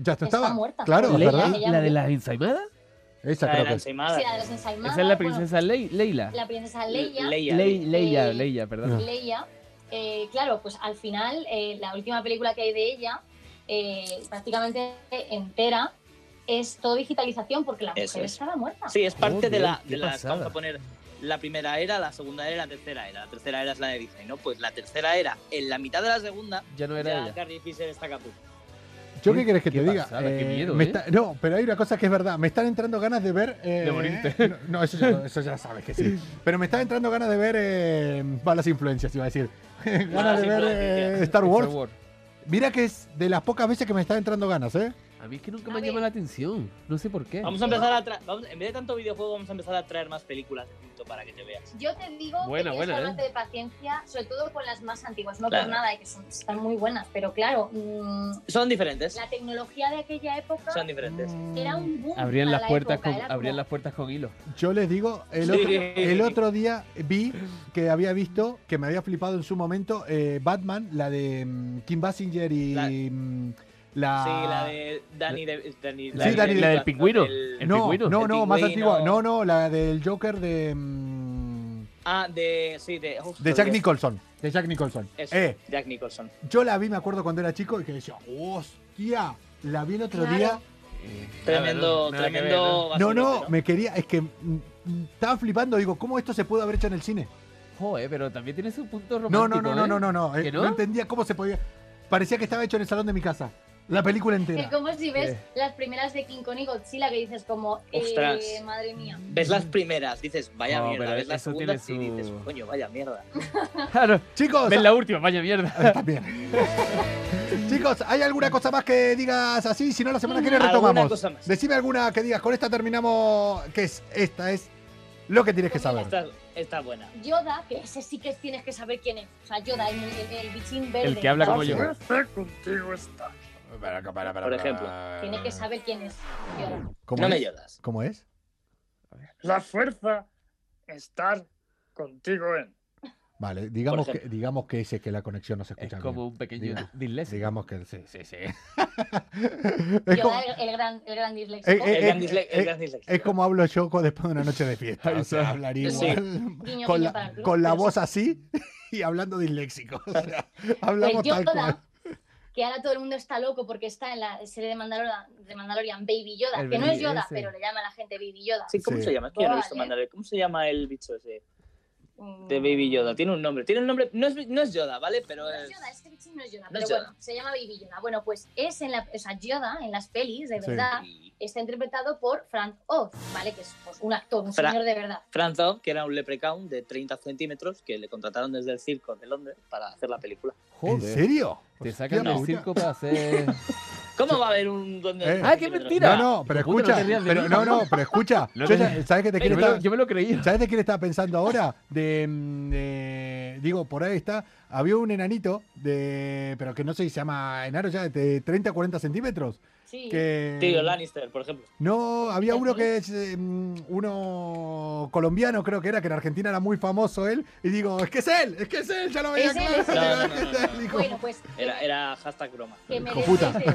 Speaker 2: Ya está,
Speaker 7: Está
Speaker 2: estaba.
Speaker 7: muerta.
Speaker 2: Claro,
Speaker 7: Leila,
Speaker 2: ¿verdad?
Speaker 7: ella-
Speaker 3: ¿La, la de las ensaimadas?
Speaker 2: Esa
Speaker 10: la de
Speaker 2: creo
Speaker 10: la
Speaker 2: que es.
Speaker 10: ensaimada.
Speaker 7: sí, la de las ensaimadas,
Speaker 3: Esa es la
Speaker 7: bueno,
Speaker 3: princesa Ley- Leila.
Speaker 7: la princesa Leia.
Speaker 10: Leia.
Speaker 3: Ley- Leia,
Speaker 7: Eh,
Speaker 3: Leia, perdón.
Speaker 7: Leia, eh, claro, pues al final, eh, la última película que hay de ella, eh, prácticamente entera, es todo digitalización porque la mujer
Speaker 10: Eso es.
Speaker 7: estaba muerta.
Speaker 10: Sí, es parte
Speaker 3: Joder,
Speaker 10: de la.
Speaker 3: qué
Speaker 10: De las,
Speaker 3: pasada.
Speaker 10: vamos a poner la primera era, la segunda era y la tercera era. La tercera era es la de Disney, ¿no? Pues la tercera era, en la mitad de la segunda,
Speaker 3: Ya no era
Speaker 10: ya
Speaker 3: ella.
Speaker 10: Carrie Fisher está caput.
Speaker 2: Yo
Speaker 3: Qué-
Speaker 2: qué querés que
Speaker 3: qué
Speaker 2: te diga.
Speaker 3: pasada, qué miedo,
Speaker 2: me
Speaker 3: ¿eh?
Speaker 2: está- no, pero hay una cosa que es verdad. Me están entrando ganas de ver. eh,
Speaker 3: De morirte.
Speaker 2: No, no, eso, ya, eso ya sabes que sí. Pero me están entrando ganas de ver eh, malas influencias, iba a decir. ganas
Speaker 10: Malas
Speaker 2: de ver eh,
Speaker 10: influencias.
Speaker 2: Star Wars. Mira que es de las pocas veces que me está entrando ganas, ¿eh?
Speaker 3: A mí es que nunca me llama la atención. No sé por qué.
Speaker 10: Vamos a empezar a tra- vamos- en vez de tanto videojuego, vamos a empezar a traer más películas de culto para que te veas.
Speaker 7: Yo te digo
Speaker 10: Buena,
Speaker 7: que
Speaker 10: buena,
Speaker 7: tienes que
Speaker 10: ¿eh?
Speaker 7: armarte de paciencia, sobre todo con las más antiguas, no
Speaker 10: Claro.
Speaker 7: por nada, y que son- están muy buenas, pero claro, mm,
Speaker 10: Son diferentes.
Speaker 7: la tecnología de aquella época
Speaker 10: Son diferentes.
Speaker 7: era un boom.
Speaker 3: Abrían
Speaker 7: para
Speaker 3: las
Speaker 7: la
Speaker 3: puertas
Speaker 7: época,
Speaker 3: con,
Speaker 7: era como-
Speaker 3: abrían las puertas con hilo.
Speaker 2: Yo les digo, el,
Speaker 3: Sí.
Speaker 2: otro, el otro día vi que había visto, que me había flipado en su momento, eh, Batman, la de mm, Kim Basinger y mm, la...
Speaker 10: Sí, la de Danny de, Danny,
Speaker 2: Sí, Danny de- no,
Speaker 10: el-
Speaker 2: no,
Speaker 10: El
Speaker 2: no, más
Speaker 10: pingüino.
Speaker 2: antigua. No, no, la del Joker de, mm,
Speaker 10: Ah, de. Sí, de. uf,
Speaker 2: de Jack
Speaker 10: Dios.
Speaker 2: Nicholson. De Jack Nicholson.
Speaker 10: Eso,
Speaker 2: Eh,
Speaker 10: Jack Nicholson.
Speaker 3: Ah,
Speaker 2: yo la vi, me acuerdo cuando era chico, y que decía, hostia, la vi el otro
Speaker 10: Claro.
Speaker 2: día.
Speaker 10: Tremendo,
Speaker 3: nada que ver,
Speaker 10: tremendo.
Speaker 2: No,
Speaker 10: basurete,
Speaker 2: no, me quería, es que mm, mm, estaba flipando, digo, ¿cómo esto se pudo haber hecho en el cine?
Speaker 3: Joder, pero también tiene su punto
Speaker 2: No,
Speaker 3: romántico.
Speaker 2: no, no, no,
Speaker 3: ¿eh?
Speaker 2: no, no, no. eh,
Speaker 3: ¿Que
Speaker 2: no?
Speaker 3: no?
Speaker 2: entendía cómo se podía. Parecía que estaba hecho en el salón de mi casa. La película
Speaker 7: Es
Speaker 2: entera.
Speaker 7: como si ves
Speaker 2: Eh.
Speaker 7: las primeras de King Kong y Godzilla que dices como,
Speaker 10: Ostras.
Speaker 7: eh, madre mía.
Speaker 10: Ves las primeras, dices, vaya
Speaker 3: No,
Speaker 10: mierda.
Speaker 3: pero
Speaker 10: Ves las
Speaker 3: eso
Speaker 10: segundas
Speaker 3: tiene
Speaker 10: y
Speaker 3: su-
Speaker 10: dices, coño, vaya mierda.
Speaker 3: Claro.
Speaker 2: Chicos, ah,
Speaker 3: Ven la última, vaya mierda.
Speaker 2: chicos, ¿hay alguna cosa más que digas así? Si no, la semana que viene
Speaker 10: Alguna
Speaker 2: retomamos.
Speaker 10: cosa más.
Speaker 2: Decime alguna que digas. Con esta terminamos. ¿Qué es? Esta es lo que tienes que saber.
Speaker 10: Está, está buena.
Speaker 7: Yoda, que ese sí que tienes que saber quién es. O sea, Yoda, el, el- el bichín verde.
Speaker 3: El que habla como yo.
Speaker 10: Por ejemplo.
Speaker 7: Tienes que saber quién es Yoda.
Speaker 2: ¿Cómo
Speaker 10: No
Speaker 2: es?
Speaker 10: me lloras.
Speaker 2: ¿Cómo es?
Speaker 4: La fuerza estar contigo en.
Speaker 2: Vale, digamos
Speaker 4: Por
Speaker 2: que,
Speaker 4: ejemplo.
Speaker 2: digamos que ese que la conexión no se escucha.
Speaker 3: Es como
Speaker 2: bien.
Speaker 3: un pequeño
Speaker 2: Diga-
Speaker 3: disléxico.
Speaker 2: Digamos que sí, sí, sí. Es como-
Speaker 7: Yoda, el, el gran, el gran disléxico.
Speaker 2: Eh, eh, eh,
Speaker 10: gran disle- el
Speaker 2: eh,
Speaker 10: gran disléxico.
Speaker 2: Es como hablo yo co- después de una noche de fiesta. O sea, hablar
Speaker 10: Sí.
Speaker 2: igual.
Speaker 7: Guiño,
Speaker 2: Con
Speaker 7: guiño
Speaker 2: la,
Speaker 7: para el
Speaker 2: con la
Speaker 7: club,
Speaker 2: voz así y hablando disléxico. O sea,
Speaker 7: Pues
Speaker 2: hablamos tal cual.
Speaker 7: Yoda, que ahora todo el mundo está loco porque está en la serie de Mandalorian, de Mandalorian Baby Yoda,
Speaker 3: El
Speaker 7: que no es
Speaker 3: Baby
Speaker 7: Yoda,
Speaker 3: ese.
Speaker 7: pero le llama a la gente Baby Yoda.
Speaker 10: Sí, ¿cómo
Speaker 2: Sí.
Speaker 10: se llama? Es que yo no he visto
Speaker 7: Vale.
Speaker 10: Mandalorian. ¿Cómo se llama el bicho ese?
Speaker 7: Mm,
Speaker 10: De Baby Yoda. Tiene un nombre. Tiene un nombre. No es, no es Yoda, ¿vale? Pero
Speaker 7: No es
Speaker 10: es.
Speaker 7: Yoda, ese bichín no es Yoda,
Speaker 10: No
Speaker 7: pero
Speaker 10: es
Speaker 7: bueno,
Speaker 10: Yoda.
Speaker 7: se llama Baby Yoda. Bueno, pues es en la, o sea, Yoda en las pelis, de
Speaker 2: Sí.
Speaker 7: verdad, está interpretado por Frank Oz, ¿vale? Que es pues, un actor, un
Speaker 10: Fra-
Speaker 7: señor de verdad.
Speaker 10: Franzo, que era un leprecaun de 30 centímetros que le contrataron desde el circo de Londres para hacer la película.
Speaker 2: ¿En
Speaker 3: Joder.
Speaker 2: serio?
Speaker 3: Te
Speaker 2: Hostia,
Speaker 3: sacan del
Speaker 2: puta.
Speaker 3: circo para hacer.
Speaker 10: ¿Cómo va a haber un duende?
Speaker 2: Eh.
Speaker 10: de 30
Speaker 3: ¡Ah, qué
Speaker 10: centímetros?
Speaker 3: mentira!
Speaker 2: No, no, pero
Speaker 3: Hijo puta,
Speaker 2: escucha.
Speaker 3: no te rías de
Speaker 2: pero,
Speaker 3: mí.
Speaker 2: no, no, pero escucha.
Speaker 3: No
Speaker 2: Yo
Speaker 3: te-
Speaker 2: ya- ¿Sabes que te
Speaker 3: Yo
Speaker 2: quiero
Speaker 3: me, lo,
Speaker 2: estar-
Speaker 3: yo me lo creí.
Speaker 2: ¿Sabes de quién estaba pensando ahora? De, mm, de- Digo, por ahí está. Había un enanito de. Pero que no sé si se llama enano ya, de 30 40 centímetros.
Speaker 7: Sí.
Speaker 2: Que.
Speaker 10: Tío Lannister, por ejemplo.
Speaker 2: No, había
Speaker 7: ¿Es
Speaker 2: uno
Speaker 7: muy?
Speaker 2: que es eh, mm, uno colombiano, creo que era, que en Argentina era muy famoso él. Y digo, es que es él, es que es él, ya lo veía
Speaker 7: Es él,
Speaker 2: claro.
Speaker 7: es
Speaker 2: digo, "Es
Speaker 7: él.
Speaker 10: No, no, no, no,
Speaker 2: él",
Speaker 10: no.
Speaker 2: digo.
Speaker 7: Bueno, pues
Speaker 10: Era, era hashtag broma.
Speaker 7: que me
Speaker 2: Hijo puta.
Speaker 7: decís,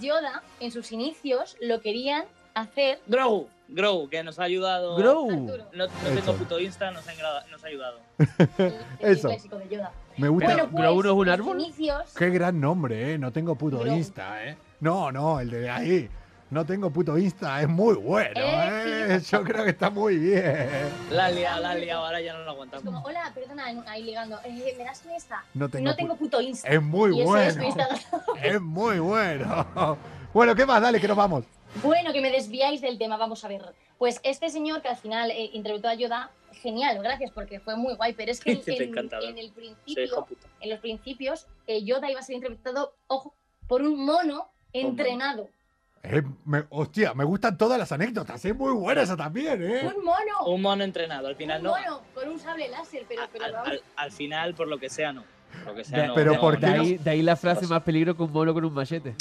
Speaker 7: Yoda, en sus inicios, lo querían hacer.
Speaker 10: Grogu, Grogu, que nos ha ayudado.
Speaker 3: Grow.
Speaker 2: Uh.
Speaker 7: Arturo,
Speaker 10: No, no
Speaker 2: Eso.
Speaker 10: tengo puto Insta, nos ha, engra- nos ha ayudado.
Speaker 7: el, el
Speaker 2: Eso.
Speaker 7: disléxico de Yoda.
Speaker 2: Me gusta.
Speaker 7: Bueno, pues,
Speaker 3: ¿Grogu no es un
Speaker 7: en sus
Speaker 3: árbol?
Speaker 7: Inicios,
Speaker 2: Qué gran nombre, eh. No tengo puto
Speaker 7: Grogu.
Speaker 2: Insta, eh. No, no, el de ahí. No tengo puto Insta, es muy bueno,
Speaker 7: Eh,
Speaker 2: eh. Yo creo que está muy bien.
Speaker 10: La ha liado, la ha liado, ahora ya no lo
Speaker 7: es como,
Speaker 10: aguantamos.
Speaker 7: hola, perdona, en- ahí ligando. eh, ¿Me das tu Insta?
Speaker 2: No tengo
Speaker 7: no
Speaker 2: pu-
Speaker 7: tengo puto Insta.
Speaker 2: Es muy
Speaker 7: Y eso es
Speaker 2: bueno.
Speaker 7: mi Instagram.
Speaker 2: Es muy bueno. Bueno, ¿qué más? Dale, que nos vamos.
Speaker 7: Bueno, que me desviáis del tema, vamos a ver. Pues este señor que al final eh, interpretó a Yoda, genial, gracias, porque fue muy guay, pero es que en,
Speaker 10: Te he
Speaker 7: en-
Speaker 10: encantado.
Speaker 7: en el
Speaker 10: Se
Speaker 7: principio,
Speaker 10: dejó puta.
Speaker 7: en los principios, eh, Yoda iba a ser interpretado, ojo, por un mono entrenado.
Speaker 2: Eh, me- hostia, me gustan todas las anécdotas. Es muy buena esa también, eh.
Speaker 7: ¡Un mono!
Speaker 10: Un mono entrenado, al final
Speaker 7: Un
Speaker 10: no.
Speaker 7: mono con un sable láser, pero, pero
Speaker 10: Al,
Speaker 7: vamos,
Speaker 10: al- al final, por lo que sea, no. Por lo que sea, no.
Speaker 2: pero
Speaker 10: no,
Speaker 2: ¿por
Speaker 10: no.
Speaker 3: De ahí, de ahí la frase más peligro que un mono con un machete.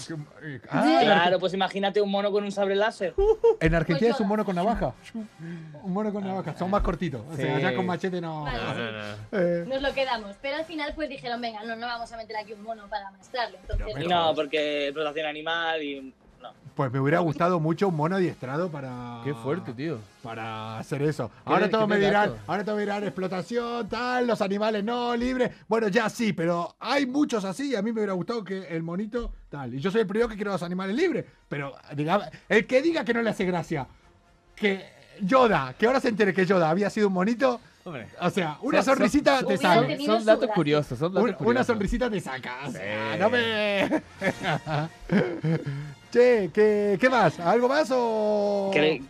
Speaker 2: Ah,
Speaker 10: Claro, pues imagínate un mono con un sabre láser.
Speaker 2: En Argentina
Speaker 7: Pues
Speaker 2: es un mono con navaja. Un mono con navaja. Son más cortitos. O sea,
Speaker 3: Sí.
Speaker 2: ya con machete no.
Speaker 7: Vale.
Speaker 3: No, no, no.
Speaker 2: Eh,
Speaker 7: nos lo quedamos. Pero al final pues dijeron, venga, no, no vamos a meter aquí un mono para maestrarlo. Entonces,
Speaker 2: No me
Speaker 10: No, porque explotación animal y. No.
Speaker 2: pues me hubiera gustado mucho un mono adiestrado para.
Speaker 3: Qué fuerte, tío.
Speaker 2: Para hacer eso.
Speaker 3: Qué-
Speaker 2: Ahora
Speaker 3: qué
Speaker 2: todos me dirán,
Speaker 3: pedazo.
Speaker 2: ahora todos me dirán explotación, tal, los animales no, libre. Bueno, ya sí, pero hay muchos así y a mí me hubiera gustado que el monito, tal. Y yo soy el primero que quiero los animales libres. Pero diga, el que diga que no le hace gracia, que Yoda, que ahora se entere que Yoda había sido un monito,
Speaker 3: Hombre.
Speaker 2: o sea, una
Speaker 3: Son- son-
Speaker 2: sonrisita
Speaker 3: son-
Speaker 2: te
Speaker 7: Hubiera
Speaker 2: sale.
Speaker 3: Son,
Speaker 7: tenido
Speaker 3: son
Speaker 7: su
Speaker 3: datos
Speaker 7: gracia.
Speaker 3: curiosos, son datos
Speaker 2: Un-
Speaker 3: curiosos.
Speaker 2: una sonrisita te saca. o sea,
Speaker 3: Sí.
Speaker 2: no me. che, ¿qué, qué más? ¿Algo más o.?
Speaker 10: Cre-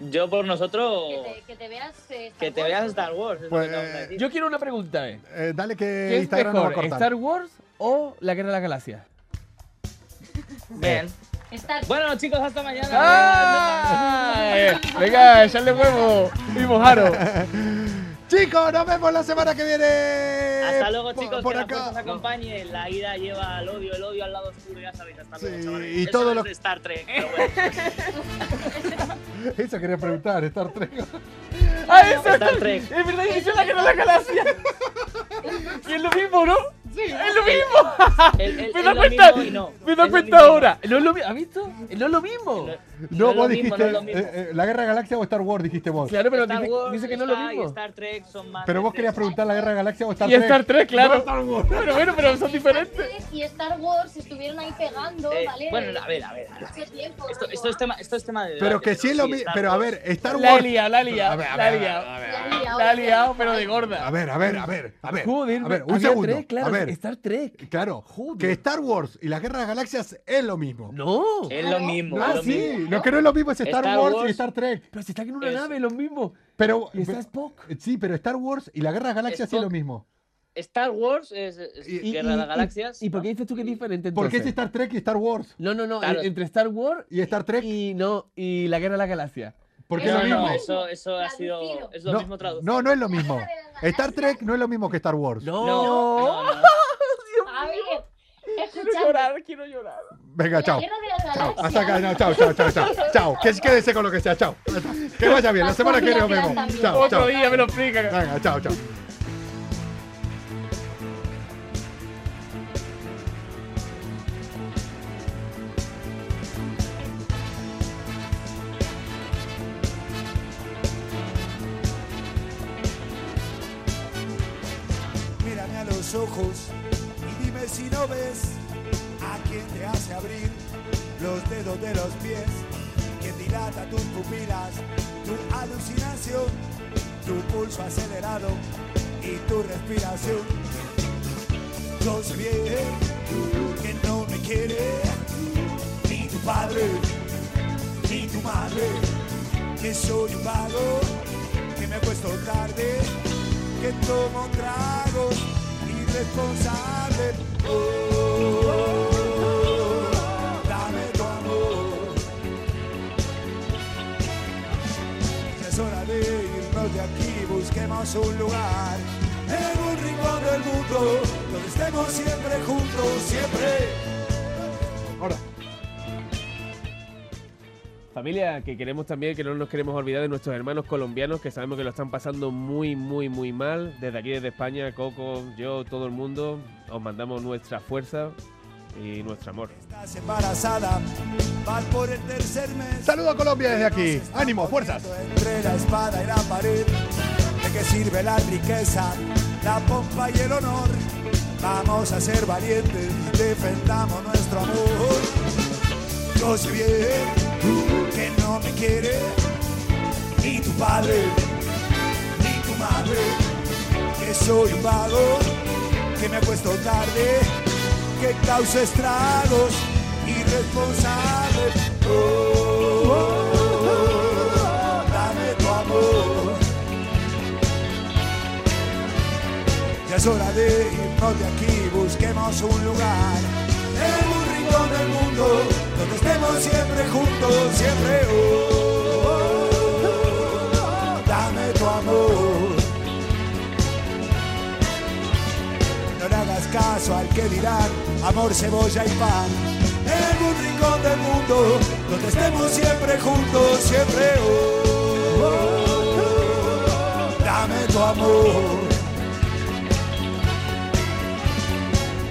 Speaker 10: Yo por nosotros.
Speaker 11: Que te, que te veas. eh, Star
Speaker 10: Que te
Speaker 11: Wars,
Speaker 10: veas
Speaker 11: ¿no?
Speaker 10: Star Wars.
Speaker 2: Pues,
Speaker 10: es lo que acabas de decir.
Speaker 3: Yo quiero una pregunta, eh.
Speaker 2: Eh, dale que
Speaker 3: ¿Qué es
Speaker 2: Instagram no va a
Speaker 3: mejor,
Speaker 2: cortar.
Speaker 3: Star Wars o La Guerra de las Galaxias?
Speaker 10: Bien.
Speaker 11: Star-
Speaker 10: Bueno, chicos, hasta mañana.
Speaker 2: Ah,
Speaker 3: venga, echarle huevo y mojaros.
Speaker 2: Chicos, nos vemos la semana que viene.
Speaker 10: Hasta luego, chicos.
Speaker 2: Por
Speaker 10: que
Speaker 2: acá.
Speaker 10: la fuerza os acompañe. La ira lleva al odio, el odio al lado oscuro, ya sabéis. Hasta luego,
Speaker 2: Sí,
Speaker 10: chavales.
Speaker 2: y
Speaker 10: Eso
Speaker 2: todo
Speaker 10: es
Speaker 2: lo-
Speaker 10: de Star Trek. pero bueno.
Speaker 2: Eso quería preguntar, Star Trek.
Speaker 3: ¡Ah, eso!
Speaker 10: Star Trek.
Speaker 3: Es verdad que hizo La Guerra de las Galaxias. Y es lo mismo, ¿no? Sí. Es lo mismo.
Speaker 10: El- el-
Speaker 3: me
Speaker 10: es
Speaker 3: da
Speaker 10: lo
Speaker 3: cuenta.
Speaker 10: mismo y no.
Speaker 3: Me da
Speaker 10: Es lo
Speaker 3: cuenta
Speaker 10: mismo.
Speaker 3: ahora. No es lo mi- ¿Has visto? No es lo mismo.
Speaker 2: No,
Speaker 10: es lo
Speaker 2: vos
Speaker 10: mismo,
Speaker 2: dijiste
Speaker 10: no es lo mismo.
Speaker 2: eh, eh, la guerra de galaxia o Star Wars, dijiste vos.
Speaker 3: Claro, pero
Speaker 10: Star
Speaker 3: dice,
Speaker 10: Wars
Speaker 3: dice que no es lo
Speaker 10: está y
Speaker 3: mismo.
Speaker 10: Star Trek son más.
Speaker 2: Pero vos querías preguntar la guerra de galaxia o Star
Speaker 3: Y
Speaker 2: Trek.
Speaker 3: Star Trek, claro.
Speaker 2: No Star Wars.
Speaker 3: Pero bueno, pero son diferentes.
Speaker 11: Trek Y Star Wars estuvieron ahí pegando,
Speaker 10: Eh,
Speaker 11: ¿vale?
Speaker 10: bueno, a ver, a ver.
Speaker 11: Mucho tiempo,
Speaker 10: Esto,
Speaker 11: rollo,
Speaker 10: esto es tema, esto es tema de.
Speaker 2: Pero
Speaker 10: debate,
Speaker 2: que sí es lo mismo.
Speaker 10: Star
Speaker 2: Pero a
Speaker 10: Wars-
Speaker 2: ver, Star
Speaker 3: La he
Speaker 2: Wars.
Speaker 3: liado, la he liado,
Speaker 2: A ver, a
Speaker 3: la he
Speaker 2: ver,
Speaker 3: liado.
Speaker 2: a ver,
Speaker 11: la he liado,
Speaker 3: La he
Speaker 11: la he
Speaker 3: liado, pero de gorda.
Speaker 2: A ver, a ver, a ver, a ver.
Speaker 3: Joder,
Speaker 2: a ver, un
Speaker 3: había
Speaker 2: segundo.
Speaker 3: tres, claro,
Speaker 2: a ver,
Speaker 3: Star Trek.
Speaker 2: claro.
Speaker 3: Joder.
Speaker 2: Que Star Wars y la guerra de galaxias es lo mismo.
Speaker 3: No.
Speaker 10: Es lo mismo.
Speaker 2: ah,
Speaker 10: es lo
Speaker 2: sí.
Speaker 10: mismo.
Speaker 2: Lo que no es lo mismo es Star,
Speaker 10: Star
Speaker 2: Wars, y
Speaker 10: Wars-
Speaker 2: Star Trek.
Speaker 3: Pero si están en una
Speaker 10: Es-
Speaker 3: nave, lo mismo.
Speaker 2: Pero. eh,
Speaker 3: Y está Spock.
Speaker 2: Sí, pero Star Wars y la guerra de galaxias sí es lo
Speaker 10: Spock.
Speaker 2: mismo.
Speaker 10: Star Wars es, es
Speaker 2: Y-
Speaker 10: Guerra de las Galaxias.
Speaker 3: ¿Y, por qué dices tú que es diferente
Speaker 2: ¿Por qué
Speaker 3: entonces?
Speaker 2: es Star Trek y Star Wars?
Speaker 3: No, no, no.
Speaker 10: Claro.
Speaker 3: en- Entre Star Wars
Speaker 2: ¿Y Star Trek?
Speaker 3: y no y la guerra de las galaxias.
Speaker 2: Porque es
Speaker 10: no,
Speaker 2: lo
Speaker 10: no,
Speaker 2: mismo.
Speaker 10: eso, eso ha sido.
Speaker 11: Traducido.
Speaker 10: Es lo mismo traducido.
Speaker 2: no, no es lo mismo. Star Trek no es lo mismo que Star Wars.
Speaker 3: No.
Speaker 10: No, no, no.
Speaker 11: A ver,
Speaker 3: Quiero
Speaker 11: escuchad,
Speaker 3: llorar, quiero llorar.
Speaker 2: Venga,
Speaker 11: la
Speaker 2: chao.
Speaker 11: guerra de las
Speaker 2: Chao,
Speaker 11: galaxias.
Speaker 2: hasta acá, no, chao, chao, chao, chao, chao, que quédese con lo que sea, chao, que vaya bien, la semana que viene nos vemos, chao,
Speaker 3: Otro
Speaker 2: chao,
Speaker 3: día me lo explican.
Speaker 2: venga, chao, chao.
Speaker 6: Mírame a los ojos y dime si no ves a quien te hace abrir los dedos de los pies, quien dilata tus pupilas, tu alucinación, tu pulso acelerado y tu respiración. Yo sé bien que no me quiere ni tu padre ni tu madre, que soy un vago, que me acuesto tarde, que tomo tragos irresponsable. Oh, dame tu amor. Ya es hora de irnos de aquí, busquemos un lugar en un rincón del mundo donde estemos siempre juntos, siempre.
Speaker 2: Ahora,
Speaker 3: Familia, que queremos también, que no nos queremos olvidar de nuestros hermanos colombianos, que sabemos que lo están pasando muy, muy, muy mal. Desde aquí, desde España, Coco, yo, todo el mundo, os mandamos nuestra fuerza y nuestro amor.
Speaker 6: Estás embarazada, vas por el tercer mes.
Speaker 2: saludo a Colombia desde aquí, ánimo, fuerzas.
Speaker 6: Entre la espada y la pared, ¿de qué sirve la riqueza, la pompa y el honor? Vamos a ser valientes, defendamos nuestro amor. Yo sé bien que no me quiere ni tu padre, ni tu madre, que soy un vago, que me acuesto tarde, que causa estragos irresponsables. Oh, oh, oh, dame tu amor. Ya es hora de irnos de aquí, busquemos un lugar en un rincón del mundo donde estemos siempre juntos, siempre. Oh, oh, oh, dame tu amor. No le hagas caso al que dirán amor, cebolla y pan. En un rincón del mundo donde estemos siempre juntos, siempre. Oh, oh, oh, dame tu amor.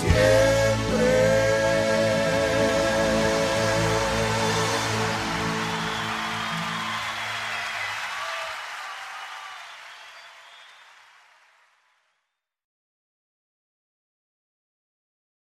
Speaker 6: Siempre.